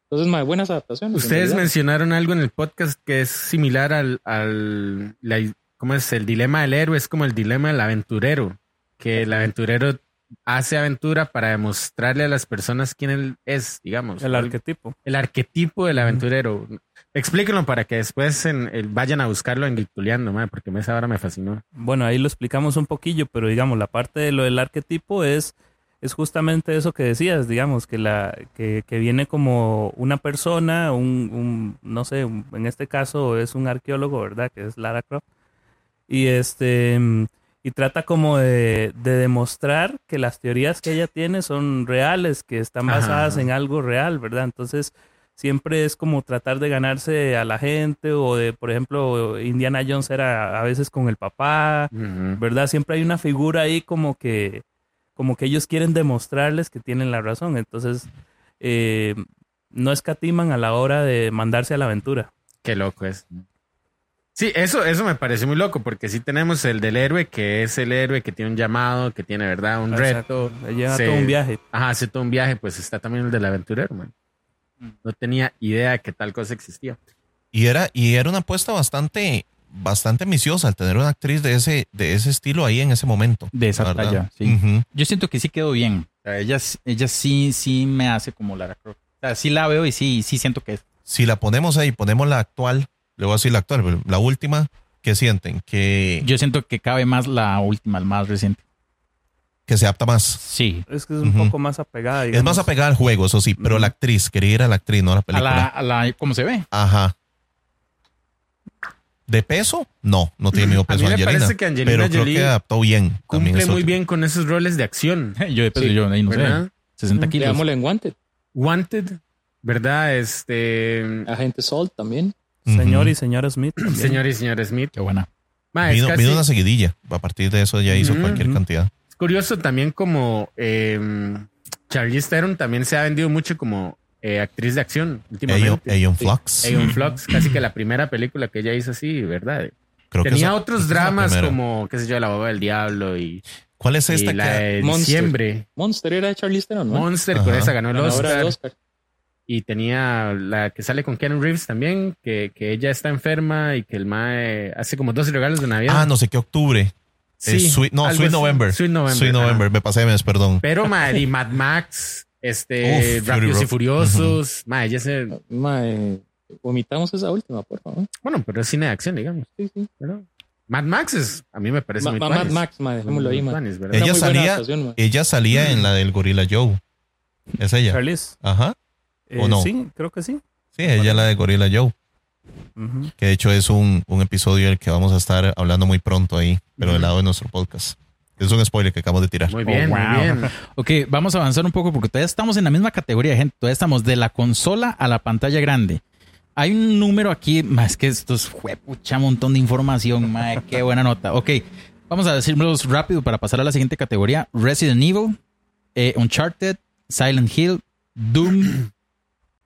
S4: Entonces, man, buenas adaptaciones. en
S2: Ustedes
S4: realidad.
S2: mencionaron algo en el podcast que es similar al, al la- ¿cómo es? El dilema del héroe es como el dilema del aventurero, que el aventurero hace aventura para demostrarle a las personas quién él es, digamos.
S6: El arquetipo.
S2: El arquetipo del aventurero. Explíquenlo para que después en, el- vayan a buscarlo en Gituleando, porque esa ahora me fascinó.
S6: Bueno, ahí lo explicamos un poquillo, pero digamos, la parte de lo del arquetipo es, es justamente eso que decías, digamos, que, la, que, que viene como una persona, un, un- no sé, un- en este caso es un arqueólogo, ¿verdad? Que es Lara Croft. Y este mm, y trata como de, de demostrar que las teorías que ella tiene son reales, que están
S2: Ajá.
S6: basadas en algo real, ¿verdad? Entonces, siempre es como tratar de ganarse a la gente o de, por ejemplo, Indiana Jones era a veces con el papá,
S2: Ujú.
S6: ¿verdad? Siempre hay una figura ahí como que, como que ellos quieren demostrarles que tienen la razón. Entonces, eh, no escatiman a la hora de mandarse a la aventura.
S2: Qué loco es. Sí, eso, eso me pareció muy loco, porque sí tenemos el del héroe, que es el héroe que tiene un llamado, que tiene, ¿verdad? Un reto.
S6: Exacto. Lleva
S2: se-
S6: todo un viaje.
S2: Ajá, hace todo un viaje, pues está también el del aventurero, man. No tenía idea que tal cosa existía.
S5: Y era, y era una apuesta bastante, bastante ambiciosa al tener una actriz de ese, de ese estilo ahí en ese momento.
S3: De esa
S5: ¿verdad?
S3: talla, sí.
S5: Ujú.
S3: Yo siento que sí quedó bien. O sea, ella, s- ella sí, sí me hace como Lara Croft. O sea, sí la veo y sí, sí siento que es.
S5: Si la ponemos ahí, ponemos la actual, le voy a decir la actual, pero la última, ¿qué sienten? Que,
S3: Yo siento que cabe más la última, la más reciente.
S5: que se apta más.
S3: Sí.
S6: Es que es un
S5: Ujú.
S6: poco más apegada.
S5: Es más
S6: digamos.
S5: apegada al juego, eso sí, pero la actriz, quería ir a la actriz, no a la
S3: A la,
S5: película.
S3: a la, ¿cómo se ve?
S5: Ajá. ¿De peso? No, no tiene miedo
S2: A mí me
S5: peso Pues Angelina.
S2: parece que Angelina
S5: pero creo
S2: Jolie
S5: que adaptó bien. también
S2: Cumple
S5: eso.
S2: muy bien con esos roles de acción,
S3: Yo de peso,
S4: Sí,
S3: yo ahí no sé.
S2: ¿verdad?
S3: 60
S4: Le
S3: kilos.
S4: damos en Wanted.
S2: Wanted, ¿verdad? Este,
S4: Agente Salt también.
S6: Señor
S5: Ujú.
S6: y señora Smith. también.
S2: señor y señora Smith.
S3: Qué buena.
S2: Ma, es
S5: Vino,
S2: casi-
S5: vino una seguidilla. A partir de eso ya hizo
S2: Ujú.
S5: cualquier cantidad.
S2: es curioso también como eh, Charlize Theron también se ha vendido mucho como eh, actriz de acción
S5: Aeon,
S2: últimamente.
S5: Aeon
S4: Sí.
S5: Flux.
S2: Aeon Flux, casi que la primera película que ella hizo así, ¿verdad?
S5: Creo que
S2: Tenía
S5: esa-
S2: otros
S5: esa es la
S2: dramas
S5: primera.
S2: como, qué sé yo, La Boba del Diablo y,
S5: ¿Cuál es
S2: y
S5: esta?
S2: la
S5: que-
S2: de
S4: Monster.
S2: diciembre.
S4: Monster era de Charlize Theron, ¿no?
S2: Monster,
S5: Ajá.
S2: con esa ganó el
S4: Ganadora
S2: Oscar.
S4: del Oscar.
S2: Y tenía la que sale con Keanu Reeves también, que, que ella está enferma y que el mae hace como dos regalos de Navidad.
S5: Ah, no sé qué octubre. Eh, Sweet- no,
S2: algo
S5: Sweet
S2: así.
S5: November.
S2: Sweet November.
S5: Soy
S2: ajá.
S5: November, me pasé de mes, perdón.
S2: Pero, madre, y Mad Max, este,
S5: Uf, Fury
S2: Rápidos y
S5: Road.
S2: Furiosos, madre, ya se,
S4: Mae, eh, vomitamos esa última, por favor.
S2: bueno, pero es cine de acción, digamos.
S4: Sí, sí.
S2: Pero Mad Max es, a mí me parece
S4: Ma-
S2: muy
S4: ma- Mad
S2: tuanis.
S4: Max, mae, dejémoslo ahí, mae.
S2: Tuanis, ¿verdad?
S4: Está
S5: Ella
S4: muy buena
S5: salía-
S4: actuación, mae.
S5: Ella salía en la del Gorilla Joe. Es ella.
S6: Charlize.
S5: Ajá.
S6: Eh,
S5: ¿O no?
S6: Sí, creo que sí.
S5: Sí, ella es la de Gorilla Joe.
S6: Ujú.
S5: Que de hecho es un, un episodio del que vamos a estar hablando muy pronto ahí, pero del lado de nuestro podcast. Es un spoiler que acabamos de tirar.
S2: Muy
S3: Oh,
S2: bien, muy
S3: wow.
S2: bien.
S3: Ok, vamos a avanzar un poco porque todavía estamos en la misma categoría, gente. Todavía estamos de la consola a la pantalla grande. Hay un número aquí, más que estos juepucha montón de información, madre, qué buena nota. Ok, vamos a decirlos rápido para pasar a la siguiente categoría: Resident Evil, eh, Uncharted, Silent Hill, Doom.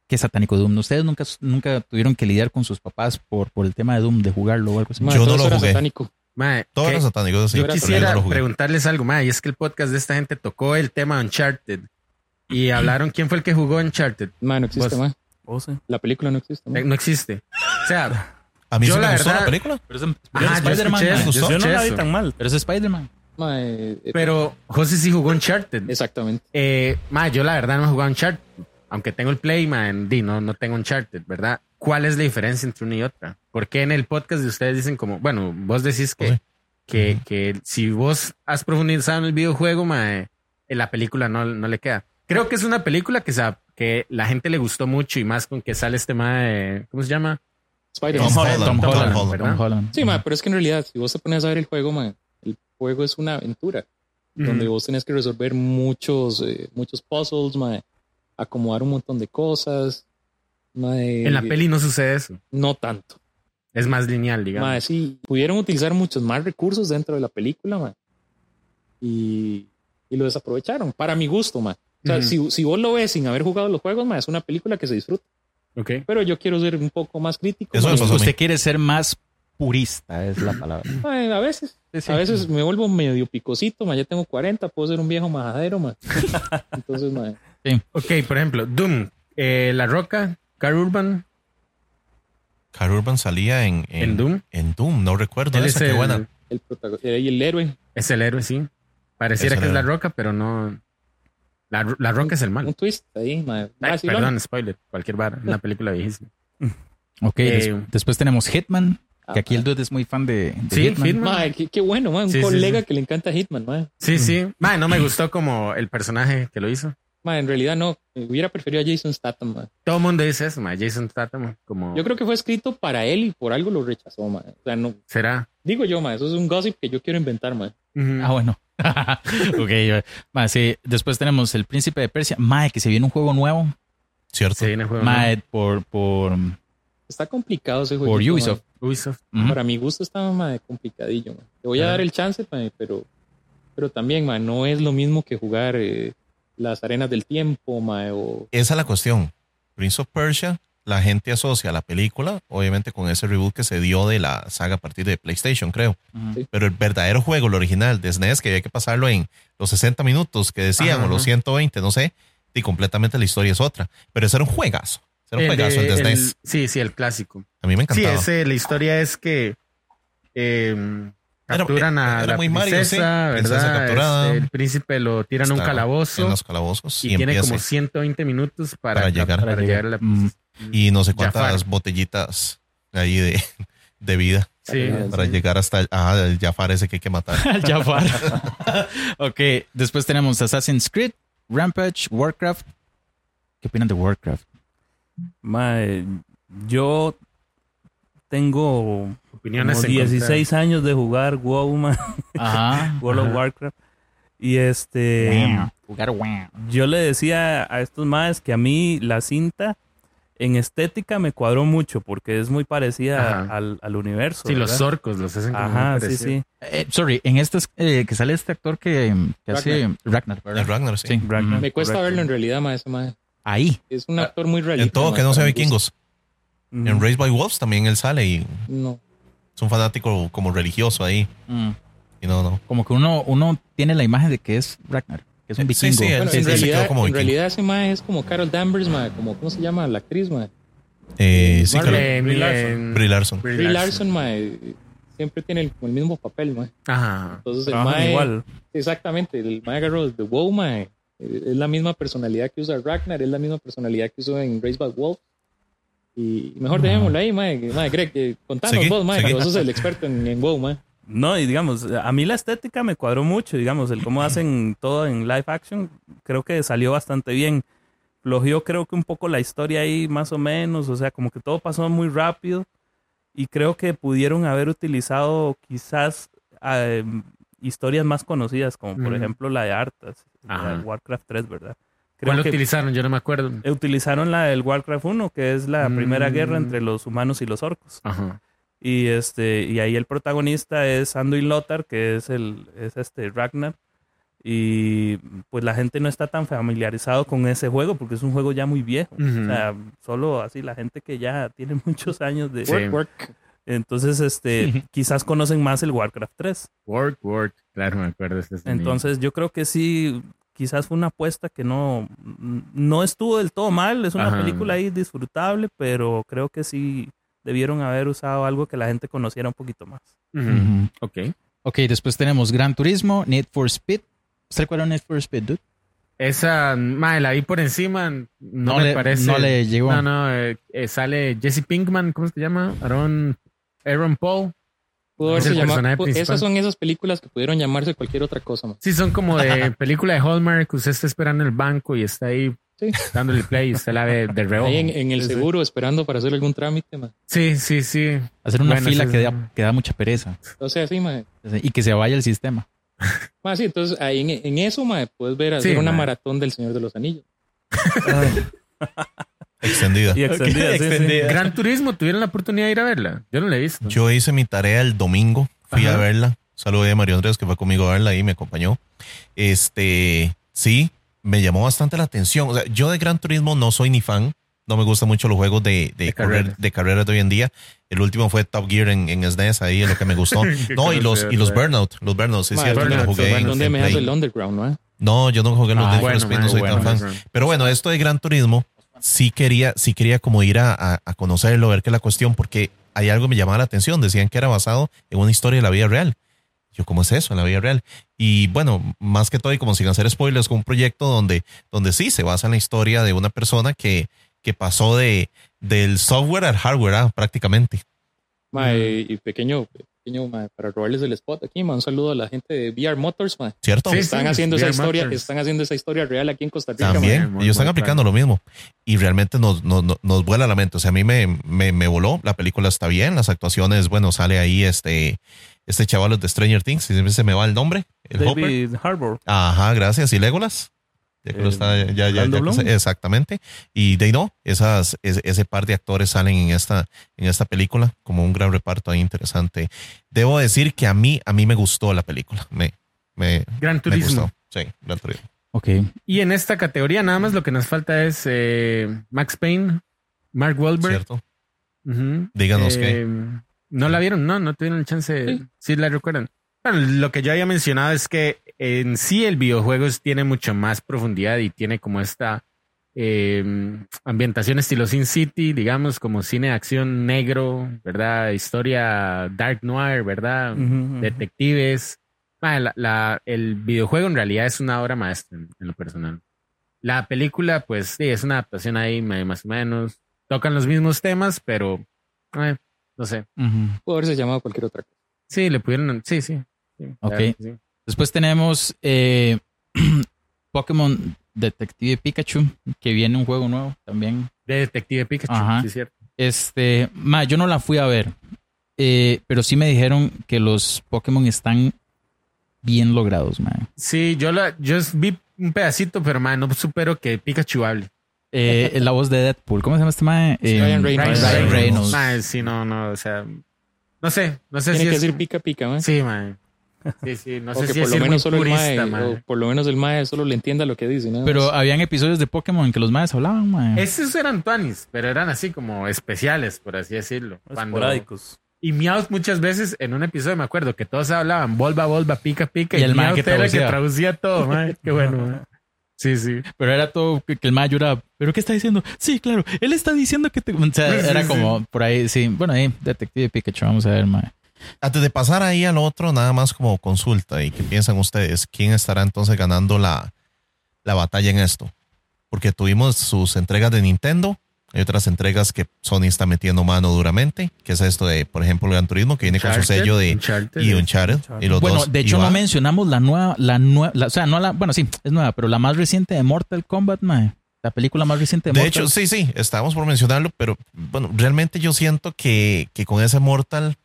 S3: Qué satánico Doom. Ustedes nunca, nunca tuvieron que lidiar con sus papás por, por el tema de Doom, de jugarlo o algo así.
S4: Mae,
S5: Yo no
S4: todo
S5: lo
S4: eso era
S5: jugué.
S4: satánico.
S2: Mae,
S5: Todos
S2: que-
S5: los satánicos, sí,
S2: yo
S5: pero
S2: quisiera
S5: no lo jugué.
S2: preguntarles algo, mae, y es que el podcast de esta gente tocó el tema Uncharted. Y hablaron quién fue el que jugó Uncharted.
S4: Mae, no existe,
S5: Pues-
S2: Vos-
S4: mae.
S6: Oh, sí.
S4: La película no existe, mae.
S2: Eh, No existe. O sea,
S5: A mí
S2: Yo
S5: sí me
S2: la
S5: gustó la
S2: verdad-
S5: película.
S3: Pero es, pero es
S2: ah, yo
S3: Spider-Man,
S2: escuché
S3: mae.
S2: eso, yo
S5: Yo
S6: Yo no
S2: escuché
S6: la vi
S2: eso.
S6: tan mal.
S3: Pero es Spider-man.
S4: Mae, eh,
S2: Pero José sí jugó Uncharted.
S4: Exactamente.
S2: Eh, ma, yo la verdad no he jugado Uncharted. Aunque tengo el Play, ma, en di, no, no tengo Uncharted, ¿verdad? ¿Cuál es la diferencia entre una y otra? Porque en el podcast de ustedes dicen como, bueno, vos decís que,
S5: Sí.
S2: que, que si vos has profundizado en el videojuego, ma, eh, en la película no, no le queda. Creo que es una película que, sa- que la gente le gustó mucho y más con que sale este tema de, ¿cómo se llama?
S4: Spider-Man.
S5: Tom Holland.
S3: Tom
S5: Tom
S3: Holland,
S5: Holland.
S2: ¿verdad?
S3: Tom Holland.
S4: Sí, mae, pero es que en realidad, si vos te pones a ver el juego, mae, el juego es una aventura. donde vos tenés que resolver muchos, eh, muchos puzzles, mae, acomodar un montón de cosas. mae,
S2: En la peli no sucede eso.
S4: No tanto.
S2: Es más lineal, digamos.
S4: Mae, sí, pudieron utilizar muchos más recursos dentro de la película, mae, y, y lo desaprovecharon, para mi gusto, mae. O sea,
S2: Ujú.
S4: si, si vos lo ves sin haber jugado los juegos, mae, es una película que se disfruta.
S2: Ok.
S4: Pero yo quiero ser un poco más crítico.
S5: Eso
S4: mae.
S5: me pasó a mí.
S3: Usted Pues quiere ser más purista, es la palabra.
S4: Mae, a veces.
S3: Sí, sí.
S4: A veces me vuelvo medio picosito, mae, ya tengo 40, puedo ser un viejo majadero, mae. Entonces, mae,
S2: Ok, por ejemplo, Doom, eh, La Roca, Car Urban,
S5: Carl Urban salía en, en,
S2: en Doom.
S5: en Doom, no recuerdo
S2: Él
S5: esa,
S2: es
S5: qué
S2: el-
S5: buena.
S4: el protagonista, el héroe,
S2: Es el héroe, sí. Pareciera
S5: Es el
S2: que es la
S5: héroe.
S2: roca, pero no. La, Ro- La roca es el
S4: un
S2: mal.
S4: twist ahí, madre.
S2: Ay,
S4: Vacilón.
S2: perdón, spoiler. Cualquier bar. Una película viejísima.
S3: Ok, des-
S2: Eh,
S3: después tenemos Hitman,
S4: Ah,
S3: que aquí el dude es muy fan de, de
S2: Sí,
S3: Hitman.
S2: Hitman.
S4: Madre, qué, qué bueno, madre. Un
S2: Sí, sí,
S4: colega
S2: sí.
S4: que le encanta Hitman, madre.
S2: Sí, sí.
S5: Mm.
S2: Mae, no me gustó como el personaje que lo hizo.
S4: Madre, en realidad no. Hubiera preferido a Jason Statham, madre.
S2: Todo el mundo dice eso, mae. Jason Statham, como.
S4: Yo creo que fue escrito para él y por algo lo rechazó, madre. O sea, no.
S2: Será.
S4: Digo yo, madre, eso es un gossip que yo quiero inventar, madre.
S2: Ujú.
S3: Ah, bueno. ok, yo- ma, sí. después tenemos El Príncipe de Persia. Mae, que se viene un juego nuevo.
S5: ¿Cierto?
S2: Se viene el juego.
S5: eh,
S3: Mae, por, por,
S4: Está complicado ese juego.
S3: por Ubisoft.
S2: ¿no? Ubisoft.
S3: Ujú.
S4: Para mi gusto está, madre, complicadillo, madre. Te voy a
S2: Ajá.
S4: dar el chance, madre, pero, pero también, madre, no es lo mismo que jugar eh, las arenas del tiempo, madre, o...
S5: Esa es la cuestión. Prince of Persia, la gente asocia la película, obviamente con ese reboot que se dio de la saga a partir de PlayStation, creo.
S3: Ujú.
S4: Sí.
S5: Pero el verdadero juego, el original de SNES, que había que pasarlo en los 60 minutos que decían,
S2: Ajá,
S5: o los
S2: ajá.
S5: 120, no sé, y completamente la historia es otra. Pero ese era un juegazo. Ese era un
S2: El
S5: juegazo, el
S2: de-
S5: de
S2: el-
S5: SNES.
S2: sí, sí, el clásico.
S5: A mí me
S2: Sí,
S5: encantaba.
S2: ese, la historia es que. eh,
S5: Era-
S2: capturan a
S5: era
S2: la
S5: muy Mario,
S2: princesa,
S5: sí. Princesa
S2: ¿verdad?
S5: capturada.
S2: Este, el príncipe lo tiran a un
S5: Está
S2: calabozo.
S5: En los calabozos.
S2: y,
S5: Y,
S2: tiene
S5: empieza.
S2: como 120 minutos para,
S5: Para llegar.
S2: para llegar a la
S3: Mm.
S5: y no sé cuántas
S2: Jafar.
S5: botellitas ahí de, de vida
S2: Sí.
S4: Ajá.
S5: para llegar hasta ah, el Jafar ese que hay que matar.
S3: Al Jafar. ok, después tenemos Assassin's Creed, Rampage, Warcraft. ¿Qué opinan de Warcraft?
S6: Mae, eh, yo tengo
S2: Opiniones
S6: como
S2: encontradas.
S6: 16 años de jugar WoW, mae,
S3: Ajá.
S6: World of
S2: Ajá.
S6: Warcraft. Y este...
S3: Wow. Jugar wow.
S6: Yo le decía a estos maes que a mí la cinta en estética me cuadró mucho porque es muy parecida
S2: Ajá.
S6: al, al universo.
S2: Sí, los
S6: ¿verdad?
S2: orcos los hacen como
S6: Ajá,
S2: muy
S6: sí,
S2: parecido.
S6: sí.
S3: Eh, sorry, en estas eh, que sale este actor que, que hace Ragnar, ¿verdad?
S5: El Ragnar, sí.
S3: Sí.
S6: Ragnar.
S3: Mm.
S4: Me cuesta
S6: Correcto.
S4: verlo en realidad, madre, ese, madre.
S3: Ahí.
S4: Es un actor muy realista.
S5: Ah, En todo
S4: madre,
S5: que no
S4: para
S5: sea
S4: mi gusto.
S5: vikingos.
S2: Mm.
S6: Ujú.
S5: En Race by Wolves también él sale y
S4: No.
S5: es un fanático como religioso ahí.
S3: Mm.
S5: Y no, no.
S3: Como que uno, uno tiene la imagen de que es Ragnar. que es un
S5: Sí, sí,
S3: vikingo.
S5: él
S4: Bueno,
S5: sí,
S4: en,
S5: sí, se
S4: realidad,
S5: quedó como
S4: en
S5: vikingo.
S4: realidad ese mae es como Carol Danvers, mae, como, ¿cómo se llama la actriz, mae?
S5: Eh, sí,
S4: Marley.
S5: claro.
S2: Eh,
S6: Brie
S2: eh,
S6: Larson.
S5: Brie Larson.
S2: Brie
S4: Brie
S2: Larson.
S4: Larson, mae, siempre tiene el, como el mismo papel, mae.
S2: Ajá.
S4: Entonces el
S6: Trabajan
S4: mae,
S6: igual.
S4: exactamente, el mae agarró de WoW, mae. Eh, Es la misma personalidad que usa Ragnar, es la misma personalidad que usó en Race by Wolf. Y mejor dejémoslo ahí, mae. que- mae, Greg, eh, contanos
S5: Seguí,
S4: vos, mae,
S5: seguí.
S4: que vos sos el experto en, en WoW, mae.
S6: No, y digamos, a mí la estética me cuadró mucho, digamos, el cómo hacen todo en live action, creo que salió bastante bien. Flojeó creo que un poco la historia ahí, más o menos, o sea, como que todo pasó muy rápido y creo que pudieron haber utilizado quizás eh, historias más conocidas, como por
S2: Ujú.
S6: ejemplo la de Artas, la
S2: Ajá.
S6: de Warcraft 3, ¿verdad?
S2: ¿Cuál
S6: Creo que
S2: utilizaron? Yo no me acuerdo.
S6: utilizaron la del Warcraft 1, que es la primera
S2: Mm.
S6: guerra entre los humanos y los orcos.
S2: Ajá.
S6: Y este, y ahí el protagonista es Anduin Lothar, que es el, es este Ragnar. Y pues la gente no está tan familiarizado con ese juego, porque es un juego ya muy viejo.
S2: Ujú.
S6: O sea, solo así la gente que ya tiene muchos años de.
S2: Sí.
S4: Work, work.
S6: Entonces, este, quizás conocen más el Warcraft 3.
S2: Work, work. Claro, me acuerdo. este es de mí.
S6: Entonces, yo creo que sí, quizás fue una apuesta que no, no estuvo del todo mal. Es una
S2: Ajá.
S6: película ahí disfrutable, pero creo que sí debieron haber usado algo que la gente conociera un poquito más.
S2: Ujú.
S3: Ujú.
S2: Ok.
S3: Ok, después tenemos Gran Turismo, Need for Speed. ¿Usted recuerda Need for Speed, dude?
S2: Esa, madre, la vi por encima. No, me
S3: le,
S2: parece.
S3: No le llegó.
S2: No, no, eh, eh, sale Jesse Pinkman, ¿cómo se llama? Aaron, Aaron Paul.
S4: Pudo
S2: Es
S4: haberse
S2: el
S4: llamado-
S2: personaje
S4: pu-
S2: principal.
S4: esas son esas películas que pudieron llamarse cualquier otra cosa, mae.
S2: Sí, son como de película de Hallmark. Usted está esperando en el banco y está ahí
S4: Sí.
S2: dándole play y usted la ve de reojo.
S4: Ahí en, en el
S2: Sí, sí.
S4: seguro esperando para hacer algún trámite, mae.
S2: Sí, sí, sí.
S3: Hacer una
S2: Bueno,
S3: fila
S2: sí,
S3: que
S2: sí.
S3: da, que da mucha pereza.
S4: O sea, sí, mae.
S3: Y que se vaya el sistema.
S4: Mae, sí, entonces ahí en, en eso, mae, puedes ver hacer
S2: Sí,
S4: una
S2: mae.
S4: maratón del Señor de los Anillos.
S5: Extendida.
S6: Y extendida, sí, sí.
S2: Gran Turismo, ¿tuvieron la oportunidad de ir a verla? Yo no la he visto.
S5: Yo hice mi tarea el domingo, fui
S2: Ajá.
S5: a verla. Saludé a Mario Andrés que fue conmigo a verla y me acompañó. Este, sí, me llamó bastante la atención. O sea, yo de Gran Turismo no soy ni fan. No me gustan mucho los juegos de, de,
S2: De
S5: correr-
S2: carreras.
S5: de carreras de hoy en día. El último fue Top Gear en, en SNES, ahí es lo que me gustó. No, y los, y los Burnout, los Burnout, sí, es
S4: Mae,
S5: cierto, que lo
S2: Burnout,
S5: jugué en-
S4: ¿Dónde
S5: en
S4: me hace
S5: Play.
S4: el underground, mae?
S5: No, yo no jugué los
S2: Ah,
S5: Need for
S2: bueno,
S5: Speed,
S2: mae,
S5: no soy
S2: bueno,
S5: tan fan.
S2: bueno.
S5: Pero bueno, esto de Gran Turismo, sí quería, sí quería como ir a, a- a conocerlo, ver qué es la cuestión, porque hay algo que me llamaba la atención. Decían que era basado en una historia de la vida real. Yo, ¿cómo es eso en la vida real? Y bueno, más que todo, y como sin hacer spoilers, con un proyecto donde, donde sí se basa en la historia de una persona que, que pasó de, del software al hardware, ah, prácticamente.
S4: Mae, y pequeño, pequeño mae, para robarles el spot aquí, mae, un saludo a la gente de VR Motors, mae.
S5: ¿Cierto?
S2: Sí,
S4: Están haciendo esa
S2: VR
S4: historia,
S2: Motors.
S4: están haciendo esa historia real aquí en Costa Rica. mae.
S5: También,
S2: muy, muy
S5: ellos están
S2: bacano.
S5: aplicando lo mismo y realmente nos, nos, nos- nos vuela la mente. O sea, a mí me, me, me voló. La película está bien, las actuaciones, bueno, sale ahí este, este chaval de Stranger Things, y siempre se me va el nombre, el Hopper.
S6: David Harbour.
S5: Ajá, gracias. Y Legolas. Ya que lo
S6: El
S5: está- ya- ya- ya
S6: Orlando
S5: que
S6: Bloom.
S5: se- exactamente. Y de ahí no, esas, es- ese par de actores salen en esta, en esta película como un gran reparto ahí interesante. Debo decir que a mí, a mí me gustó la película. Me, me,
S2: Gran
S5: me
S2: Turismo.
S5: gustó. Sí, Gran Turismo.
S3: Ok.
S2: Y en esta categoría nada más lo que nos falta es eh, Max Payne, Mark Wahlberg.
S5: ¿Cierto?
S2: Ujú.
S5: Díganos qué.
S2: Eh, No la vieron, no, no tuvieron el chance. de- Sí, la recuerdan. Bueno, lo que yo había mencionado es que en sí el videojuego es- tiene mucho más profundidad y tiene como esta eh, ambientación estilo Sin City, digamos, como cine de acción negro, ¿verdad? Historia dark noir, ¿verdad?
S6: Ujú, ujú.
S2: detectives. Ma, la- la- el videojuego en realidad es una obra maestra en, en lo personal. La película, pues sí, es una adaptación ahí ma, más o menos. Tocan los mismos temas, pero eh, no sé.
S3: Ujú.
S4: Pudo haberse llamado cualquier otra cosa.
S2: Sí, le pudieron. Sí, sí. sí, la
S3: Ok.
S2: verdad que sí.
S3: Después tenemos eh, Pokémon Detective Pikachu, que viene un juego nuevo también.
S2: De Detective Pikachu,
S3: Ajá.
S2: sí, es cierto.
S3: Este, ma, yo no la fui a ver, eh, pero sí me dijeron que los Pokémon están bien logrados, ma.
S2: Sí, yo, la, yo vi un pedacito, pero ma, no supero que Pikachu hable.
S3: Eh, es la voz de Deadpool, ¿cómo se llama este ma? Eh,
S4: Ryan Reynolds.
S3: Ryan Reynolds.
S2: Ma, sí, no, no, o sea. No sé, no sé si
S4: Tiene que
S2: es-
S4: decir pica pica, mae.
S2: Sí, ma. Sí, sí, no
S4: O
S2: sé
S4: que
S2: si
S4: por
S2: es
S4: lo
S2: ir muy
S4: menos solo el
S2: purista,
S4: mae,
S2: ma.
S4: o por lo menos el mae solo le entienda lo que dice, nada más.
S3: Pero habían episodios de Pokémon en que los maes hablaban, ma.
S2: Esos eran tuanis, pero eran así como especiales, por así decirlo. Cuando,
S6: Esporádicos.
S2: Y Miaus muchas veces en un episodio me acuerdo que todos hablaban volva, volva, pica, pica.
S3: Y el mae
S2: Miaus
S3: que
S2: era el
S3: traducía.
S2: que traducía todo, mae. Qué bueno, mae. Sí, sí.
S3: Pero era todo que, que el mayo era, ¿pero qué está diciendo? Sí, claro, él está diciendo que te. O sea,
S2: Sí, sí,
S3: era
S2: sí.
S3: como por ahí, sí. Bueno, ahí, Detective Pikachu, vamos a ver, mae.
S5: Antes de pasar ahí al otro, nada más como consulta y qué piensan ustedes, ¿quién estará entonces ganando la, la batalla en esto? Porque tuvimos sus entregas de Nintendo, hay otras entregas que Sony está metiendo mano duramente, que es esto de, por ejemplo, Gran Turismo, que viene con su
S2: Uncharted,
S5: sello de
S2: Uncharted.
S5: y Uncharted, y los
S3: Bueno,
S5: dos
S3: de hecho,
S5: IVA.
S3: no mencionamos la nueva, la nueva, la- o sea, no la, bueno, sí, es nueva, pero la más reciente de Mortal Kombat, mae. La película más reciente de,
S5: De
S3: Mortal
S5: hecho, sí, sí, estábamos por mencionarlo, pero bueno, realmente yo siento que, que con ese Mortal,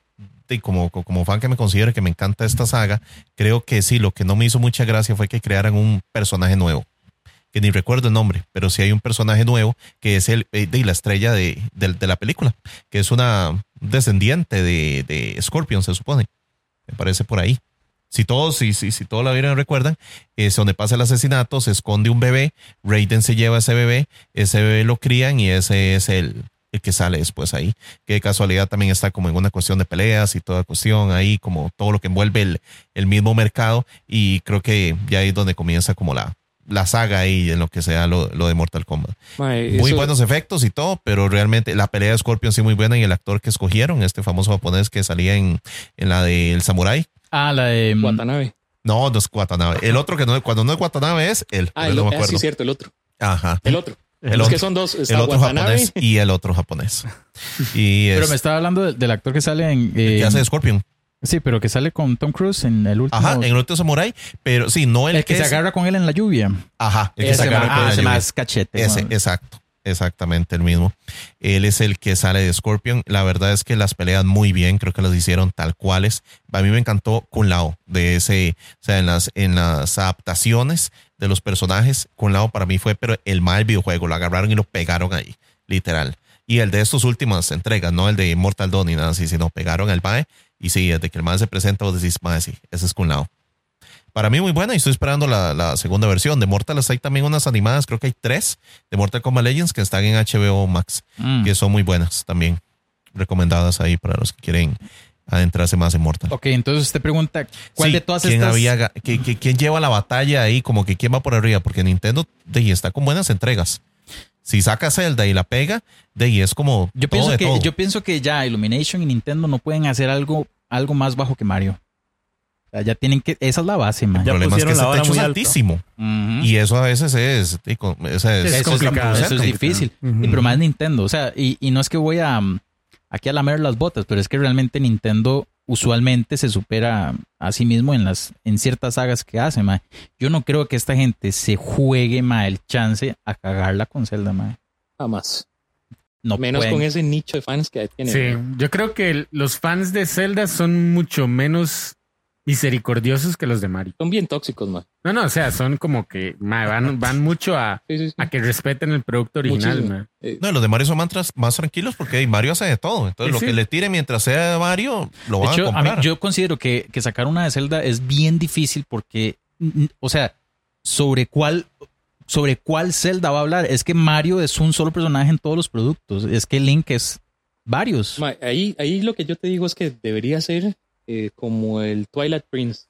S5: de, como, co- como fan que me considero que me encanta esta saga, creo que sí, lo que no me hizo mucha gracia fue que crearan un personaje nuevo, que ni recuerdo el nombre, pero sí hay un personaje nuevo que es el, eh, de la estrella de, del- de la película, que es una descendiente de, de Scorpion, se supone. Me parece por ahí. Si todos, si, si, si todos la vieron, recuerdan, es donde pasa el asesinato, se esconde un bebé, Raiden se lleva ese bebé, ese bebé lo crían y ese es el, el que sale después ahí. Que de casualidad también está como en una cuestión de peleas y toda cuestión ahí, como todo lo que envuelve el, el mismo mercado. Y creo que ya ahí es donde comienza como la, la saga ahí en lo que sea lo, lo de Mortal Kombat.
S4: Mae,
S5: Muy
S4: Eh, eso-
S5: buenos efectos y todo, pero realmente la pelea de Scorpion sí muy buena y el actor que escogieron, este famoso japonés que salía en, en la del Samurai.
S3: Ah, la de. mm,
S4: Watanabe.
S5: No, no es Watanabe. El otro que no, cuando no es Watanabe es él.
S4: Ah,
S5: pero
S4: el,
S5: no me
S4: ah, sí,
S5: acuerdo.
S4: cierto, el otro.
S5: Ajá.
S4: El otro.
S5: El
S4: es
S5: otro.
S4: que son dos. Está
S5: el otro
S4: Watanabe.
S5: japonés y el otro japonés. Y
S3: Pero
S5: es-
S3: me estaba hablando del, del actor que sale en. eh,
S5: que hace Scorpion.
S3: Sí, pero que sale con Tom Cruise en el último.
S5: Ajá, en el último Samurai, pero sí, no el,
S3: el, que se
S5: es-
S3: agarra con él en la lluvia.
S5: Ajá, el que se
S3: Ese
S5: agarra
S3: mae,
S5: con
S3: ah,
S5: la
S3: ese
S5: lluvia.
S3: mae es cachete.
S5: Ese,
S3: mae.
S5: exacto. Exactamente el mismo. Él es el que sale de Scorpion. La verdad es que las pelean muy bien. Creo que las hicieron tal cuales. A mí me encantó Kun Lao de ese, o sea, en las, en las adaptaciones de los personajes. Kun Lao para mí fue, pero el mal videojuego. Lo agarraron y lo pegaron ahí, literal. Y el de estas últimas entregas, no el de Mortal Dawn ni nada así, sino pegaron al Mae. Y sí, desde que el Mae se presenta, vos decís, Mae, sí, ese es Kun Lao. Para mí muy buena y estoy esperando la, la segunda versión. De Mortal hay también unas animadas, creo que hay tres de Mortal Kombat Legends que están en HBO Max,
S3: Mm.
S5: que son muy buenas también. Recomendadas ahí para los que quieren adentrarse más en Mortal.
S3: Ok, entonces usted pregunta, ¿cuál
S5: Sí,
S3: de todas
S5: ¿quién
S3: estas?
S5: había ga- que- que- ¿Quién lleva la batalla ahí? Como que quién va por arriba, porque Nintendo de ahí, está con buenas entregas. Si saca Zelda y la pega, de ahí es como
S3: Yo
S5: todo de
S3: pienso, que,
S5: todo.
S3: yo pienso que ya Illumination y Nintendo no pueden hacer algo, algo más bajo que Mario. O sea, ya tienen que. Esa es la base, man.
S5: el problema es que
S6: pusieron
S5: ese
S6: la vara
S5: techo
S6: muy
S5: es
S6: alto.
S5: altísimo.
S3: Ujú.
S5: Y eso a veces es, y con- esa
S2: Eso
S5: es-
S3: eso Mm. es,
S2: complicado,
S3: eso es
S5: complicado.
S3: difícil. Y pero más Nintendo. O sea, y, y no es que voy a mm, aquí a lamer las botas, pero es que realmente Nintendo usualmente se supera a sí mismo en las en ciertas sagas que hace, mae. Yo no creo que esta gente se juegue, mae, el chance a cagarla con Zelda, mae.
S4: Nada más.
S3: No
S4: Menos
S3: pueden.
S4: con ese nicho de fans que tiene.
S2: Sí, yo creo que los fans de Zelda son mucho menos misericordiosos que los de Mario.
S4: Son bien tóxicos, mae.
S2: No, no, o sea, son como que ma, van, van mucho a,
S4: Sí, sí, sí.
S2: a que respeten el producto original.
S4: Muchísimo.
S2: ma.
S4: Eh,
S5: No, los de Mario son más, tras- más tranquilos porque hey, Mario hace de todo. Entonces,
S2: Sí,
S5: lo
S2: sí.
S5: que le tire mientras sea de Mario, lo
S3: De
S5: van a
S3: hecho, a mí-
S5: comprar.
S3: yo considero que, que sacar una de Zelda es bien difícil porque, mm, o sea, sobre cuál, sobre cuál Zelda va a hablar. Es que Mario es un solo personaje en todos los productos. Es que Link es varios.
S4: mae, ahí, ahí lo que yo te digo es que debería ser eh, como el Twilight Prince.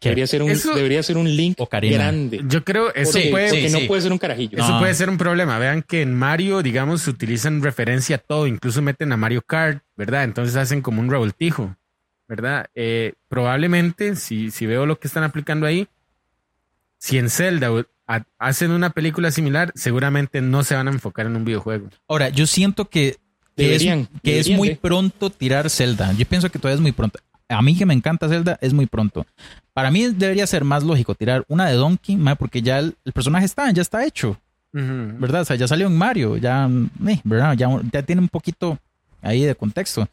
S3: ¿Qué?
S4: Debería ser, un,
S2: Eso-
S4: debería ser un link
S3: Ocarina.
S4: grande.
S2: Yo creo eso
S4: Porque,
S2: puede,
S4: porque
S3: sí,
S4: no
S3: sí.
S4: puede ser un carajillo.
S3: No.
S2: eso puede ser un problema. Vean que en Mario, digamos, utilizan referencia a todo, incluso meten a Mario Kart, ¿verdad? Entonces hacen como un revoltijo, ¿verdad? Eh, probablemente, si, si veo lo que están aplicando ahí, si en Zelda o- ha- hacen una película similar, seguramente no se van a enfocar en un videojuego.
S3: Ahora, yo siento que, que
S4: Deberían,
S3: es, que es
S4: deberían
S3: muy
S4: de.
S3: pronto tirar Zelda. Yo pienso que todavía es muy pronto. A mí que me encanta Zelda, es muy pronto. Para mí debería ser más lógico tirar una de Donkey, mae, porque ya el, el personaje está, ya está hecho,
S2: Ujú.
S3: ¿verdad? O sea, ya salió en Mario, ya, mm, eh, ¿verdad? Ya, ya tiene un poquito ahí de contexto.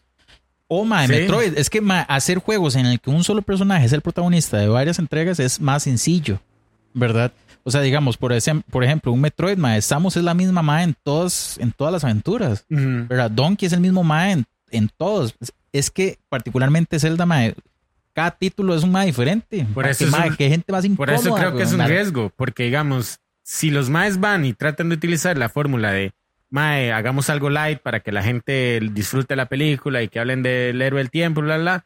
S3: O, mae,
S2: Sí.
S3: Metroid, es que mae, hacer juegos en el que un solo personaje es el protagonista de varias entregas es más sencillo, ¿verdad? O sea, digamos, por, ese, por ejemplo, un Metroid, mae, Samus es la misma mae en todas, en todas las aventuras.
S2: Ujú.
S3: ¿verdad? Donkey es el mismo mae en, en todos. Es- Es que particularmente Zelda mae, cada título es un mae diferente.
S2: Por
S3: Ah,
S2: eso
S3: qué
S2: es
S3: mae,
S2: un-
S3: qué gente más
S2: Por
S3: incómoda.
S2: eso creo que es un
S3: weón.
S2: riesgo, porque digamos, si los maes van y tratan de utilizar la fórmula de mae, hagamos algo light para que la gente disfrute la película y que hablen del héroe del tiempo, bla, bla.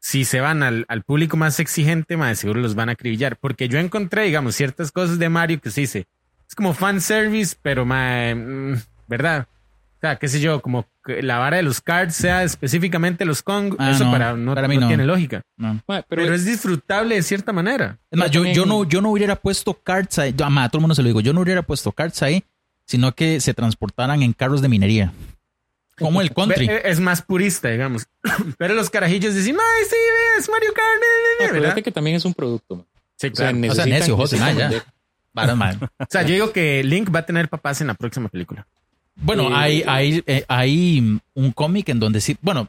S2: Si se van al, al público más exigente, mae, seguro los van a acribillar. Porque yo encontré, digamos, ciertas cosas de Mario que se dice, es como fanservice, pero mae, mm, ¿verdad? O sea, qué sé yo, como que la vara de los cards sea específicamente los Kong,
S3: Ah,
S2: eso
S3: no,
S2: para, no,
S3: para mí
S2: no
S3: no.
S2: tiene lógica.
S3: No.
S4: Mae, pero,
S2: Pero, es disfrutable de cierta manera.
S3: Es más, yo,
S4: también-
S3: yo, no, yo no hubiera puesto carts ahí. Yo, ama, a todo el mundo se lo digo. Yo no hubiera puesto carts ahí, sino que se transportaran en carros de minería. Como el country.
S2: Ve- Es más purista, digamos. Pero los carajillos dicen, ay, sí, ve, es Mario Kart. eh, eh, eh",
S4: acuérdate
S2: ¿verdad?
S4: que también es un producto. mae.
S2: Sí,
S4: O sea,
S2: claro.
S3: O sea,
S4: necesitan,
S3: necio, José,
S4: necesitan
S3: mae, ya.
S4: vender.
S3: Varas, man.
S2: O sea, yo digo que Link va a tener papás en la próxima película.
S3: Bueno,
S4: Eh,
S3: hay, hay, eh, hay un cómic en donde sí. Bueno,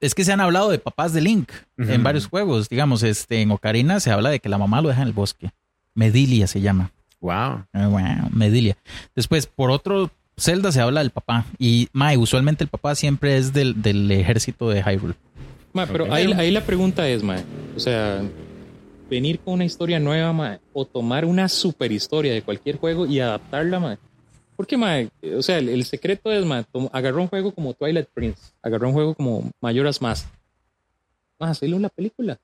S3: es que se han hablado de papás de Link
S2: Ujú.
S3: en varios juegos. Digamos, este, en Ocarina se habla de que la mamá lo deja en el bosque. Medilia se llama.
S2: Wow.
S3: Ah, bueno, Medilia. Después, por otro, Zelda se habla del papá. Y Mae, usualmente el papá siempre es del, del ejército de Hyrule.
S4: Mae, pero
S2: Ok.
S4: ahí, ahí la pregunta es, mae, o sea, venir con una historia nueva, mae, o tomar una super historia de cualquier juego y adaptarla, mae. Porque, mae, o sea, el, el secreto es, mae, tom- agarró un juego como Twilight Prince, agarró un juego como Mayoras Más. Mae, hacerle una película.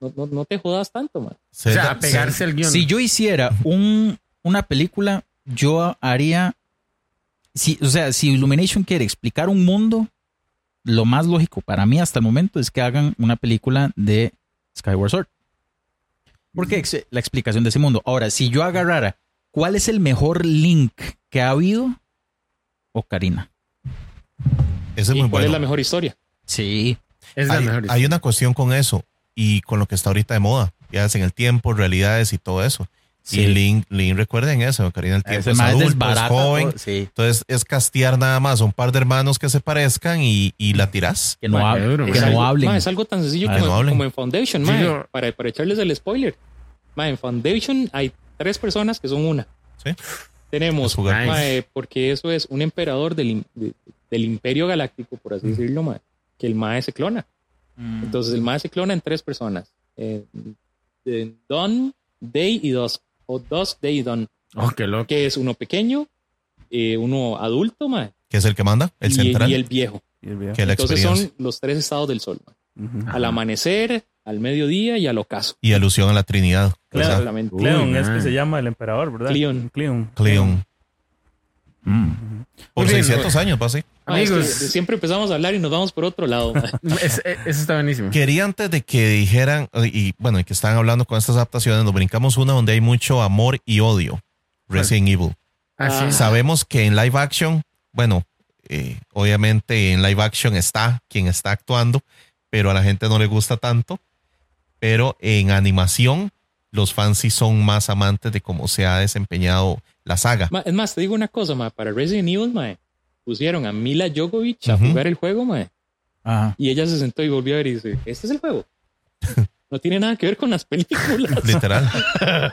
S4: No, no, no te jodas tanto, mae.
S2: O
S5: Zelda-
S2: sea, apegarse al guión.
S3: Si yo hiciera un, una película, yo haría. Si, o sea, si Illumination quiere explicar un mundo, lo más lógico para mí hasta el momento es que hagan una película de Skyward Sword. Porque ex- eh, la explicación de ese mundo. Ahora, si yo agarrara cuál es el mejor link que ha habido, Ocarina.
S5: Ese es
S4: ¿Y ¿Cuál
S5: muy bueno.
S4: es la mejor historia?
S3: Sí.
S2: es la
S5: hay,
S2: mejor.
S5: hay una cuestión con eso y con lo que está ahorita de moda. Ya en el tiempo, realidades y todo eso. Y Link, Link, recuerden eso, Karina, el
S3: Ah,
S5: tiempo es adulto, es joven.
S3: sí.
S5: Entonces es castear nada más a un par de hermanos que se parezcan y, y la tirás.
S3: Que no,
S2: Madre,
S3: hab-
S2: duro,
S3: que
S2: madre.
S3: no hablen.
S4: Mae, es algo tan sencillo
S5: Mae,
S4: como,
S5: no hablen.
S4: como en Foundation,
S2: Sí,
S4: mae,
S2: yo-
S4: para, para echarles el spoiler. Mae, en Foundation hay tres personas que son una.
S5: Sí.
S4: Tenemos
S5: Es jugar.
S2: Nice.
S4: Mae, porque eso es un emperador del, im- de- del imperio galáctico, por así decirlo, mae, que el mae se clona.
S3: Mm.
S4: Entonces el mae se clona en tres personas. Eh, de Dawn, Day y Dusk. O Dusk, Day y Dawn.
S2: Oh, qué loco.
S4: Que es uno pequeño, eh, uno adulto, mae,
S5: que es el que manda, el
S4: y,
S5: central,
S4: y el viejo.
S6: Y el video.
S5: que es la
S4: Entonces
S5: experiencia.
S4: son los tres estados del sol. mae.
S6: Ujú.
S4: Al amanecer, al mediodía y al ocaso.
S5: Y alusión a la Trinidad.
S6: Claro.
S5: ¿verdad?
S4: Exactamente.
S2: Uy,
S6: Cleon es
S2: man.
S6: que se llama el emperador, ¿verdad?
S4: Cleon.
S6: Cleon.
S5: Cleon.
S3: Mm.
S5: Por
S2: Muy bien,
S5: 600 años, va así.
S4: Ah, es que
S2: Amigos.
S4: siempre empezamos a hablar y nos vamos por otro lado. mae.
S2: Es- eh, eso está buenísimo.
S5: Quería antes de que dijeran, eh, y bueno, y que están hablando con estas adaptaciones, nos brincamos una donde hay mucho amor y odio. Resident Evil.
S2: Así
S4: Ah.
S2: es.
S5: Sabemos que en live action, bueno, eh, obviamente en live action está quien está actuando, pero a la gente no le gusta tanto. Pero en animación, los fans sí son más amantes de cómo se ha desempeñado la saga.
S4: Ma- Es más, te digo una cosa, ma, para Resident Evil, ma, pusieron a Mila Djokovic a
S5: Ujú.
S4: jugar el juego, ma,
S3: Ajá.
S4: y ella se sentó y volvió a ver y dice, este es el juego. No tiene nada que ver con las películas.
S5: Literal.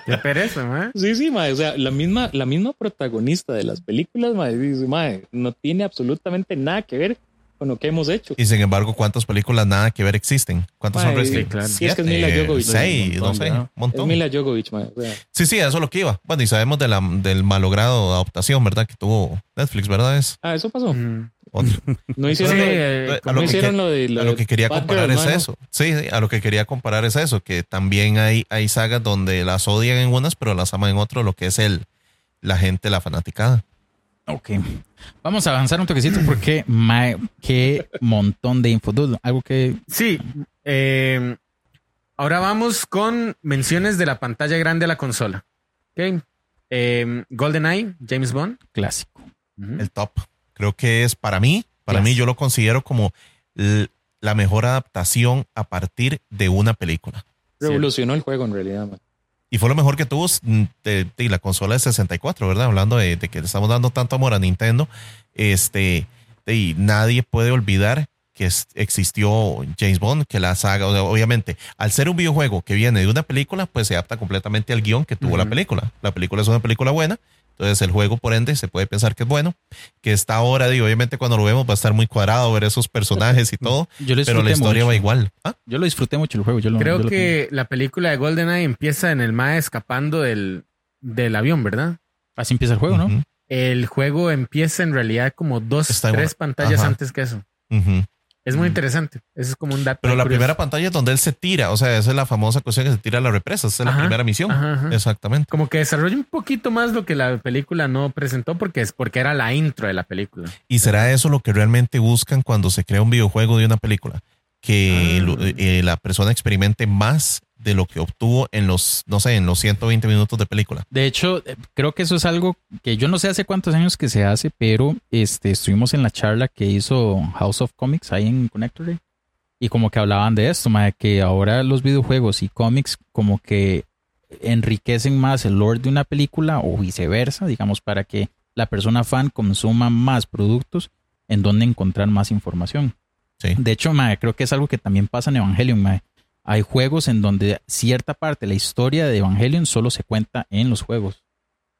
S2: Qué pereza, eh? mae.
S4: Sí, sí, ma, o sea, la misma, la misma protagonista de las películas, ma, dice, ma, no tiene absolutamente nada que ver con lo que hemos hecho.
S5: Y sin embargo, ¿cuántas películas nada que ver existen? ¿Cuántas son
S4: Mae,
S5: Resident
S2: sí, claro.
S4: Sí, es que es Mila
S5: Siete,
S4: Djokovic, ¿no?
S5: Seis,
S4: Un
S5: no
S4: montón,
S5: sé,
S6: ¿no?
S5: un
S4: Es
S5: montón.
S4: Mila Djokovic, ma, o sea,
S5: Sí, sí, a eso es lo que iba. Bueno, y sabemos de la, del malogrado adaptación, ¿verdad? Que tuvo Netflix, ¿verdad? Es
S4: ah, eso pasó.
S2: Mm.
S5: otro.
S4: No hicieron,
S2: Sí,
S4: lo, de-
S2: eh,
S5: a
S4: no
S5: lo que
S4: hicieron
S5: que-
S4: lo de
S5: a lo que quería
S4: Bad
S5: comparar
S4: Girl,
S5: es
S4: ma, ¿no?
S5: eso. Sí, sí, a lo que quería comparar es eso, que también hay, hay sagas donde las odian en unas, pero las aman en otras, lo que es el la gente, la fanaticada.
S3: Ok. Vamos a avanzar un toquecito porque mae, qué montón de info. Dude, algo que
S2: Sí. eh, ahora vamos con menciones de la pantalla grande a la consola. Ok. Eh, GoldenEye, James Bond.
S3: clásico.
S2: Ujú.
S5: El top. Creo que es para mí, para
S3: Yes.
S5: mí yo lo considero como l- la mejor adaptación a partir de una película.
S4: Revolucionó el juego en realidad, ma.
S5: Y fue lo mejor que tuvo mm, de, de la consola de 64, ¿verdad? Hablando de, de que le estamos dando tanto amor a Nintendo. Este, de- y nadie puede olvidar que es- existió James Bond, que la saga, o sea, obviamente, al ser un videojuego que viene de una película, pues se adapta completamente al guión que tuvo la
S2: Ujú.
S5: película. La película es una película buena, entonces el juego, por ende, se puede pensar que es bueno, que está ahora, y obviamente cuando lo vemos va a estar muy cuadrado ver esos personajes y todo,
S3: Yo lo
S5: pero la
S3: disfruté
S5: historia
S3: mucho.
S5: va igual. ¿Ah?
S3: Yo lo disfruté mucho el juego. Yo lo-
S2: Creo
S3: yo lo tengo.
S2: que la película de GoldenEye empieza en el MAE escapando del, del avión, ¿verdad?
S3: así empieza el juego, ¿no?
S5: Ujú.
S2: el juego empieza en realidad como dos,
S5: Está en
S2: tres
S5: una-
S2: pantallas
S5: ajá.
S2: antes que eso.
S5: Ujú.
S2: Es muy
S3: Mm.
S2: interesante. Eso es como un dato.
S5: Pero la
S2: curioso.
S5: primera pantalla es donde él se tira, o sea, esa es la famosa cuestión que se tira a la represa, esa es
S2: Ajá,
S5: la primera misión.
S2: Ajá, ajá.
S5: Exactamente.
S2: Como que desarrolla un poquito más lo que la película no presentó porque es porque era la intro de la película.
S5: ¿Y será eso lo que realmente buscan cuando se crea un videojuego de una película? Que
S2: Ah.
S5: lo- eh, la persona experimente más de lo que obtuvo en los, no sé, en los 120 minutos de película.
S3: De hecho, eh, creo que eso es algo que yo no sé hace cuántos años que se hace, pero este, estuvimos en la charla que hizo House of Comics ahí en Connectory y como que hablaban de esto, mae, que ahora los videojuegos y cómics como que enriquecen más el lore de una película o viceversa, digamos, para que la persona fan consuma más productos en donde encontrar más información.
S5: Sí.
S3: De hecho, mae, creo que es algo que también pasa en Evangelion, mae. Hay juegos en donde cierta parte de la historia de Evangelion solo se cuenta en los juegos.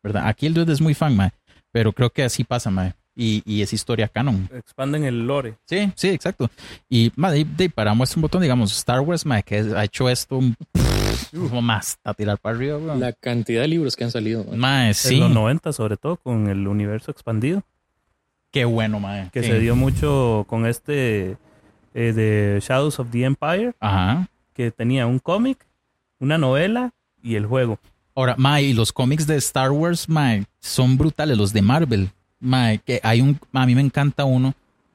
S3: ¿Verdad? Aquí el dude es muy fan, mae, pero creo que así pasa, mae. Y, y es historia canon.
S6: Expanden el lore.
S3: Sí, sí, exacto. Y mae, de, de- para muestra un botón, digamos, Star Wars, mae, que es- ha hecho esto un- como más a tirar para arriba,
S5: Ah.
S3: weón.
S4: La cantidad de libros que han salido. mae.
S3: Mae, sí.
S6: En los 90, sobre todo, con el universo expandido.
S3: Qué bueno, mae.
S6: Que
S3: Sí.
S6: se dio mucho con este eh, de Shadows of the Empire,
S3: Ajá.
S6: que tenía un cómic, una novela y el juego.
S3: Ahora, mae, y los cómics de Star Wars, mae, son brutales, los de Marvel. Mae, que hay un, a mí me encanta uno.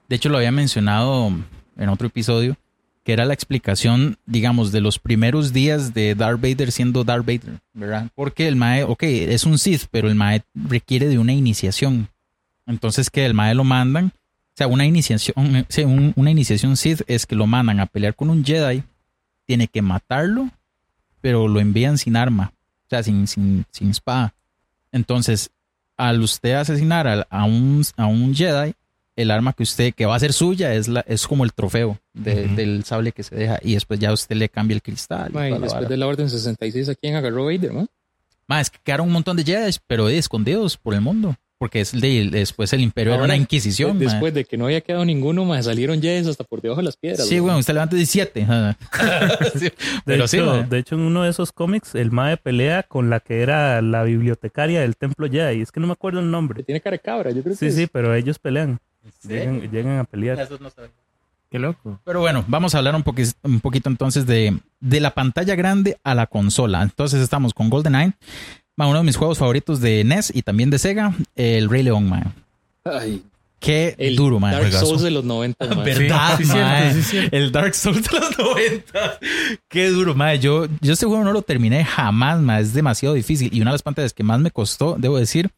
S3: De hecho, lo había mencionado en otro episodio, que era la explicación, digamos, de los primeros días de Darth Vader siendo Darth Vader, ¿verdad? Porque el mae, ok, es un Sith, pero el mae requiere de una iniciación. Entonces, que el mae lo mandan, o sea, una iniciación, eh, sí, un- una iniciación Sith es que lo mandan a pelear con un Jedi, tiene que matarlo, pero lo envían sin arma. O sea, sin, sin, sin espada. Entonces, al usted asesinar al- a, un, a un Jedi, el arma que usted, que va a ser suya, es, la, es como el trofeo de-
S5: Ujú.
S3: del sable que se deja. Y después ya usted le cambia el cristal. y
S4: Mae,
S3: toda la
S4: después
S3: vara.
S4: de la Orden 66, ¿a quién agarró Vader? mae?
S3: Mae, es que quedaron un montón de Jedi, pero eh, escondidos por el mundo. Porque es de- después el imperio era
S4: Ahora,
S3: una inquisición. mae.
S4: Después de que no había quedado ninguno, mae, salieron Jedi hasta por debajo de las piedras.
S3: Sí,
S4: mae.
S3: bueno, usted levanta 17. ajá. Sí,
S6: De,
S3: pero sí,
S6: hecho,
S3: mae.
S6: de hecho, en uno de esos cómics, el Mae pelea con la que era la bibliotecaria del templo Jedi. Es que no me acuerdo el
S4: Que
S6: nombre.
S4: Tiene cara de cabra, yo creo que
S6: Sí,
S4: es.
S6: sí, pero ellos pelean. Llegan, llegan a pelear.
S2: Qué loco.
S3: Pero bueno, vamos a hablar un, poquis- un poquito entonces de, de la pantalla grande a la consola. Entonces estamos con GoldenEye, ma, uno de mis juegos favoritos de NES y también de Sega, el Rey León, man.
S4: Ay,
S3: Qué
S4: el
S3: duro, man.
S4: Dark
S5: Juegazo.
S4: Souls de los 90. mae.
S3: ¿Verdad,
S2: Sí, sí,
S3: mae?
S2: cierto, sí, cierto.
S3: El Dark Souls de los 90. Qué duro, man. Yo, yo este juego no lo terminé jamás, man. Es demasiado difícil. Y una de las pantallas que más me costó, debo decir,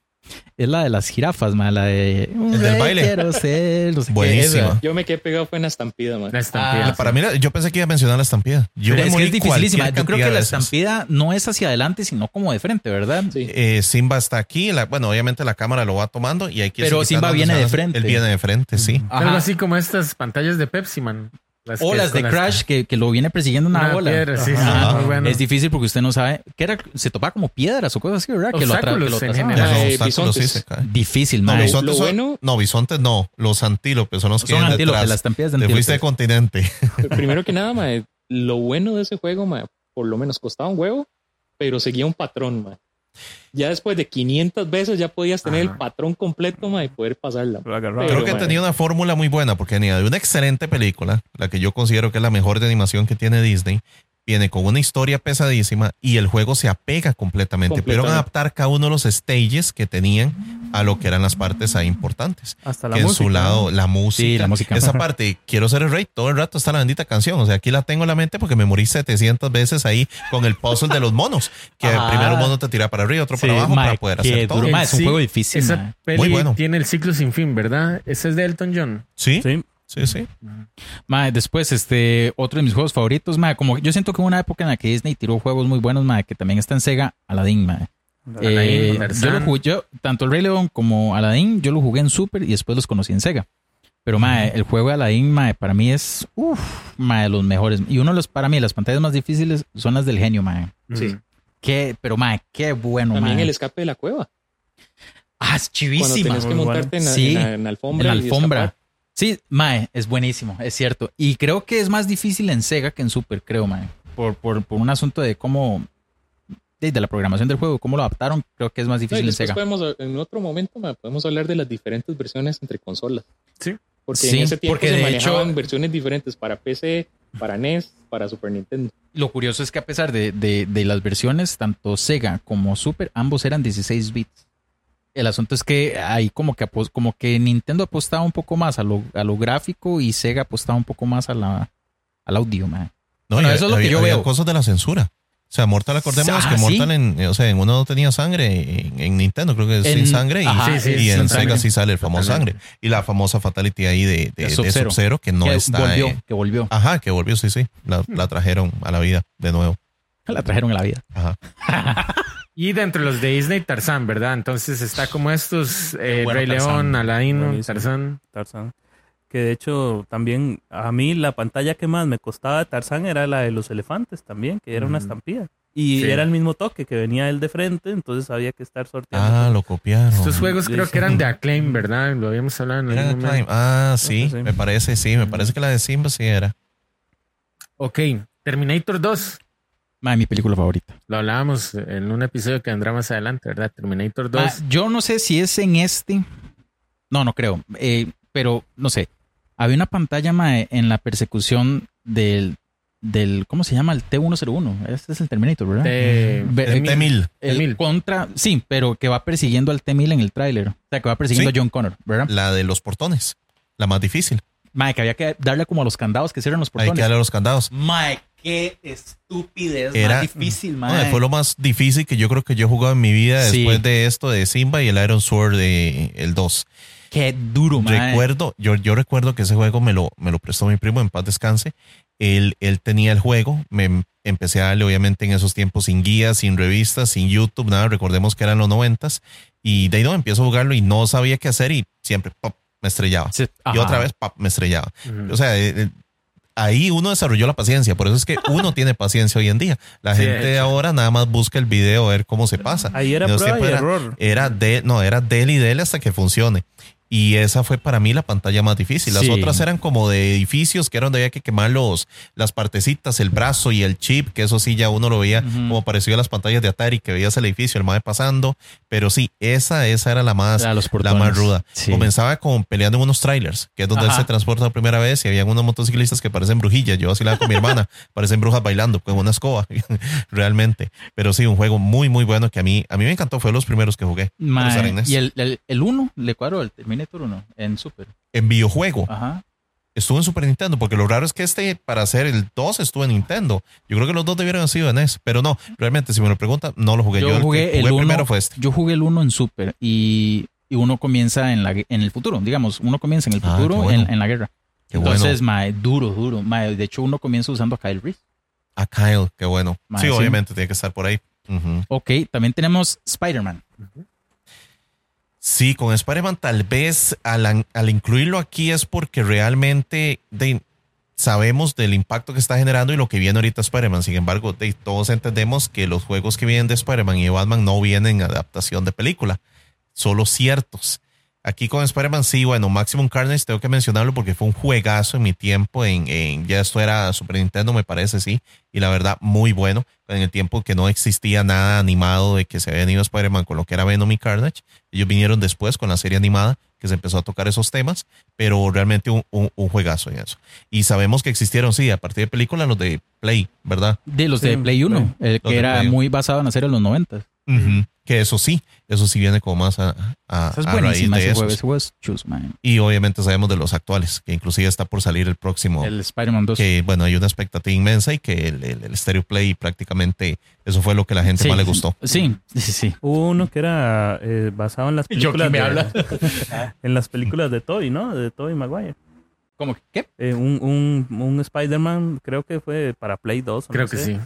S3: es la de las jirafas, man. La de... "Un
S5: El del
S3: rey
S5: baile.
S3: quiero ser", no sé qué,
S5: Buenísima.
S3: esa.
S4: Yo me quedé pegado fue en la estampida, mae.
S2: La estampida.
S3: Ah,
S5: Para mí, la- yo pensé que iba a mencionar la estampida. Yo
S3: Pero
S5: me
S3: es que
S5: morí
S3: es dificilísima.
S5: cualquier
S3: Yo creo
S5: cantidad
S3: que la
S5: de veces.
S3: estampida no es hacia adelante, sino como de frente, ¿verdad?
S4: Sí.
S5: Eh, Simba está aquí, la- bueno, obviamente la cámara lo va tomando y hay que irse
S3: Pero Simba
S5: quitando,
S3: viene
S5: o sea,
S3: de frente.
S5: Él viene de frente, sí.
S3: Ajá.
S2: Algo así como estas pantallas de Pepsi, man. Las
S3: O
S2: que
S3: las
S2: es con
S3: de Crash, que, que lo viene persiguiendo una,
S2: Una
S3: bola.
S2: piedra, sí, sí,
S3: Ajá.
S5: muy
S2: bueno.
S3: Es difícil porque usted no sabe. que era? Se topaba como piedras o cosas así, ¿verdad? Que lo atra- que lo
S2: Obstáculos en
S3: atrasaban.
S5: Ya
S4: Ah,
S5: los
S4: eh,
S5: obstáculos sí
S4: bisontes.
S5: se caen.
S3: Difícil,
S5: No,
S3: mae.
S5: bisontes
S4: Lo
S5: son-
S4: bueno-
S5: no, bisontes no, los antílopes son los que
S3: Son
S5: vienen
S3: antílopes,
S5: detrás.
S3: las estampidas de
S5: Te
S3: antílopes.
S5: fuiste de continente.
S4: Pero eh, Primero que nada, mae, lo bueno de ese juego, mae, por lo menos costaba un huevo, pero seguía un patrón, mae. Ya después de 500 veces ya podías tener
S2: Ajá.
S4: el patrón completo, mae, y poder pasarla.
S6: Lo agarraron.
S4: Pero,
S5: Creo que
S4: mae.
S5: tenía una fórmula muy buena porque venía de una excelente película, la que yo considero que es la mejor de animación que tiene Disney. Viene con una historia pesadísima y el juego se apega completamente. Pudieron
S4: Completamente.
S5: adaptar cada uno de los stages que tenían a lo que eran las partes ahí importantes.
S6: Hasta la
S5: que en
S6: música.
S5: su lado, la música.
S3: Sí, la música.
S5: Esa parte, quiero ser el rey, todo el rato está la bendita canción. O sea, aquí la tengo en la mente porque me morí 700 veces ahí con el puzzle de los monos. Que
S3: Ajá.
S5: primero un mono te tira para arriba, otro
S3: Sí,
S5: para abajo
S3: mae,
S5: para poder
S3: qué
S5: hacer todo.
S3: duro, mae, es un
S2: Sí,
S3: juego difícil. mae.
S2: Esa peli
S5: Muy bueno.
S2: tiene el ciclo sin fin, ¿verdad? Ese es de Elton John.
S5: Sí,
S6: Sí.
S5: sí, sí.
S3: Mae, después, este, otro de mis juegos favoritos, mae, como yo siento que hubo una época en la que Disney tiró juegos muy buenos, mae, que también está en Sega, Aladdin, mae. Eh,
S2: Tarzán.
S3: yo lo jugué, yo- tanto el Rey León como Aladdin, yo lo jugué en Super y después los conocí en Sega. Pero mae, el juego de Aladdin, mae, para mí es uff, mae, de los mejores. Y uno de los, para mí, las pantallas más difíciles son las del genio, mae.
S2: Sí.
S3: Qué, pero mae, qué bueno,
S4: También
S3: mae.
S4: el escape de la cueva.
S3: Ah, es
S4: Cuando
S3: chivísima.
S4: tienes que
S6: Muy
S4: montarte en, la,
S3: Sí.
S4: en la- en la
S3: En la
S4: alfombra. y
S3: alfombra.
S4: escapar.
S3: Sí, mae, es buenísimo, es cierto. Y creo que es más difícil en Sega que en Super, creo, mae. Por, por, por un asunto de cómo de, de la programación del juego, cómo lo adaptaron, creo que es más
S4: No, y
S3: difícil en
S4: después
S3: Sega.
S4: podemos, en otro momento ma, podemos hablar de las diferentes versiones entre consolas.
S2: Sí.
S4: Porque
S3: Sí,
S4: en ese tiempo
S3: porque
S4: se
S3: de
S4: manejaban
S3: hecho-
S4: versiones diferentes para PC, para NES, para Super Nintendo.
S3: Lo curioso es que a pesar de, de- de las versiones, tanto Sega como Super, ambos eran 16 bits. El asunto es que ahí como que, apos- como que Nintendo apostaba un poco más a lo, a lo gráfico y Sega apostaba un poco más a la, al audio, man.
S5: No,
S3: Bueno,
S5: y
S3: eso es lo que
S5: había-
S3: yo
S5: había
S3: veo.
S5: cosas de la censura. O sea, Mortal, acordémonos
S3: Ah,
S5: que
S3: sí.
S5: Mortal en, o sea, en uno no tenía sangre, en, en Nintendo creo que es
S3: En-
S5: sin sangre y,
S3: ajá,
S5: y
S2: sí,
S3: sin
S5: en
S3: sangre.
S5: Sega sí sale el famoso
S2: Totalmente.
S5: sangre. Y la famosa fatality ahí de, de,
S3: De
S5: de
S3: Sub-Zero.
S5: Sub-Zero que no
S3: que
S5: está.
S3: volvió, Hmm.
S5: eh,
S3: que volvió.
S5: ajá, que volvió, sí, sí. La, la trajeron a la vida de nuevo.
S3: La trajeron a la vida.
S5: Ajá.
S2: Y dentro de los de Disney, Tarzán, ¿verdad? Entonces está como estos: eh,
S5: bueno,
S2: Rey
S5: Tarzán.
S2: León, Aladino,
S6: Buenísimo.
S2: Tarzán.
S6: Tarzán. Que de hecho también a mí la pantalla que más me costaba de Tarzán era la de los elefantes también, que era una
S2: Mm.
S6: estampida. Y
S2: Sí.
S6: era el mismo toque, que venía él de frente, entonces había que estar sorteando.
S5: Ah, lo copiaron.
S2: Estos juegos creo
S6: sí.
S2: que eran de Acclaim, ¿verdad? Lo habíamos hablado en
S5: Era
S2: algún
S5: Acclaim.
S2: momento.
S5: Ah, sí,
S6: Creo que sí.
S5: me parece, sí, me parece que la de Simba sí era.
S2: Ok, Terminator 2.
S3: Ma, mi película favorita.
S2: Lo hablábamos en un episodio que vendrá más adelante, ¿verdad? Terminator 2.
S3: Ma, Ah, yo no sé si es en este. No, no creo. Eh, pero no sé. Había una pantalla mae, en la persecución del, del. ¿Cómo se llama? El T101. Este es el Terminator, ¿verdad?
S2: de-
S3: Ve-
S5: El
S2: Emil.
S5: T-1000,
S3: el
S2: T-1000.
S3: contra. Sí, pero que va persiguiendo al T1000 en el tráiler. O sea, que va persiguiendo
S5: Sí.
S3: a John Connor, ¿verdad?
S5: la de los portones, la más difícil.
S3: Mae, que había que darle como a los candados que cierran los
S5: Hay que
S3: portones.
S5: darle a los candados.
S3: Mae, qué estupidez.
S5: Era-
S3: más difícil,
S5: No,
S3: mae.
S5: fue lo más difícil que yo creo que yo he jugado en mi vida
S3: Sí.
S5: después de esto de Simba y el Iron Sword de el 2.
S3: Qué duro, mae.
S5: Recuerdo, yo, yo recuerdo que ese juego me lo, me lo prestó mi primo en paz descanse. Él, él tenía el juego, me em- empecé a darle obviamente en esos tiempos sin guías, sin revistas, sin YouTube, nada, recordemos que eran los noventas y de ahí no empiezo a jugarlo y no sabía qué hacer y siempre pop, me estrellaba.
S3: Sí,
S5: Y
S3: ajá.
S5: otra vez pop, me estrellaba.
S2: Ujú.
S5: O sea, eh, eh, ahí uno desarrolló la paciencia. Por eso es que uno tiene paciencia hoy en día. La
S2: Sí, de
S5: gente
S2: hecho.
S5: ahora nada más busca el video a ver cómo se pasa.
S6: Ahí era
S5: No,
S6: prueba y
S5: siempre era-
S6: error.
S5: Era de, no, era del y del hasta que funcione. Y esa fue para mí la pantalla más difícil. Las
S3: Sí.
S5: otras eran como de edificios que era donde había que quemar los, las partecitas, el brazo y el chip, que eso sí ya uno lo veía
S3: Ujú.
S5: como parecido a las pantallas de Atari, que veías el edificio, el mae pasando. Pero sí, esa, esa era la más,
S3: A los
S5: la
S3: portones.
S5: más ruda.
S3: Sí.
S5: Comenzaba con peleando en unos trailers, que es donde
S3: Ajá.
S5: él se transporta la primera vez y había unos motociclistas que parecen brujillas. Yo así la con mi hermana, parecen brujas bailando con una escoba, realmente. Pero sí, un juego muy, muy bueno que a mí, a mí me encantó. Fue de los primeros que jugué.
S3: Mae,
S5: Los arenas.
S3: y el, el, el 1 le cuadro al Terminator 1 en Super.
S5: En videojuego,
S3: Ajá.
S5: estuvo en Super Nintendo, porque lo raro es que este, para hacer el 2, estuvo en Nintendo. Yo creo que los dos debieron haber sido en NES, pero no, realmente, si me lo preguntan, no lo jugué.
S3: Yo
S5: que
S3: jugué el uno.
S5: primero fue este.
S3: Yo jugué el 1 en Super y, y uno comienza en, la, gue- en el futuro, digamos, uno comienza en el
S5: Ah,
S3: futuro,
S5: qué bueno.
S3: en, en la guerra.
S5: Qué
S3: Entonces, mae, duro, duro. Mae, de hecho, uno comienza usando a Kyle Reese.
S5: A Ah, Kyle, qué bueno.
S3: Ma,
S5: sí,
S3: sí.
S5: obviamente, tiene que estar por ahí. Ujú.
S3: Ok, también tenemos Spider-Man.
S5: Sí, con Spider-Man tal vez al, al incluirlo aquí es porque realmente de- sabemos del impacto que está generando y lo que viene ahorita Spider-Man. Sin embargo, de- todos entendemos que los juegos que vienen de Spider-Man y de Batman no vienen en adaptación de película, solo ciertos. Aquí con Spider-Man sí, bueno, Maximum Carnage tengo que mencionarlo porque fue un juegazo en mi tiempo, en, en- ya esto era Super Nintendo me parece, sí, y la verdad muy bueno, en el tiempo que no existía nada animado de que se había venido Spider-Man con lo que era Venom y Carnage. Ellos vinieron después con la serie animada que se empezó a tocar esos temas, pero realmente un, un- un juegazo en eso. Y sabemos que existieron, sí, a partir de películas, los de Play, ¿verdad?
S3: De los de
S6: Sí,
S3: Play 1, el
S5: Los
S3: que
S5: de
S3: era
S5: Play uno.
S3: muy basado en hacer en los 90.
S5: Que eso sí, eso sí viene como más a, a,
S3: Eso es
S5: a Ah, raíz
S3: buenísimo
S5: de
S3: ese
S5: eso.
S3: juego. Ese juego es chus, mae.
S5: Y obviamente sabemos de los actuales, que inclusive está por salir el próximo.
S3: El Spider-Man 2.
S5: Oh. que bueno, hay una expectativa inmensa y que el, el, el Stereo Play prácticamente eso fue lo que la gente
S3: Sí,
S5: más le gustó.
S3: Sí, sí, sí. sí.
S6: Hubo uno que era eh, basado en las
S3: Yo,
S6: películas
S3: ¿quién me
S6: de,
S3: habla?
S6: en las películas de Toy, ¿no? De Toy Maguire.
S3: ¿Cómo que qué?
S6: Eh, un un, un Spider-Man, creo que fue para Play 2. o no
S2: creo que
S6: sé,
S2: sí.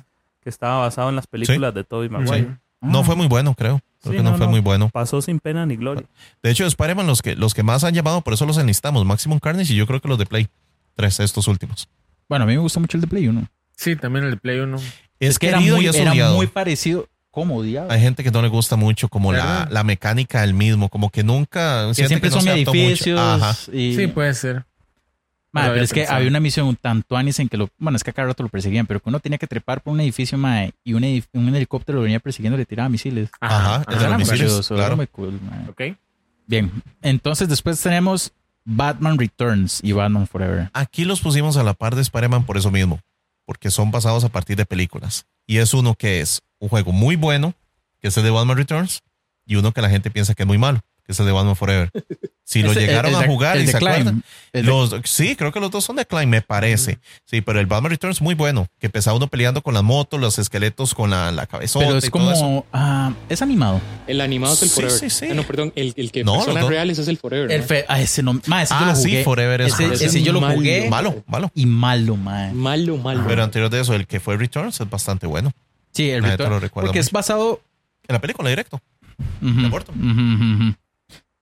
S6: Que estaba basado en las películas de Toy
S2: Sí.
S6: Maguire.
S3: Ah.
S5: No fue muy bueno, creo. Creo
S6: Sí,
S5: que no,
S6: no,
S5: fue
S6: no.
S5: muy bueno.
S6: Pasó sin pena ni gloria.
S5: De hecho, Spider-Man, los que, los que más han llamado, por eso los enlistamos, Maximum Carnage y yo creo que los de Play. Tres, estos últimos.
S3: Bueno, a mí me gustó mucho el de Play 1.
S2: Sí, también el Play 1.
S5: Es,
S3: que era
S5: querido
S3: muy,
S5: y es
S3: era
S5: odiado.
S3: muy parecido. ¿Cómo odiado?
S5: Hay gente que no le gusta mucho como la,
S2: ¿Verdad?
S5: la mecánica del mismo, como que nunca...
S3: que
S5: siente
S3: siempre
S5: que no
S3: son
S5: se adaptó mucho.
S3: edificios.
S5: Ajá.
S3: Y...
S2: Sí, puede ser.
S3: Mae,
S2: había
S3: pero es que
S2: pensado.
S3: había una misión un tanto anis en que lo. Bueno, es que a cada rato lo perseguían, pero que uno tenía que trepar por un edificio, mae, y un, edif- un helicóptero lo venía persiguiendo y le tiraba misiles.
S5: Ajá, el de
S3: Eso era
S5: los Ah, misiles,
S3: gracioso, era
S5: claro.
S3: muy cool, mae.
S7: Ok.
S3: Bien, entonces después tenemos Batman Returns y Batman Forever.
S5: Aquí los pusimos a la par de Spider-Man por eso mismo, porque son basados a partir de películas. Y es uno que es un juego muy bueno, que es el de Batman Returns, y uno que la gente piensa que es muy malo, que es el de Batman Forever. Si lo
S3: Ese- el-
S5: llegaron
S3: el
S5: a
S3: de-
S5: jugar
S3: el
S5: y
S3: de
S5: se
S3: Climb,
S5: acuerdan,
S3: el de-
S5: Los, sí, creo que los dos son de Climb, me parece. Sí, pero el Batman Returns muy bueno, que empezaba uno peleando con las motos, los esqueletos con la, la cabezota
S3: pero es
S5: y todo eso.
S3: como. ah, es animado.
S4: El animado es el
S5: Sí,
S4: Forever.
S5: sí, sí.
S4: Ah, no, perdón, el, el que
S5: No, los
S4: personas
S5: dos.
S4: reales es el Forever.
S3: El
S4: ¿no?
S3: fe- ah, ese no. mae, ese yo
S5: Ah,
S3: lo
S5: sí,
S3: jugué.
S5: Forever es
S3: ese,
S5: malo.
S4: Ese
S3: ese yo lo
S4: mal-
S3: jugué
S5: malo, malo.
S3: y malo, mae.
S4: Malo, malo.
S5: Pero anterior de eso, el que fue Returns es bastante bueno.
S3: Sí, el
S5: La neta
S3: Return.
S5: lo recuerdo
S3: porque es
S5: mucho.
S3: basado.
S5: En la película directo.
S3: Ujú,
S5: De Burton.
S3: ujú, ujú.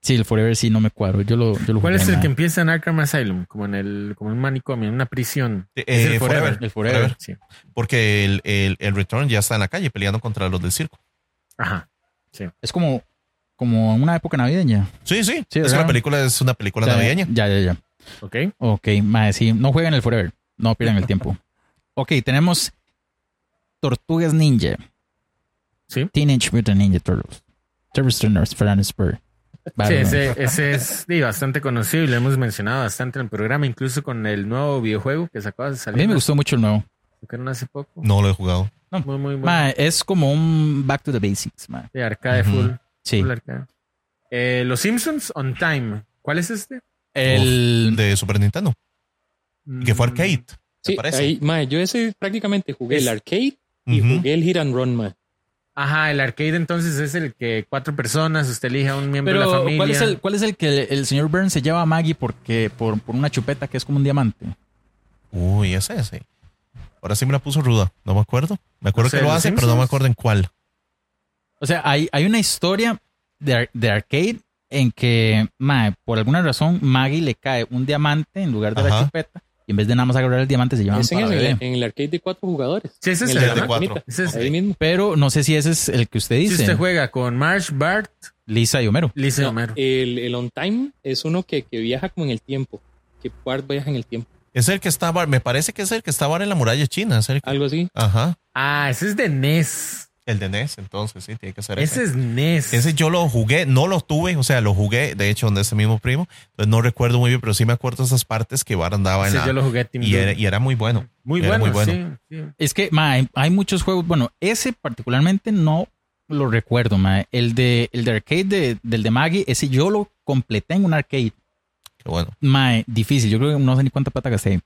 S3: Sí, el Forever sí no me cuadro. Yo lo, yo lo
S2: ¿Cuál
S3: jugué,
S2: es el
S3: mae.
S2: que empieza en Arkham Asylum? Como en el, como en un manicomio, en una prisión.
S5: Eh,
S2: Es el
S5: eh,
S2: Forever.
S3: El Forever.
S2: Sí.
S5: Porque el, el, el Return ya está en la calle peleando contra los del circo.
S2: Ajá.
S3: Es como, como una época navideña.
S5: Sí, sí.
S3: Sí,
S5: es
S3: ¿verdad?
S5: una película, es una película
S3: Ya,
S5: navideña.
S3: Ya, ya, ya.
S2: Ok.
S3: Ok, mae, sí. No jueguen el Forever. No pierdan el tiempo. Ok, tenemos Tortugas Ninja.
S2: Sí.
S3: Teenage Mutant Ninja Turtles. Service Trainers, Ferran Spur.
S2: Sí,
S3: Batman.
S2: ese, ese es sí, bastante conocido y lo hemos mencionado bastante en el programa, incluso con el nuevo videojuego que se acaba de
S3: A
S2: salir.
S3: mí me gustó mucho el nuevo.
S2: Sacaron hace poco.
S5: No lo he jugado.
S2: Muy, muy bueno.
S3: Mae, es como un back to the basics, mae.
S2: De arcade
S5: Ujú.
S2: full.
S3: Sí.
S2: full arcade. Eh, Los Simpsons on Time. ¿Cuál es este?
S3: El,
S5: De Super Nintendo. Que fue
S2: Mm,
S5: arcade.
S4: Sí,
S5: parece.
S4: ahí, mae, yo ese prácticamente jugué
S2: Es-
S4: el arcade y
S5: Ujú.
S4: jugué el hit and run, mae.
S2: Ajá, el arcade entonces es el que cuatro personas, usted elige a un miembro de la
S3: Pero,
S2: familia.
S3: ¿cuál es el, cuál es el que el señor Burns se lleva a Maggie porque, por, por una chupeta que es como un diamante?
S5: Uy, ese, ese. Ahora sí me la puso ruda. No me acuerdo. Me acuerdo
S2: No sé,
S5: que lo
S2: ¿los
S5: hace, pero no me
S2: Simpsons?
S5: acuerdo en cuál.
S3: O sea, hay, hay una historia de, ar- de arcade en que, mae, por alguna razón, Maggie le cae un diamante en lugar de la
S5: Ajá.
S3: chupeta y en vez de nada más agarrar el diamante se lleva un
S4: Ese en, el,
S3: bebé.
S4: en el arcade de cuatro jugadores.
S2: Sí, ese
S4: En
S2: es
S4: el
S2: el
S4: de
S5: de
S4: la
S5: cuatro.
S4: maquinita.
S2: Ese es-
S4: Ahí mismo.
S3: Pero no sé si ese es el que usted
S2: Si
S3: dice,
S5: este
S2: usted juega con Marsh, Bart,
S3: Lisa y Homero.
S2: Lisa y
S4: No,
S2: Homero.
S4: el, el on time es uno que, que viaja como en el tiempo. Que Bart viaja en el tiempo.
S5: Es el que estaba, me parece que es el que estaba en la muralla china. es el que-
S4: Algo así.
S5: ajá.
S2: Ah, ese es de NES.
S5: El de NES, entonces, sí, tiene que ser
S2: Ese
S5: ese.
S2: es E NES.
S5: Ese yo lo jugué, no lo tuve, o sea, lo jugué, de hecho, donde ese mismo primo. Entonces no recuerdo muy bien, pero sí me acuerdo esas partes que Bar andaba en
S2: Ese
S5: la.
S2: yo lo jugué Team
S5: y,
S2: Blue.
S5: era, y era muy bueno.
S2: muy,
S5: era
S2: bueno,
S5: muy
S2: sí, sí.
S3: Es que, mae, hay, hay muchos juegos. Bueno, ese particularmente no lo recuerdo, mae. El de, el de arcade de- del de Maggie, ese yo lo completé en un arcade.
S5: Qué bueno.
S3: Mae, difícil. Yo creo que no sé ni cuánta plata gasté.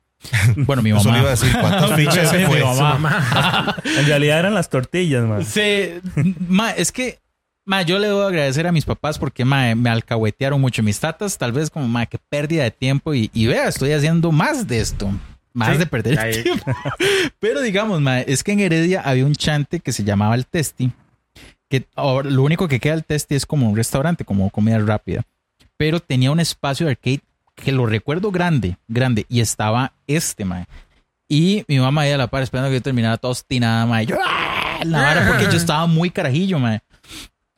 S3: Bueno, mi
S5: Eso le iba a
S3: mamá.
S5: decir cuántas fichas se
S6: Mi
S5: fue.
S6: mamá. En realidad eran las tortillas, man.
S3: Sí, mae, es que mae, yo le debo agradecer a mis papás porque mae, me alcahuetearon mucho. Mis tatas, tal vez como mae, qué pérdida de tiempo. Y, y vea, estoy haciendo más de esto. Más
S2: Sí,
S3: de perder el
S2: ahí.
S3: tiempo. Pero digamos, mae, es que en Heredia había un chante que se llamaba el Testi. Que ahora lo único que queda del Testi es como un restaurante, como comida rápida. Pero tenía un espacio de arcade que lo recuerdo grande, grande. Y estaba este, mae. Y mi mamá ahí a la par esperando que yo terminara toda obstinada, mae. Yo, ¡ah! la vara, porque yo estaba muy carajillo, mae.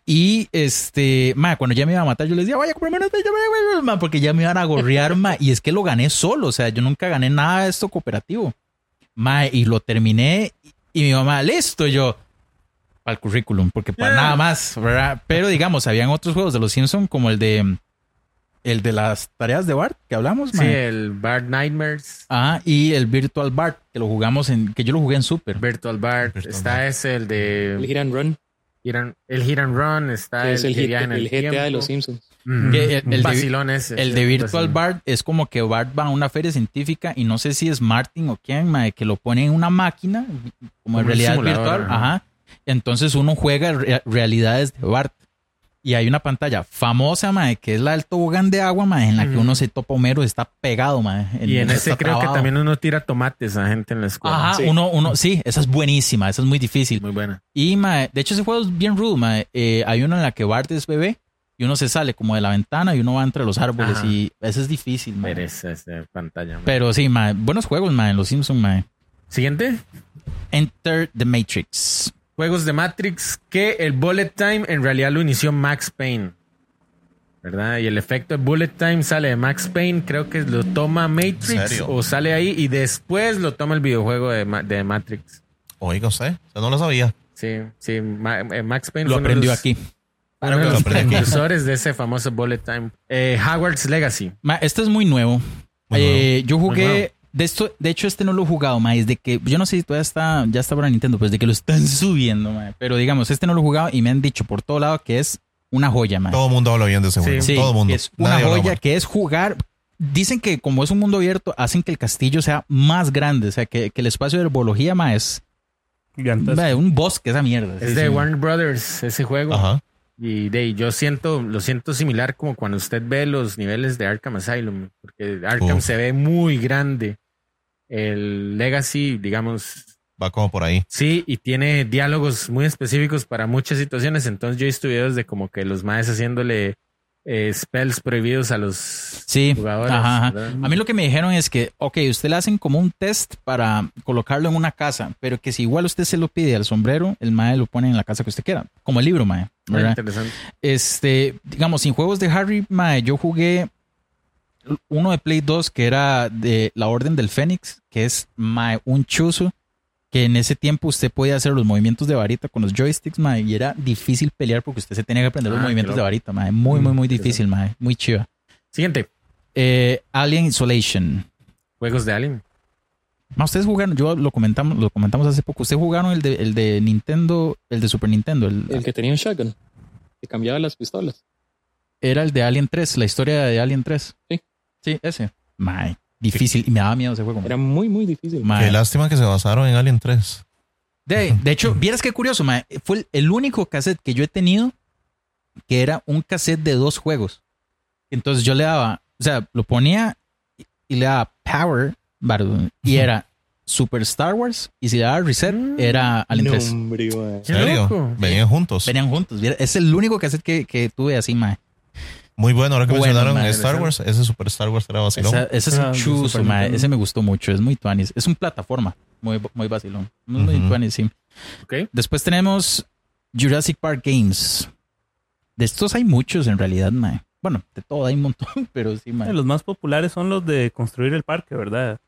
S3: Y este, mae, cuando ya me iba a matar, yo les decía, vaya, comprame una talla, mae, mae, mae", porque ya me iban a gorrear, mae. Y es que lo gané solo, o sea, yo nunca gané nada de esto cooperativo. Mae, y lo terminé. Y mi mamá, listo, yo. Para el currículum, porque para
S2: Yeah.
S3: nada más, ¿verdad? Pero digamos, habían otros juegos de los Simpsons, como el de. El de las tareas de Bart que hablamos,
S2: Sí,
S3: mae.
S2: el Bart Nightmares,
S3: Ah, y el Virtual Bart, que lo jugamos en, que yo lo jugué en Super.
S2: Virtual Bart,
S5: Virtual
S2: está
S5: Bart.
S2: ese, el
S4: El
S2: de
S4: hit and run.
S2: Hit and- el Hit and Run, está Em, ah,
S4: que
S2: el,
S4: es el,
S2: que
S4: hit-
S2: viaja en
S4: el GTA de
S2: tiempo.
S4: los Simpsons.
S2: Mm.
S3: Que el-
S2: Un
S3: el de-
S2: vacilón ese.
S3: El
S2: sí,
S3: de
S2: un
S3: Virtual
S2: vacilón.
S3: Bart es como que Bart va a una feria científica y no sé si es Martin o quién, mae, que lo pone en una máquina, como
S2: un
S3: en realidad
S2: simulador,
S3: virtual,
S2: ajá.
S3: ajá. Entonces uno juega re- realidades de Bart. Y hay una pantalla famosa, mae, que es la del tobogán de agua, mae, en la que
S2: Ujú.
S3: uno se topa Homero, está pegado, mae. El-
S2: Y en
S3: está
S2: ese creo
S3: trabado.
S2: que también uno tira tomates a gente en la escuela.
S3: Ajá,
S4: Sí.
S3: uno, uno, sí, esa es buenísima, esa es muy difícil.
S2: Muy buena.
S3: Y, mae, de hecho, ese juego es bien rudo, mae. Eh, hay uno en la que Bart es bebé y uno se sale como de la ventana y uno va entre los árboles
S2: Ajá.
S3: y eso es difícil, mae.
S2: Pereza esa pantalla. man.
S3: Pero sí, mae, buenos juegos, mae, en los Simpsons, mae.
S2: Siguiente.
S3: Enter the Matrix.
S2: Juegos de Matrix que el Bullet Time en realidad lo inició Max Payne. ¿verdad? Y el efecto de Bullet Time sale de Max Payne, creo que lo toma Matrix
S5: serio?
S2: o sale ahí y después lo toma el videojuego de, Ma- de Matrix.
S5: Oiga usted, usted no lo sabía.
S2: Sí, sí, Ma- eh, Max Payne
S3: Lo
S2: fue uno de
S3: aprendió
S2: los-
S3: aquí.
S2: uno de
S5: Lo
S2: los
S5: aprendí aquí.
S2: precursores de ese famoso Bullet Time. Eh, Howard's Legacy.
S3: Ma, este es muy nuevo.
S5: Muy
S3: Eh, yo jugué.
S2: nuevo.
S3: De esto, de hecho, este no lo he jugado, ma. Desde que. Yo no sé si todavía está. Ya está para Nintendo, pues de que lo están subiendo, ma. Pero digamos, este no lo he jugado y me han dicho por todo lado que es una joya, ma.
S5: Todo el mundo habla bien de ese
S2: Sí.
S5: juego.
S3: Sí,
S5: todo el mundo.
S3: Es una
S5: Nadie habla
S3: joya
S5: mal.
S3: que es jugar. Dicen que como es un mundo abierto, hacen que el castillo sea más grande. O sea, que, que el espacio de herbología, ma, es
S6: Gigantesco.
S3: ma, un bosque, esa mierda.
S2: Es
S3: Sí,
S2: de
S3: sí.
S2: Warner Brothers, ese juego.
S5: Ajá.
S2: Y de, ahí, yo siento, lo siento similar como cuando usted ve los niveles de Arkham Asylum, porque Arkham
S5: Uf.
S2: se ve muy grande. El Legacy, digamos,
S5: Va como por ahí.
S2: sí, y tiene diálogos muy específicos para muchas situaciones. Entonces yo estuve videos de como que los maes haciéndole eh, spells prohibidos a los
S3: Sí,
S2: jugadores.
S3: ajá, ajá.
S2: ¿verdad?
S3: A mí lo que me dijeron es que, ok, usted le hacen como un test para colocarlo en una casa, pero que si igual usted se lo pide al sombrero, el mae lo pone en la casa que usted quiera, como el libro, mae.
S2: Muy
S3: ¿verdad?
S2: interesante.
S3: Este, digamos, sin juegos de Harry, mae, yo jugué uno de Play 2 que era de la Orden del Fénix, que es mae, un chuzo que en ese tiempo usted podía hacer los movimientos de varita con los joysticks, mae, y era difícil pelear porque usted se tenía que aprender los
S2: Ah,
S3: movimientos
S2: qué
S3: de
S2: loco.
S3: varita, mae. Muy, muy, muy
S2: Mm, qué
S3: difícil, mae. Muy chiva.
S2: Siguiente,
S3: Eh, Alien Isolation.
S2: juegos de Alien.
S3: Ma, ustedes jugaron, yo lo comentamos, lo comentamos hace poco. Ustedes jugaron el de, el de Nintendo, el de Super Nintendo. el-
S4: El que tenía un shotgun. Que cambiaba las pistolas.
S3: era el de Alien 3, la historia de Alien 3.
S4: Sí.
S3: Sí, ese. Mae, difícil. Y me daba miedo ese juego.
S4: Era muy, muy difícil.
S3: Mae.
S5: Qué lástima que se basaron en Alien 3.
S3: De, de hecho, vieras qué curioso, mae. Fue el, el único cassette que yo he tenido que era un cassette de dos juegos. Entonces yo le daba, o sea, lo ponía y, y le daba power, perdón, y era Super Star Wars. Y si le daba reset,
S2: Mm.
S3: era Alien 3.
S4: Hombre, mae.
S2: Qué
S5: ¿En serio?
S2: loco.
S5: Venían juntos.
S3: Venían juntos. viera, Es el único cassette que, que tuve así, mae.
S5: Muy bueno. Ahora que
S3: Bueno,
S5: mencionaron
S3: madre,
S5: Star Wars, ese Super Star Wars era vacilón.
S3: Esa- ese es
S6: Ah,
S3: un
S6: de
S3: chuzo,
S6: Super
S3: mae,
S6: Nintendo.
S3: Ese me gustó mucho. Es muy tuanis. Es un plataforma. Muy, muy vacilón. Muy, muy
S5: Ujú.
S3: tuanis, sí.
S2: Ok.
S3: Después tenemos Jurassic Park Games. De estos hay muchos en realidad, mae. Bueno, de todo hay un montón, pero sí, mae.
S6: Los más populares son los de construir el parque, ¿verdad?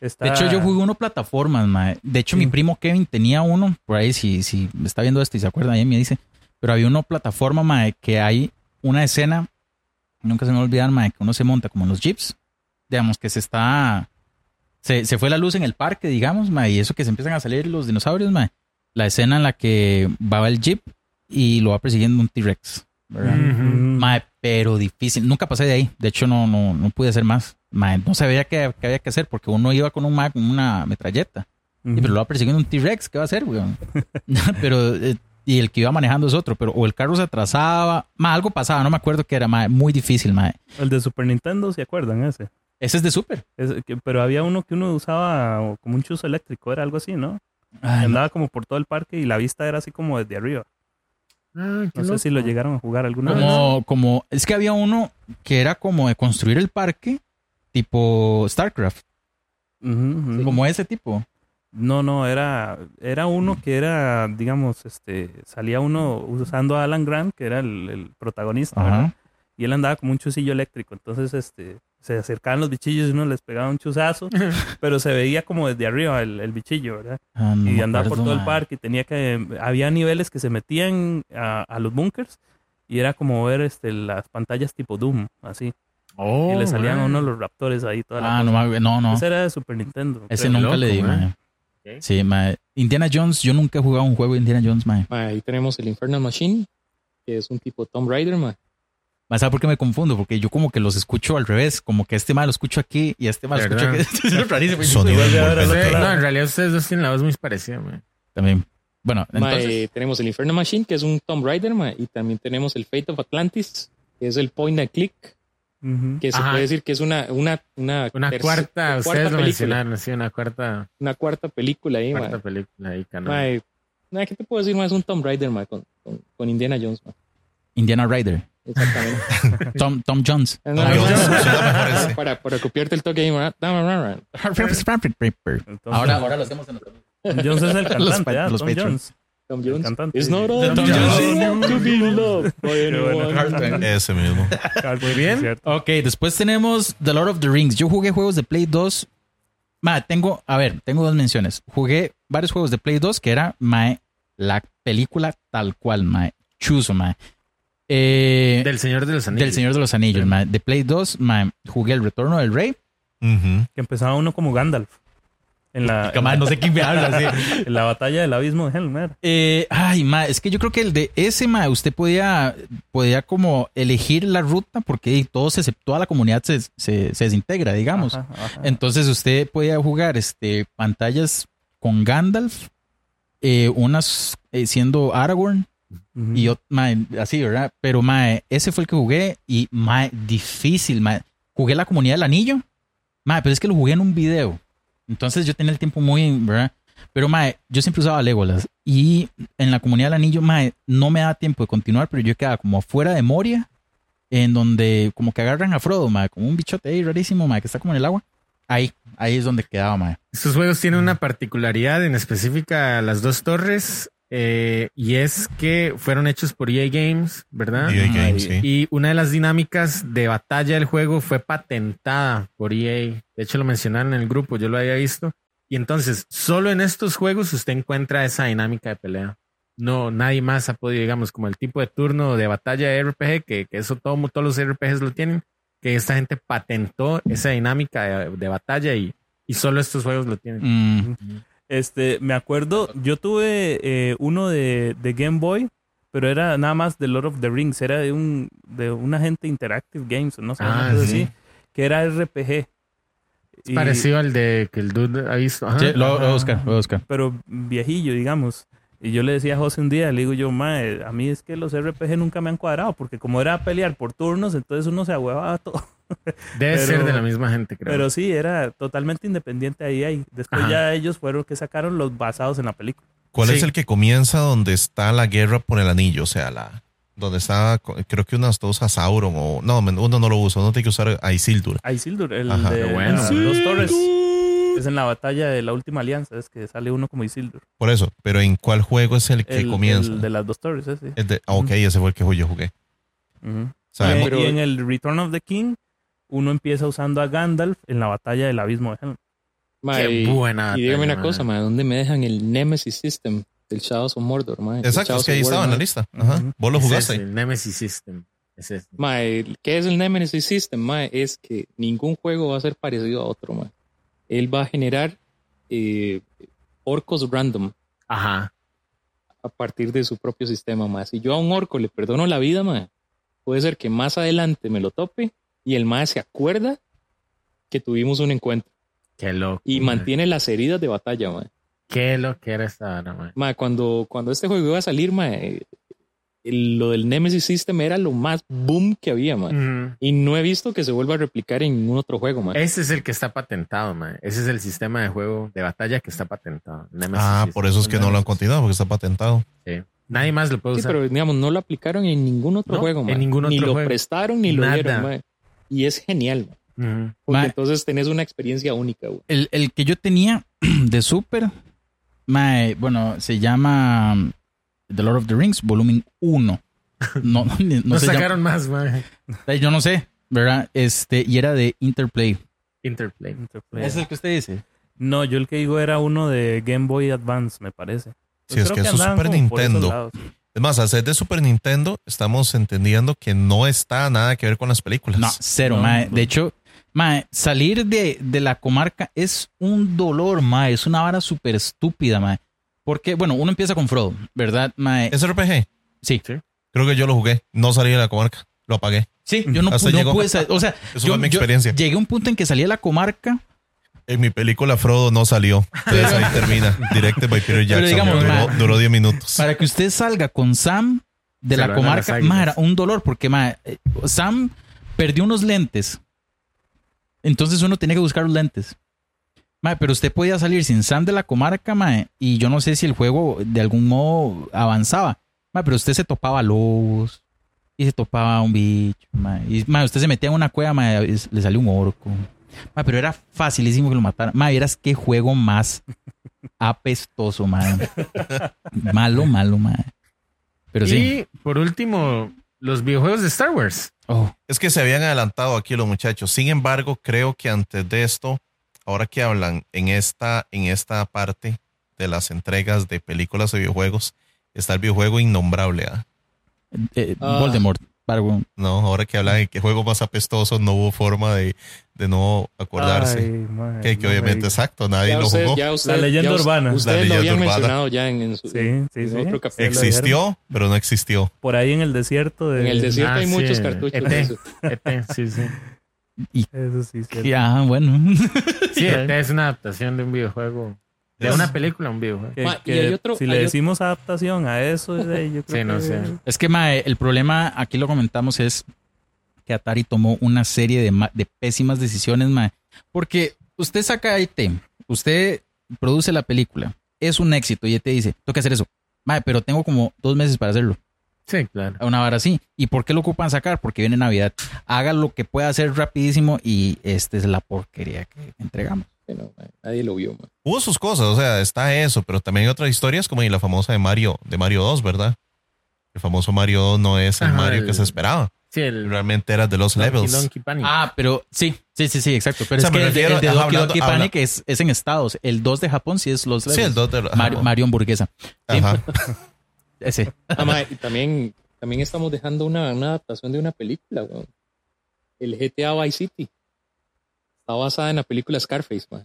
S6: Está-
S3: De hecho, yo jugué uno plataformas, mae. De hecho, mi
S6: Sí.
S3: primo Kevin tenía uno. Por ahí, si, si me está viendo esto y se acuerda, ahí me dice. Pero había uno plataforma, mae, que hay una escena. Nunca se me va a olvidar, mae, que uno se monta como en los jeeps. Digamos que se está. Se, se fue la luz en el parque, digamos, mae. Y eso que se empiezan a salir los dinosaurios, mae. La escena en la que va el jeep y lo va persiguiendo un T-Rex. ¿verdad?
S6: Mm,
S3: Mae, pero difícil. Nunca pasé de ahí. De hecho, no, no, no pude hacer más. Mae, no sabía qué, qué había que hacer porque uno iba con un Mac, una metralleta.
S6: mm.
S3: Y pero lo va persiguiendo un T-Rex. ¿Qué va a hacer, weón? pero, eh, y el que iba manejando es otro. Pero, o el carro se atrasaba. Mae, algo pasaba. No me acuerdo qué era, mae. Muy difícil, mae.
S6: El de Super Nintendo, ¿se acuerdan ese?
S3: Ese es de Super.
S6: Es que- pero había uno que uno usaba o como un chuzo eléctrico, era algo así, ¿no?
S3: Ay, Ah, no.
S6: Andaba como por todo el parque y la vista era así como desde arriba.
S2: Ah, qué
S6: No sé
S2: loco.
S6: si lo llegaron a jugar alguna vez.
S3: como, como, es que había uno que era como de construir el parque, tipo StarCraft.
S6: Ujú, ujú.
S3: Como ese tipo.
S6: No, no, era, era uno que era, digamos, este, salía uno usando a Alan Grant, que era el, el protagonista, ¿verdad?
S3: Ajá.
S6: y él andaba como un chusillo eléctrico. Entonces, este, se acercaban los bichillos y uno les pegaba un chuzazo, pero se veía como desde arriba el, el bichillo, ¿verdad?
S3: Ah, no
S6: y
S3: me
S6: andaba por
S3: acuerdo,
S6: todo el
S3: mae.
S6: parque y tenía que, había niveles que se metían a, a los bunkers y era como ver este, las pantallas tipo Doom, así.
S2: Oh,
S6: y le salían a
S2: man.
S6: uno los raptores ahí, toda la
S3: Ah, no, me- no, no.
S6: cosa. Ese era de Super Nintendo.
S3: Ese
S6: creo.
S3: nunca
S2: loco,
S3: le di,
S2: mae.
S3: mae. Sí, mae. Indiana Jones, yo nunca he jugado un juego de Indiana Jones, mae.
S4: Mae, Ahí tenemos el Infernal Machine. Que es un tipo Tomb Raider, mae.
S3: Mae, ¿Sabes por qué me confundo? Porque yo como que los escucho al revés. Como que este mae lo escucho aquí y a este mae lo escucho
S2: ¿Verdad?
S3: aquí. es rarísimo.
S5: Sonido
S6: Igual de ahora
S5: envolvente.
S6: lo
S2: Ustedes-
S6: otro lado.
S2: no, en realidad ustedes dos tienen la voz muy parecida, man.
S3: También. Bueno,
S4: Mae,
S3: entonces...
S4: eh, tenemos el Infernal Machine, que es un Tomb Raider, mae, y también tenemos el Fate of Atlantis, que es el Point and Click,
S6: Ujú.
S4: que se
S2: Ajá.
S4: puede decir que es una una una,
S2: Una
S4: terce-
S2: cuarta, ustedes lo
S4: película,
S2: mencionaron, sí, una cuarta,
S4: una cuarta película ahí,
S2: cuarta
S4: mae.
S2: película ahí, canon.
S4: Mae, nada, ¿qué te puedo decir, mae? Es un Tomb Raider, mae, con, con, con Indiana Jones, mae.
S3: Indiana Ryder.
S4: Exactamente.
S3: Tom, Tom Jones.
S4: No,
S5: Tom
S4: no,
S5: Jones,
S4: no, no,
S5: suena
S4: no,
S5: mejor
S4: no,
S5: ese.
S4: para, para copiarte el toque ahí, mae. Dame, dame, dame.
S3: ahora,
S6: Entonces,
S3: ahora lo hacemos en
S6: Tom
S3: los
S6: Jones es el
S3: Los
S6: cantante,
S3: pa-
S6: ¿ah?
S3: los
S6: Tom
S3: Patriots.
S6: Jones.
S4: Tom
S6: El
S4: Jones.
S6: cantante.
S4: It's not all
S6: Tom
S4: you
S6: Jones.
S4: want to be loved by
S6: Qué buena
S4: anyone.
S6: carta.
S5: Ese mismo.
S2: Muy bien.
S6: Cierto.
S3: Ok, después tenemos The Lord of the Rings. Yo jugué juegos de Play 2. Ma, tengo, a ver, tengo dos menciones. Jugué varios juegos de Play 2 que era, mae, la película tal cual, mae. Chuzo, mae. Eh, del,
S2: Del Señor de los Anillos.
S3: Señor de los Anillos, mae. De Play 2, mae, jugué El Retorno del Rey.
S5: Ujú.
S6: Que empezaba uno como Gandalf. En la,
S3: Que, mae, no sé quién me habla, sí.
S6: en la batalla del abismo de Helmer.
S3: Eh, ay, ma, es que yo creo que el de ese, ma, usted podía, podía como elegir la ruta porque todos se, toda la comunidad se, se, se desintegra, digamos.
S6: Ajá, ajá.
S3: Entonces usted podía jugar este, pantallas con Gandalf, eh, unas eh, siendo Aragorn
S6: Ujú.
S3: y ot- mae, así, ¿verdad? Pero mae, ese fue el que jugué y mae, difícil, mae. Jugué la comunidad del anillo, mae, pero es que lo jugué en un video. Entonces yo tenía el tiempo muy, ¿verdad? Pero mae, yo siempre usaba Legolas y en la comunidad del anillo, mae, no me daba tiempo de continuar, pero yo quedaba como afuera de Moria, en donde como que agarran a Frodo, mae, como un bichote ahí rarísimo, mae, que está como en el agua. Ahí, ahí es donde quedaba, mae.
S2: Estos juegos tienen una particularidad en específica las dos torres eh, y es que fueron hechos por EA Games, ¿verdad?
S5: EA Games, sí.
S2: Ah, Y una de las dinámicas de batalla del juego fue patentada por EA. De hecho, lo mencionaron en el grupo, yo lo había visto. Y entonces, solo en estos juegos usted encuentra esa dinámica de pelea. No, nadie más ha podido, digamos, como el tipo de turno de batalla de RPG, que, que eso todo, todos los RPGs lo tienen, que esta gente patentó esa dinámica de, de batalla y, y solo estos juegos lo tienen.
S3: Mm,
S6: Este, me acuerdo, yo tuve eh, uno de, de Game Boy, pero era nada más de Lord of the Rings, era de un de una gente Interactive Games, no sé, una
S2: Ah,
S6: cosa
S5: sí.
S6: así, que era RPG. Y-
S2: Parecido al de que el dude ha visto. Ajá.
S3: sí, lo lo voy a buscar, lo voy a buscar.
S6: Pero viejillo, digamos. Y yo le decía a José un día, le digo yo, mae, a mí es que los RPG nunca me han cuadrado, porque como era pelear por turnos, entonces uno se ahuevaba todo.
S2: Debe
S6: pero-
S2: ser de la misma gente, creo.
S6: Pero sí, era totalmente independiente ahí, ahí. Después
S2: Ajá.
S6: ya ellos fueron que sacaron los basados en la película.
S5: ¿Cuál es
S2: Sí.
S5: el que comienza donde está la guerra por el anillo? O sea, la donde está, co- creo que unas dos a Sauron o no, men- uno no lo usa, uno tiene que usar a Isildur.
S6: A Isildur, el
S5: Ajá.
S6: de
S2: Qué bueno.
S6: las dos torres. Es en la batalla de la última alianza, es que sale uno como Isildur.
S5: Por eso, pero ¿en cuál juego es el que
S6: el,
S5: comienza?
S6: el de las dos torres, ese.
S5: El de- ah, ok, ese fue el que yo jugué.
S2: Eh,
S6: Ujú.
S5: Sabemos-
S6: Y en el Return of the King, uno empieza usando a Gandalf en la batalla del abismo de Helm.
S4: Ma,
S2: Qué
S4: y-
S2: buena.
S4: Y dígame
S2: batalla,
S4: una
S2: man.
S4: cosa, ma, ¿dónde me dejan el Nemesis System del Shadows of Mordor, ma? El
S5: Exacto,
S4: Shadows
S5: es que
S4: of
S5: ahí
S4: War,
S5: estaba en
S4: ma.
S5: la lista. Ajá.
S6: Ujú.
S5: Vos lo
S2: Es
S5: jugaste.
S2: ese, el Nemesis System. Es ese.
S4: Ma, el- ¿qué es el Nemesis System? Ma, es que ningún juego va a ser parecido a otro, ma. Él va a generar eh, orcos random
S2: Ajá.
S4: a partir de su propio sistema, ma. Si yo a un orco le perdono la vida, ma, puede ser que más adelante me lo tope y el ma se acuerda que tuvimos un encuentro
S2: Qué loco.
S4: y
S2: man.
S4: mantiene las heridas de batalla, ma.
S2: Qué lo que era esta vara, man.
S4: Ma, cuando, cuando este juego iba a salir, ma, eh, el- lo del Nemesis System era lo más boom que había, ma.
S2: Ujú.
S4: Y no he visto que se vuelva a replicar en ningún otro juego, ma.
S2: Ese es el que está patentado, man. Ese es el sistema de juego de batalla que está patentado. Nemesis
S5: Ah,
S2: System.
S5: por eso es que no lo han continuado, porque está patentado.
S2: Nadie más lo puede
S4: Sí,
S2: usar.
S4: pero digamos, no lo aplicaron en ningún otro
S2: No,
S4: juego, ma.
S2: en ningún
S4: ni
S2: otro
S4: lo
S2: juego.
S4: prestaron ni lo
S2: Nada.
S4: dieron, ma. Y es genial, ma.
S2: Ujú.
S4: Porque
S3: Ma-
S4: entonces tenés una experiencia única, güey.
S3: El, el que yo tenía de Super, mae, bueno, se llama um, The Lord of the Rings, volumen 1. No, no, ni- no
S2: No
S3: se
S2: sacaron más, man.
S3: llama- yo no sé, ¿verdad? Este, y era de Interplay.
S2: Interplay.
S6: Entonces,
S3: el que usted dice?
S6: No, yo el que digo era uno de Game Boy Advance, me parece. Pues
S5: Sí, es
S6: creo
S5: que eso es
S6: andaban
S5: Super
S6: como por esos
S5: Nintendo.
S6: lados.
S5: Es más, al ser de Super Nintendo, estamos entendiendo que no está nada que ver con las películas.
S3: No, cero,
S6: No,
S3: mae.
S6: no.
S3: De hecho, mae, salir de, de la comarca es un dolor, mae. Es una vara súper estúpida, mae. Porque, bueno, uno empieza con Frodo, ¿verdad, mae?
S5: ¿Es RPG?
S3: Sí.
S5: Creo que yo lo jugué. No salí de la comarca. Lo apagué.
S3: Sí, yo no,
S5: Mm. Hasta
S3: pu- no
S5: llegó.
S3: pude sa- O sea,
S5: Eso
S3: yo-
S5: fue mi
S3: yo
S5: experiencia.
S3: llegué a un punto en que salí de la comarca
S5: En mi película Frodo no salió. Entonces ahí termina. Directed by Peter
S3: Pero
S5: Jackson.
S3: digamos,
S5: duró,
S3: ma-
S5: duró 10 minutos.
S3: Para que usted salga con Sam de
S2: Se
S3: la
S2: lo dan a las
S3: comarca,
S2: águilas.
S3: ma, era un dolor, porque ma, eh, Sam perdió unos lentes. Entonces uno tenía que buscar los lentes. Ma, pero usted podía salir sin Sam de la comarca, ma, y yo no sé si el juego de algún modo avanzaba. Ma, pero usted se topaba lobos y se topaba un bicho. ma, y ma, usted se metía en una cueva, ma, y le salió un orco. Ma, pero era facilísimo que lo mataran. Ma, vieras qué juego más apestoso, madre. Malo, malo, madre. Pero sí.
S2: Y por último, los videojuegos de Star Wars.
S3: Oh,
S5: Es que se habían adelantado aquí los muchachos. Sin embargo, creo que antes de esto, ahora que hablan en esta, en esta parte de las entregas de películas de videojuegos, está el videojuego innombrable. ¿ah?
S3: eh,
S4: Ah.
S3: Voldemort. Bargo.
S5: No, ahora que hablan de qué juego más apestoso, no hubo forma de, de no acordarse.
S6: Ay, mae,
S5: que,
S6: no
S5: que
S6: me
S5: obviamente,
S6: digas.
S5: exacto, nadie
S4: Ya
S5: lo
S4: usted-
S5: jugó.
S4: ya usted-
S6: La leyenda
S4: ya us-
S6: urbana.
S5: La
S4: Ustedes lo
S5: leyenda
S4: habían
S5: urbana.
S4: mencionado ya en, en su,
S6: Sí, sí,
S4: en
S6: sí.
S4: otro capítulo.
S6: Exi-
S5: Existió, pero no existió.
S6: Por ahí en el desierto de...
S4: En el desierto
S2: Ah,
S4: hay
S2: sí,
S4: muchos
S2: el
S4: cartuchos.
S2: ET.
S4: de eso.
S2: ET, E sí, sí.
S6: Eso sí, es cierto.
S3: Ya, bueno.
S2: Sí, ET es una adaptación de un videojuego. De
S5: Es-
S2: una película a un videojuego.
S6: Que-
S4: Ma, y
S6: que
S4: hay otro-
S6: si
S4: hay
S6: le
S4: otro-
S6: decimos adaptación a eso, eh, yo creo
S2: Sí, no
S6: que-
S2: sé.
S3: Es que mae, el problema, aquí lo comentamos, es que Atari tomó una serie de, ma- de pésimas decisiones, mae. Porque usted saca a IT, usted produce la película, es un éxito y IT dice, tengo que hacer eso. Mae, pero tengo como dos meses para hacerlo.
S2: Sí, claro.
S3: a una vara así. ¿Y por qué lo ocupan sacar? Porque viene Navidad. Haga lo que pueda hacer rapidísimo y esta es la porquería que entregamos.
S4: Bueno, ma, eh, nadie lo vio. ma.
S5: Hubo sus cosas, o sea, está eso, pero también hay otras historias como en la famosa de Mario, de Mario 2, ¿verdad? El famoso Mario 2 no es el
S2: Ajá,
S5: Mario que
S2: el-
S5: se esperaba.
S2: Sí, el
S5: Realmente era de los
S2: Donkey
S5: levels.
S2: Donkey Panic.
S3: Ah, pero sí, sí, sí, sí, exacto. Pero
S5: O sea,
S3: es
S5: me
S3: que el de-
S5: refiero-
S3: el de
S5: ajá,
S3: Doki
S5: hablando-
S3: Doki
S5: habla-
S3: Panic es, es en estados. El 2 de Japón sí es los
S5: Sí, el
S3: levels.
S5: dos de-
S3: Mario, Mario hamburguesa. Sí,
S5: Ajá.
S3: ese.
S4: Ah, ma, y también, también estamos dejando una, una adaptación de una película. weón. El GTA Vice City. Está basada en la película Scarface. ma.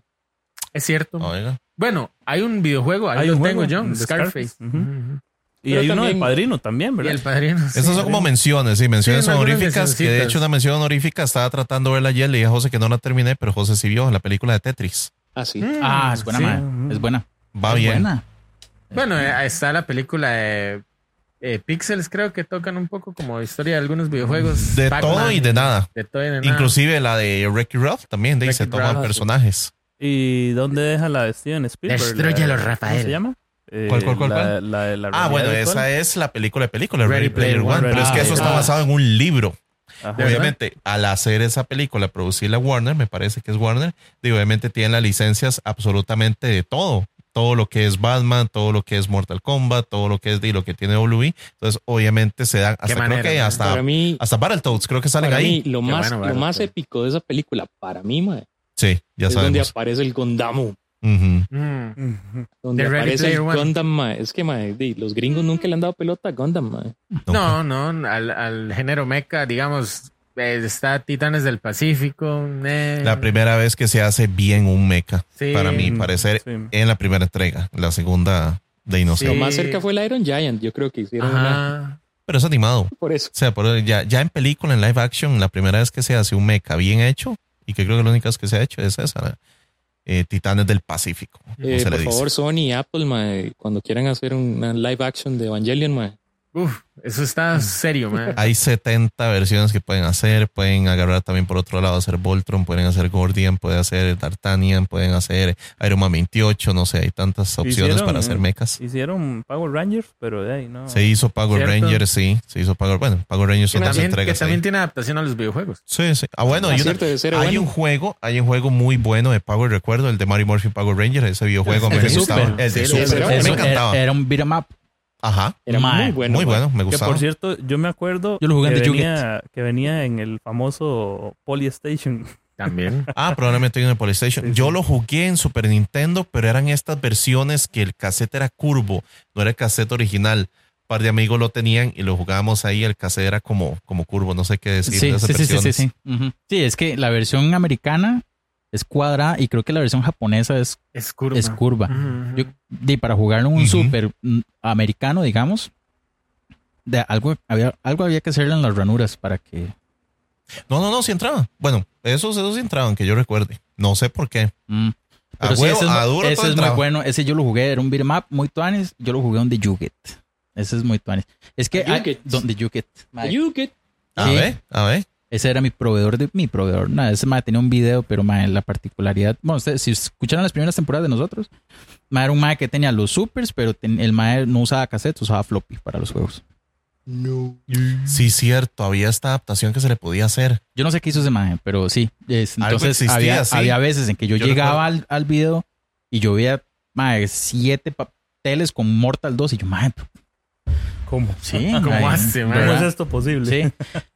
S2: es cierto.
S5: Ah, Oiga.
S2: Bueno, hay un videojuego, ahí
S6: Hay
S2: lo
S6: un
S2: tengo yo,
S6: juego,
S2: de Scarface.
S6: Scarface.
S2: Ujú.
S6: Y
S4: Pero
S6: hay uno de
S4: también-
S6: Padrino también,
S2: Y
S6: ¿verdad?
S2: el padrino. sí.
S5: Esas son como menciones, sí, menciones
S2: Sí, algunas
S5: honoríficas. Que de
S2: mencioncitas.
S5: hecho, una mención honorífica estaba tratando de verla ayer. Le dije a José que no la terminé, pero José sí vio la película de Tetris.
S4: Ah, sí.
S2: Mm,
S3: Ah, es buena,
S2: sí.
S3: madre. Es buena.
S5: Va
S3: Es
S5: Ah, bien.
S3: buena.
S2: Bueno, eh, está la película de eh, Pixels, creo que tocan un poco como historia de algunos videojuegos.
S5: Mm, De
S2: Pac-Man,
S5: todo y de nada.
S2: De todo y de nada.
S5: Inclusive la de Wreck-It Ralph también, de ahí se
S2: Wreck-It
S5: toman
S2: Ralph,
S5: personajes.
S6: ¿Y dónde deja la de Steven Spielberg?
S2: Destrúyelo,
S6: La- ¿Cómo
S2: Rafael.
S6: se llama? Eh,
S5: ¿Cuál, cuál, cuál,
S6: la-
S5: cuál?
S6: la de la
S5: Ah,
S6: realidad
S5: bueno,
S6: virtual.
S5: esa es la película de película,
S2: Ready
S5: Ready Player
S2: Player
S5: One.
S2: One,
S5: Pero es que
S6: ah,
S5: eso está
S4: ah.
S5: basado en un libro.
S6: Ajá.
S2: ¿verdad?
S5: Obviamente, al hacer esa película, producirla Warner, me parece que es Warner, y obviamente tienen las licencias absolutamente de todo. Todo lo que es Batman, todo lo que es Mortal Kombat, todo lo que es de lo que tiene WWE. Entonces, obviamente se dan hasta, creo
S2: manera,
S5: que
S2: ¿no?
S5: hasta,
S4: Para mí,
S5: hasta Battletoads, creo que salen
S4: para
S5: ahí.
S4: mí lo,
S2: Qué
S4: más,
S2: bueno, pues.
S4: lo
S2: vale,
S4: más
S2: sí.
S4: épico de esa película, para mí, ma,
S5: Sí, ya
S4: es donde
S5: sabemos.
S4: aparece el Gondamu.
S5: Ujú.
S2: Mm.
S4: Donde
S2: The Ready
S4: aparece el
S2: Player One.
S4: Gundam, ma. Es que, ma, di, los gringos nunca le han dado pelota a Gundam, ma.
S5: Nunca.
S2: No, no, al, al género mecha, digamos, eh, está Titanes del Pacífico. eh,
S5: La primera vez que se hace bien un mecha,
S2: sí.
S5: para mí parecer,
S6: Sí.
S5: en la primera entrega, la segunda de
S4: Lo
S5: Inocente.
S4: más
S2: Sí.
S4: cerca fue el Iron Giant, yo creo que hicieron una-
S2: Ajá.
S5: Pero es animado.
S4: Por eso.
S5: O sea, por- ya, ya en película, en live action, la primera vez que se hace un mecha bien hecho, y que creo que la única vez que se ha hecho es esa, la- eh, Titanes del Pacífico. como
S4: Eh,
S5: se le
S4: por
S5: dice.
S4: favor, Sony y Apple, ma, cuando quieran hacer una live action de Evangelion, Ah, ma,
S2: Uf, eso está serio, man.
S5: Mm. Hay 70 versiones que pueden hacer, pueden agarrar también por otro lado, hacer Voltron, pueden hacer Gordian, pueden hacer Tartanian, pueden hacer Iron Man 28, no sé, hay tantas opciones
S6: Hicieron,
S5: para hacer
S6: eh,
S5: mechas.
S6: Hicieron Power Rangers, pero de ahí no.
S5: Se hizo Power
S2: ¿Cierto?
S5: Rangers, sí, se hizo Power, bueno, Power Rangers
S2: Que
S5: son dos
S2: también, que
S5: entregas. ahí.
S2: también tiene adaptación a los videojuegos.
S5: Sí, sí. Ah, bueno,
S4: Ah,
S5: hay, una-
S4: cierto, de ser
S5: hay
S4: bueno.
S5: un juego, hay un juego muy bueno de Power, recuerdo, el de Mario Murphy Power Ranger, ese videojuego me
S3: El de
S5: gustaba.
S3: Super.
S5: El de
S2: Sí, el de
S5: Super,
S4: Super.
S5: me
S3: Eso
S5: encantaba.
S3: era, era un beat 'em up.
S5: Ajá,
S4: Era
S3: Ma,
S4: muy bueno.
S5: muy
S4: ma.
S5: bueno, me
S6: Que
S5: gustaba.
S6: por cierto, yo me acuerdo
S3: Yo lo jugué en
S6: que,
S3: The
S6: venía, que venía en el famoso Polystation.
S2: También.
S5: Ah, probablemente hay una PlayStation.
S6: Sí,
S5: Yo
S6: sí.
S5: lo jugué en Super Nintendo, pero eran estas versiones que el cassette era curvo, no era el cassette original. Un par de amigos lo tenían y lo jugábamos ahí, el cassette era como, como curvo, no sé qué decir de
S3: Sí,
S5: esas
S3: sí, sí, sí, sí,
S5: versiones.
S3: sí. Ujú. Sí, es que la versión americana es cuadrada y creo que la versión japonesa es
S2: Es curva.
S3: es curva.
S2: Ujú, ujú.
S3: Yo, di, para jugar en un
S5: Ujú.
S3: super mm, americano, digamos, de algo había, algo había que hacerle en las ranuras para que.
S5: No, no, no, sí entraban. Bueno, esos, esos sí entraban, que yo recuerde. No sé por qué.
S3: mm.
S5: A
S3: Pero sí,
S5: huevo,
S3: ese es,
S5: a
S3: mu-
S5: duro
S3: ese
S5: todo
S3: es muy
S5: entraba.
S3: bueno. Ese yo lo jugué, era un beat 'em up muy tuanis. Yo lo jugué donde Yuget. Ese es muy tuanis. Es que
S4: The
S3: hay-
S4: Yuget.
S3: donde Yuget. mae.
S4: You get-
S5: A
S3: Sí.
S5: ver, a ver.
S3: Ese era mi proveedor de mi proveedor. Nada, ese mae tenía un video, pero mae, la particularidad. Bueno, ustedes, si escucharon las primeras temporadas de nosotros, mae, era un mae que tenía los supers, pero ten- el mae no usaba cassette, usaba floppy para los juegos.
S5: Sí, cierto, había esta adaptación que se le podía hacer.
S3: Yo no sé qué hizo ese mae, pero sí. es-
S5: Algo
S3: entonces
S5: existía,
S3: había,
S5: sí.
S3: había veces en que yo,
S5: Yo
S3: llegaba al, al video y yo veía mae, siete pa- teles con Mortal 2. Y yo, mae,
S6: ¿Cómo?
S3: sí.
S2: ¿Cómo
S3: mae,
S2: hace, mae?
S6: ¿Cómo es
S3: ¿verdad?
S6: esto posible?
S3: Sí.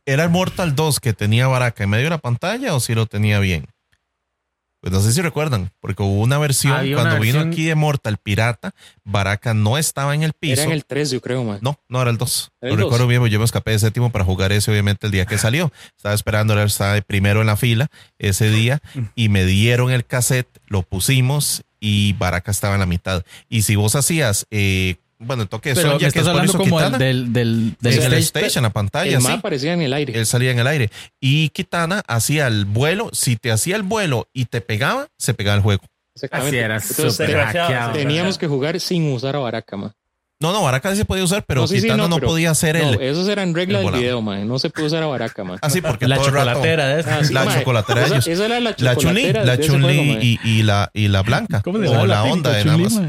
S5: ¿Era el Mortal 2 que tenía Baraka en medio de la pantalla o si lo tenía bien? Pues no sé si recuerdan, porque hubo una versión,
S2: Había una
S5: cuando
S2: versión-
S5: vino aquí de Mortal Pirata, Baraka no estaba en el piso.
S4: Era en el 3, yo creo, man.
S5: No, no era el 2.
S4: ¿Era
S5: Lo
S4: el dos?
S5: recuerdo bien, porque yo me escapé de séptimo para jugar ese, obviamente, el día que salió. Estaba esperando, era- estaba de primero en la fila ese día y me dieron el cassette, lo pusimos y Baraka estaba en la mitad. Y si vos hacías, eh, bueno, el toque de
S3: Pero
S5: Son, ya que
S3: estás
S5: es por
S3: hablando
S5: eso
S3: como del,
S5: Kitana,
S3: del, del, del
S5: en el
S3: stage.
S5: stage, en la pantalla,
S4: pues, el más
S5: sí.
S4: aparecía en el aire.
S5: Él salía en el aire. Y Kitana hacía el vuelo. Si te hacía el vuelo y te pegaba, se pegaba el juego.
S2: Así
S4: Exactamente.
S2: era
S4: Entonces,
S2: súper
S4: te-
S6: desgraciado,
S2: hackeado.
S4: teníamos que jugar sin usar a Baraka, man.
S5: No, no, Baraka sí se podía usar, pero
S4: No, sí, sí,
S5: Kitana
S4: no,
S5: no
S4: pero-
S5: podía hacer
S4: No, eh,
S5: el.
S4: esos eran reglas
S5: el
S4: del
S5: volado.
S4: video, man. No se puede usar a Baraka, man.
S5: Así porque
S3: La
S5: todo el rato-
S3: chocolatera de
S4: Ah,
S3: esa.
S4: sí,
S5: la
S4: mae.
S5: chocolatera de
S4: Esa-
S5: ellos.
S4: Esa era la
S5: La Chun-Li,
S4: chocolatera
S5: la
S4: de ese juego,
S5: Chun-Li
S4: mae.
S5: y, y la, y la blanca.
S3: ¿Cómo le
S5: o la, onda de nada más.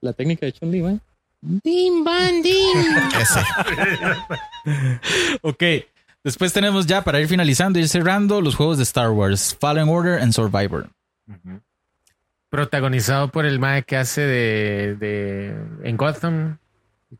S4: La técnica de Chun-Li, man. Dim, bam, dim.
S5: Ese.
S3: Ok. Después tenemos ya para ir finalizando, ir cerrando los juegos de Star Wars, Fallen Order and Survivor.
S2: Protagonizado por el mae que hace de, de en Gotham,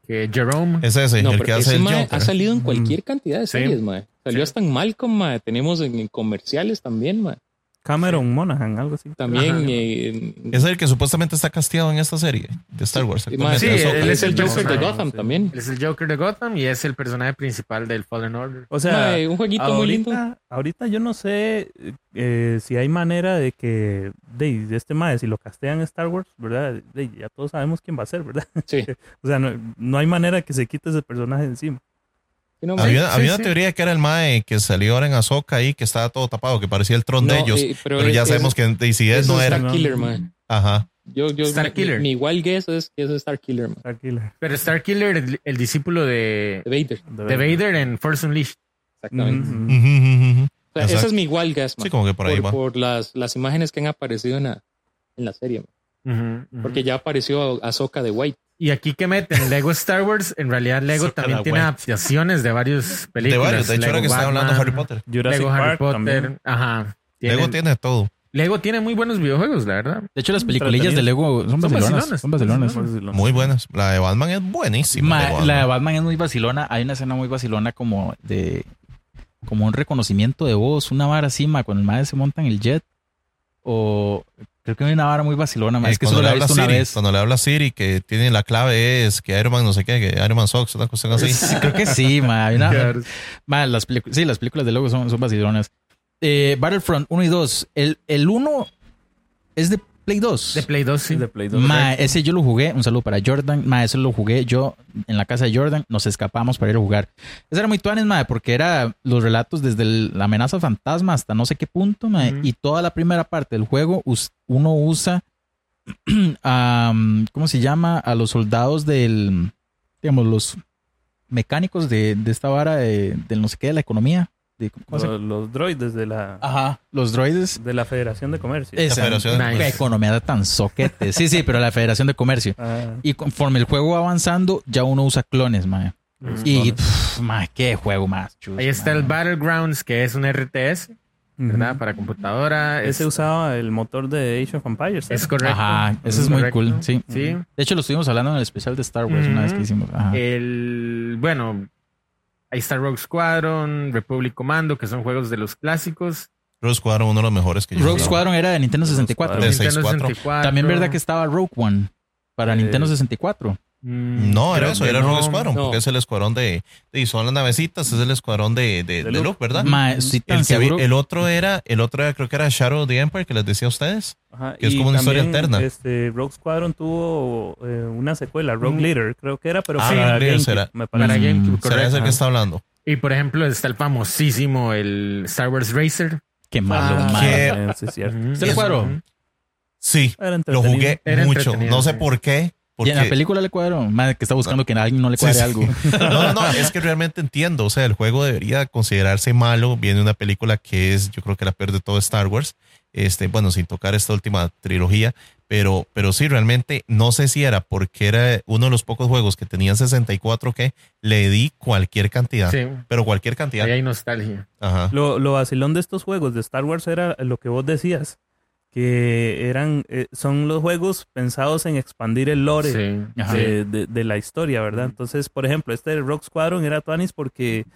S2: que Jerome.
S5: Es ese,
S4: No,
S5: el
S4: pero
S5: que hace
S4: ese
S5: el
S4: mae
S5: Joker. ¿eh?
S4: ha salido en cualquier cantidad de
S2: Mm. Sí.
S4: series, mae. Salió hasta en Malcolm, mae. Tenemos en, en comerciales también, mae.
S6: Cameron Monaghan, algo así.
S4: También
S2: Ajá.
S4: eh, en-
S5: Es el que supuestamente está casteado en esta serie de Star Wars.
S4: mae,
S5: actualmente,
S2: sí,
S5: Ahsoka.
S4: él es el
S2: Joker
S4: Joker de
S2: de
S4: Gotham
S6: sí.
S4: también.
S2: Él es el Joker de Gotham y es el personaje principal del Fallen Order.
S6: O sea,
S4: Mae, un jueguito
S6: ahorita,
S4: muy lindo.
S6: ahorita yo no sé eh, si hay manera de que de, de este mae, si lo castean en Star Wars, ¿verdad? De- ya todos sabemos quién va a ser, ¿verdad?
S4: Sí.
S6: O sea, no, no hay manera que se quite ese personaje encima.
S4: Sí, no, mae.
S5: Había,
S2: Sí,
S5: había
S2: sí,
S5: una
S2: sí.
S5: teoría que era el Mae que salió ahora en Azoka ahí, que estaba todo tapado, que parecía el tron de
S4: No,
S5: ellos.
S4: eh,
S5: pero ya
S4: es-
S5: sabemos que de- si
S4: es
S5: es, no
S4: un
S5: era.
S4: Star Killer, mae.
S5: Ajá.
S4: Yo, yo,
S2: Star
S4: mi-
S2: Killer.
S4: Mi, igual guess es que es Star Killer, mae.
S6: Tranquila.
S2: Pero Starkiller, el, el discípulo de,
S4: De Vader,
S2: de Vader en Force Unleashed.
S4: exactamente.
S6: Ujú, ujú.
S5: Ujú, ujú, ujú.
S4: O sea, ese
S5: Exacto.
S4: es mi igual guess, mae.
S5: Sí, como que por ahí va.
S4: por las, las imágenes que han aparecido en la, en la serie, mae.
S2: Ujú, ujú.
S4: porque ya apareció Ahsoka de White.
S2: Y aquí que meten Lego Star Wars, en realidad Lego
S5: Saca
S2: también
S5: la
S2: tiene
S5: vuelta.
S2: adaptaciones de varias
S5: De
S2: películas.
S5: varios. De hecho,
S2: Lego
S5: ahora que está
S2: Batman,
S5: hablando Harry Potter.
S6: Jurassic
S2: Lego Harry
S6: Park
S2: Potter,
S6: también.
S2: ajá. Tienen-
S5: Lego tiene todo.
S2: Lego tiene muy buenos videojuegos, la verdad.
S3: De hecho, las peliculillas de Lego Mm, son vacilonas.
S2: vacilonas,
S3: Son vacilonas.
S6: Por decirlo.
S5: Muy buenas. La de Batman es buenísima.
S3: Ma-
S5: de Batman.
S3: la de Batman es muy vacilona. Hay una escena muy vacilona como de como un reconocimiento de voz, una vara así, ma, cuando el madre se monta en el jet. O creo que hay una vara muy vacilona, ma.
S5: Eh,
S3: es que
S5: cuando
S3: solo
S5: le
S3: la he
S5: habla
S3: visto una
S5: Siri,
S3: vez.
S5: Cuando le habla Siri, que tiene la clave es que Iron Man no sé qué, que Iron Man Socks, una cuestión así.
S3: Sí, creo que sí, ma. Hay una- ma, las pelicu- sí, las películas de Lego son, son vacilonas. Eh, Battlefront 1 y 2. El, el 1 es de Play 2.
S2: De Play 2, sí.
S6: De Play 2.
S3: Ma, ese yo lo jugué, un saludo para Jordan. Ma, ese lo jugué yo en la casa de Jordan, nos escapamos para ir a jugar. Ese era muy tuanes, ma, porque era los relatos desde el- la amenaza fantasma hasta no sé qué punto, ma,
S2: Ujú.
S3: y toda la primera parte del juego us- uno usa, am, ¿cómo se llama? A los soldados del, digamos, los mecánicos de, de esta vara de, del no sé qué, de la economía. de- ¿cómo se-
S6: Los, los droides de la,
S5: ah,
S3: Ajá, los droides.
S6: de la Federación de Comercio.
S3: Esa,
S5: Federación
S2: de-
S3: qué economía tan soquete. Sí, sí, pero la Federación de Comercio.
S6: Ah,
S3: Y conforme el juego va avanzando, ya uno usa clones, mae.
S2: Ujú.
S3: Y,
S6: Clones.
S3: pff, mae, qué juego más chulo.
S2: Ahí está
S3: mae.
S2: el Battlegrounds, que es un RTS, ¿verdad?
S6: ujú.
S2: Para computadora.
S6: Ese
S2: es,
S6: usaba el motor de Age of Empires. ¿eh?
S2: es correcto.
S3: Ajá, ese es muy
S2: correcto.
S3: cool, sí.
S2: Sí.
S3: De hecho, lo estuvimos hablando en el especial de Star Wars una vez que
S2: Ujú.
S3: hicimos. Ajá.
S2: El, bueno, ahí está Rogue Squadron, Republic Commando, que son juegos de los clásicos.
S5: Rogue Squadron, uno de los mejores que yo. he
S3: Rogue
S5: jugado.
S3: Squadron era de Nintendo 64.
S5: Squadron. De
S2: Nintendo
S5: 64.
S2: 64.
S3: También verdad que estaba Rogue One para
S6: Eh,
S3: Nintendo 64.
S2: Mm,
S5: No, era
S2: creo
S5: eso,
S2: que
S5: era
S2: no.
S5: Rogue Squadron,
S4: no.
S5: porque es el escuadrón de, de. Son las navecitas, es el escuadrón de, de,
S6: De
S5: de Luke,
S6: Luke.
S5: ¿verdad? Ah,
S3: Mae, sí, tan
S5: El, que había-
S3: seguro.
S5: el otro era, el otro era, creo que era Shadow of the Empire, que les decía a ustedes.
S6: Ajá,
S5: que es
S6: y
S5: como una historia
S6: también,
S5: alterna.
S6: Este, Rogue Squadron tuvo eh, una secuela, Rogue
S2: Mm.
S6: Leader, creo que era, pero
S5: Ah,
S6: para
S5: Rogue Leader
S6: GameCube,
S5: será.
S6: me
S2: Para
S6: parece.
S3: Mm,
S2: GameCube,
S5: Será ese el
S2: correcto.
S5: que está hablando.
S2: Y por ejemplo, está el famosísimo, el Star Wars Racer.
S3: Qué malo,
S4: Ah,
S3: mae.
S5: qué-
S6: Eh, sí, es cierto.
S2: Ujú.
S3: ¿Se lo cuadró?
S2: Ujú.
S5: Sí,
S6: Era
S5: lo
S6: entretenido.
S5: jugué
S2: Era
S5: mucho.
S2: entretenido,
S5: No sé
S2: sí.
S5: por qué.
S3: Y
S5: Porque,
S3: en la película le cuadrón, mae, que está buscando que a alguien no le
S5: Sí,
S3: cuadre
S5: sí.
S3: algo.
S5: No, no, no, es que realmente entiendo. O sea, el juego debería considerarse malo. Viene una película que es, yo creo que la peor de todo Star Wars. Este, bueno, sin tocar esta última trilogía, pero, pero sí, realmente no sé si era porque era uno de los pocos juegos que tenían 64 que le di cualquier cantidad,
S2: Sí,
S5: pero cualquier
S2: ahí
S5: cantidad.
S2: hay nostalgia.
S5: Ajá.
S6: Lo, lo vacilón de estos juegos de Star Wars era lo que vos decías, que eran, eh, son los juegos pensados en expandir el lore
S2: Sí.
S3: Ajá.
S6: de, de- de la historia, ¿verdad? Entonces, por ejemplo, este de Rock Squadron era Tuanis porque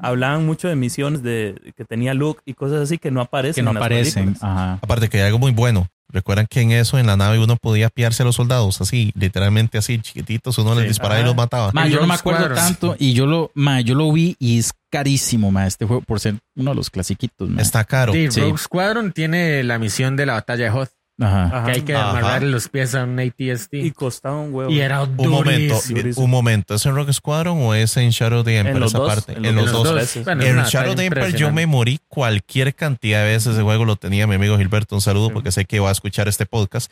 S6: hablaban mucho de misiones de, que tenía Luke y cosas así que no aparecen.
S3: que no
S6: en las
S3: aparecen.
S6: películas.
S3: Ajá.
S5: Aparte que hay algo muy bueno. Recuerdan que en eso, en la nave, uno podía piarse a los soldados, así, literalmente así, chiquititos, uno les disparaba y
S6: Ajá.
S5: los mataba.
S3: Ma, yo no me
S2: Rogue
S3: acuerdo
S2: Squadron.
S3: tanto y yo lo, ma, yo lo vi y es carísimo, ma, este juego por ser uno de los clasiquitos, ma.
S5: Está caro.
S2: Sí,
S3: Sí.
S2: Rogue Squadron tiene la misión de la batalla de Hoth,
S3: Ajá.
S6: Ajá.
S2: que hay que
S5: Ajá.
S2: amarrar los pies a un ATST.
S6: Y
S2: Y,
S6: costaba un huevo.
S2: era
S5: Un momento, eh,
S2: durísimo.
S6: durísimo.
S5: un momento. ¿Es en Rock Squadron o es en Shadow of the Empire?
S6: en los
S5: esa
S6: dos.
S5: parte. En los
S2: los
S5: dos.
S2: dos.
S6: veces.
S2: Bueno,
S5: En
S2: una
S5: Shadow
S2: batalla
S5: of the Empire yo me
S2: impresionante.
S5: morí cualquier cantidad de veces. Ese juego lo tenía mi amigo Gilberto. Un saludo
S6: Sí.
S5: porque sé que va a escuchar este podcast.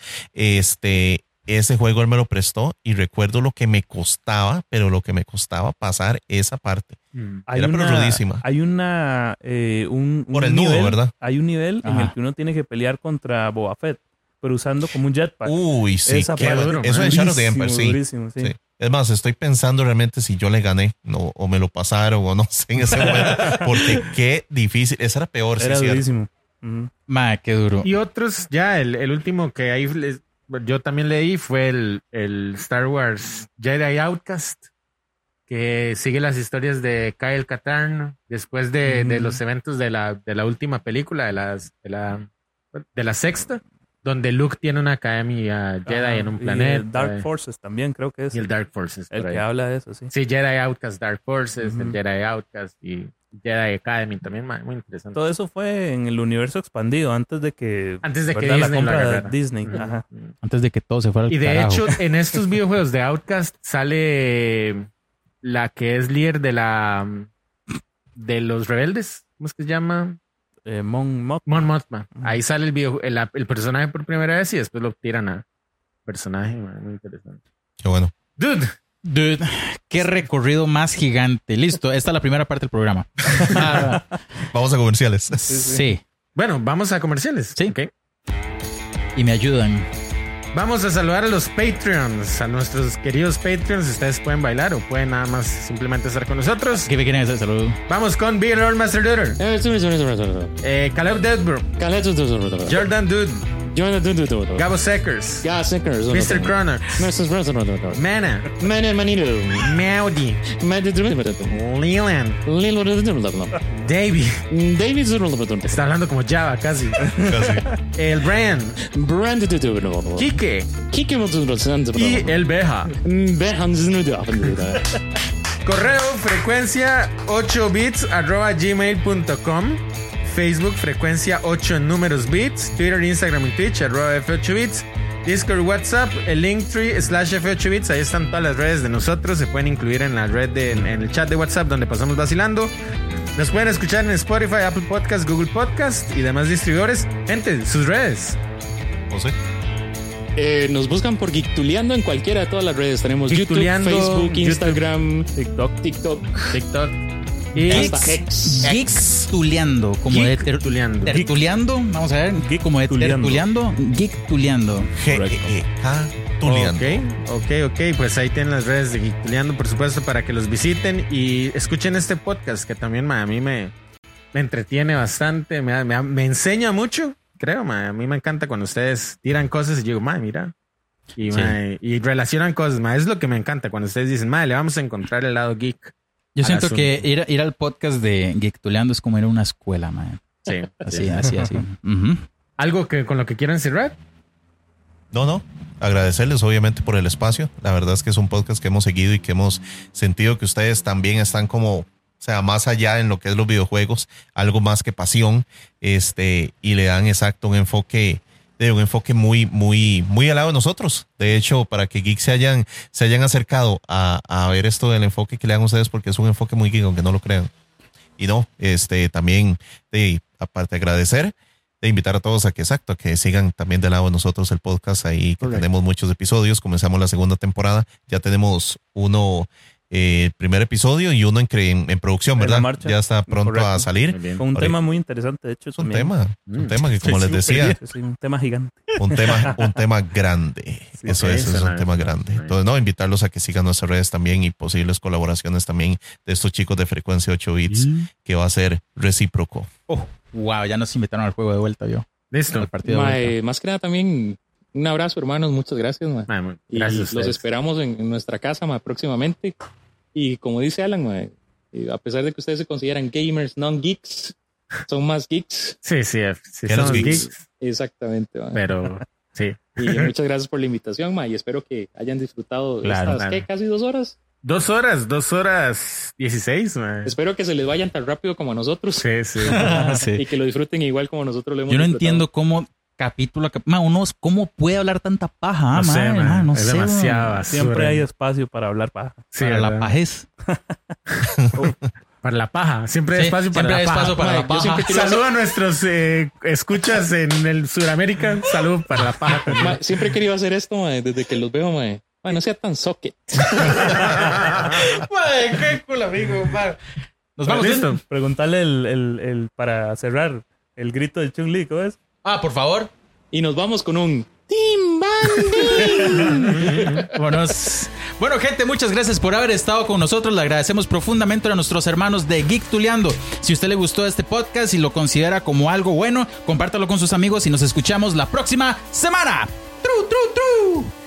S5: Este, ese juego él me lo prestó y recuerdo lo que me costaba, pero lo que me costaba pasar esa parte.
S2: Mm.
S6: Hay
S5: Era pero
S6: una-
S5: rudísima.
S6: Hay una. eh, un, un
S5: Por el nudo,
S6: nivel-
S5: ¿verdad?
S6: Hay un nivel en
S3: Ajá.
S6: el que uno tiene que pelear contra Boba Fett, pero usando como un jetpack.
S5: Uy, sí.
S6: Esa
S5: qué
S6: parte.
S5: bueno.
S2: Duro,
S5: Eso
S2: man.
S5: en Uh, Shadow of the Empire,
S6: Durísimo,
S5: sí.
S6: durísimo, sí.
S5: Sí. Es más, estoy pensando realmente si yo le gané no, o me lo pasaron o no sé en ese momento. Porque qué difícil. Esa era peor, sí,
S6: Era
S5: cierto.
S6: durísimo. Ujú.
S3: Ma, qué duro.
S2: Y otros, ya, el, el último que ahí les- yo también leí fue el, el Star Wars Jedi Outcast, que sigue las historias de Kyle Katarn después de, de
S5: Mm.
S6: Ujú.
S2: los eventos de la, de la última película, de, las, de, la, de la sexta, donde Luke tiene una academia Jedi
S6: Ah,
S2: en un
S6: y, eh,
S2: planeta.
S6: Dark
S2: eh,
S6: Forces también, creo que es.
S2: Y el
S6: El,
S2: Dark Forces. por
S6: que
S2: ahí.
S6: habla de eso, sí.
S2: Sí, Jedi Outcast, Dark Forces, el
S6: Ujú.
S2: Jedi Outcast y Jedi Academy también, ma, muy interesante.
S6: Todo eso fue en el universo expandido, antes de que.
S2: Antes de que
S6: ¿verdad?
S2: Disney
S6: la
S2: lo
S6: compra de
S2: agarrara.
S6: Disney.
S2: Ujú.
S6: Ajá.
S3: Antes de que todo se fuera al
S2: Y de
S3: carajo.
S2: hecho, en estos videojuegos de Outcast sale la que es líder de la de los rebeldes, ¿cómo es que se llama?
S6: Eh, Mon Moth.
S2: Mon Mothma. Ahí sale el, video, el, el personaje por primera vez y después lo tiran a personaje, man, muy interesante.
S5: Qué bueno.
S2: Dude,
S3: Dude, qué recorrido más gigante. Listo, esta es la primera parte del programa. Ma,
S5: Vamos a comerciales.
S3: sí.
S2: bueno, vamos a comerciales.
S3: Sí.
S2: Ok.
S3: Y me ayudan.
S2: Vamos a saludar a los Patreons, a nuestros queridos Patreons. Ustedes pueden bailar o pueden nada más simplemente estar con nosotros.
S3: ¿Qué me quieren hacer? Saludos.
S2: Vamos con Big Lord Master Duder, eh, Caleb Deadbrook, Jordan Dude, Gabo Seckers, Mr. Cronox, Mana, Meowdy, Leland, Davey. Está hablando como Java casi.
S5: Casi.
S2: El Brian, Kike y el Beja. Correo frecuencia 8 bits arroba gmail.com. Facebook frecuencia 8 números bits. Twitter, Instagram y Twitch arroba F8 bits. Discord, WhatsApp, el Linktree slash F8 bits. Ahí están todas las redes de nosotros. Se pueden incluir en la red de- en el chat de WhatsApp donde pasamos vacilando. Nos pueden escuchar en Spotify, Apple Podcast, Google Podcast y demás distribuidores. Gente, sus redes.
S5: José.
S4: Eh, nos buscan por Geektuleando en cualquiera de todas las redes. Tenemos YouTube,
S2: Geektuleando,
S4: Facebook,
S2: YouTube.
S4: Instagram,
S6: TikTok.
S4: TikTok,
S2: TikTok. Y
S4: hasta X.
S3: Geeks tuleando, como de ter-
S2: Geektuleando.
S3: tertuleando. Vamos a ver,
S6: Geek
S3: como de
S6: tuleando.
S3: tertuleando, geek tuleando.
S5: G-E-E-K E Tulian.
S2: Ok, ok, ok. Pues ahí tienen las redes de Geektuleando, por supuesto, para que los visiten y escuchen este podcast que también ma, a mí me, me entretiene bastante, me, me- me enseña mucho, creo. ma. A mí me encanta cuando ustedes tiran cosas y yo digo, ma, mira. Y,
S3: Sí.
S2: ma, y relacionan cosas, ma. Es lo que me encanta cuando ustedes dicen, ma, le vamos a encontrar el lado geek.
S3: Yo
S2: Al
S3: siento
S2: asunto.
S3: que ir, ir al podcast de geek tuleando es como ir a una escuela, man.
S2: Sí,
S3: Así,
S2: sí.
S3: así, así. Ujú.
S2: Algo que con lo que quieran cerrar.
S5: No, no. Agradecerles obviamente por el espacio. La verdad es que es un podcast que hemos seguido y que hemos sentido que ustedes también están como, o sea, más allá en lo que es los videojuegos, algo más que pasión, este, y le dan exacto un enfoque de un enfoque muy, muy, muy al lado de nosotros. De hecho, para que Geek se hayan, se hayan acercado a, a ver esto del enfoque que le dan ustedes, porque es un enfoque muy geek, aunque no lo crean. Y no, este, también, de, aparte de agradecer, de invitar a todos a que exacto, a que sigan también de lado de nosotros el podcast ahí, que
S2: Correcto.
S5: tenemos muchos episodios, comenzamos la segunda temporada, ya tenemos uno, eh, el primer episodio y uno en, cre- en, en producción,
S6: En la
S5: ¿verdad?
S6: marcha.
S5: Ya está pronto a
S6: Correcto.
S5: salir.
S2: Muy bien.
S6: Con un
S5: Ahora-
S6: tema muy interesante, de hecho.
S5: Es un
S6: también.
S5: tema, es un
S2: Mm.
S5: tema que como les decía,
S6: Sí, sí, un tema gigante.
S5: un tema, un tema grande.
S6: Sí,
S5: eso
S2: ok,
S5: es, es
S2: suena-
S5: un tema grande.
S2: suena
S5: Entonces, no, invitarlos a que sigan nuestras redes también y posibles colaboraciones también de estos chicos de
S2: Mm.
S5: frecuencia 8 bits, que va a ser recíproco.
S3: Wow, ya nos invitaron al juego de vuelta yo.
S2: Listo.
S3: al partido. de
S4: Mae,
S3: vuelta.
S4: eh, más que nada también un abrazo, hermanos. Muchas gracias, mae.
S2: Mae, mu-
S4: Y
S2: gracias a
S4: los
S2: ustedes.
S4: esperamos en, en nuestra casa mae, próximamente. Y como dice Alan, mae, y a pesar de que ustedes se consideran gamers, non-geeks, son más geeks.
S2: Sí, sí, eh, sí,
S5: Que los
S2: somos
S5: geeks.
S2: geeks,
S4: Exactamente. mae.
S2: pero sí.
S4: Y muchas gracias por la invitación, mae, y espero que hayan disfrutado
S2: Claro,
S4: estas,
S2: claro.
S4: ¿qué? Casi dos horas.
S2: Dos horas, dos horas dieciséis, mae.
S4: Espero que se les vayan tan rápido como a nosotros
S2: Sí, sí.
S3: Sí.
S4: y que lo disfruten igual como nosotros lo hemos
S3: Yo no
S4: disfrutado.
S3: entiendo cómo capítulo a cap- ma, uno cómo puede hablar tanta paja, ah,
S2: No sé,
S3: ma,
S2: man,
S3: ma, no
S2: es
S3: sé,
S2: demasiada
S3: ma.
S2: basura.
S6: Siempre hay espacio para hablar paja.
S2: Sí,
S3: para la
S2: ¿verdad?
S3: pajez.
S2: Para la paja. Siempre hay
S3: Sí,
S2: espacio para
S3: siempre
S2: la
S3: hay
S2: paja.
S3: espacio para
S4: Mae,
S3: la
S4: yo siempre
S3: paja.
S4: quiero hacer-
S2: Saludos a nuestros eh, escuchas en el Sudamérica. Saludos para la paja. también.
S4: Ma, siempre he querido hacer esto, ma, desde que los veo, ma. Ma, no sea tan socket.
S3: Nos vamos. ¿eh? ¿sí?
S2: Listo.
S6: Preguntarle el, el- el- para cerrar el grito de Chun-Li, ¿cómo es?
S3: Ah, por favor.
S4: Y nos vamos con un Team Banding.
S3: Vámonos. Bueno, gente, muchas gracias por haber estado con nosotros. Le agradecemos profundamente a nuestros hermanos de Geek Tuleando. Si usted le gustó este podcast y lo considera como algo bueno, compártalo con sus amigos y nos escuchamos la próxima semana. ¡Tru, tru, tru!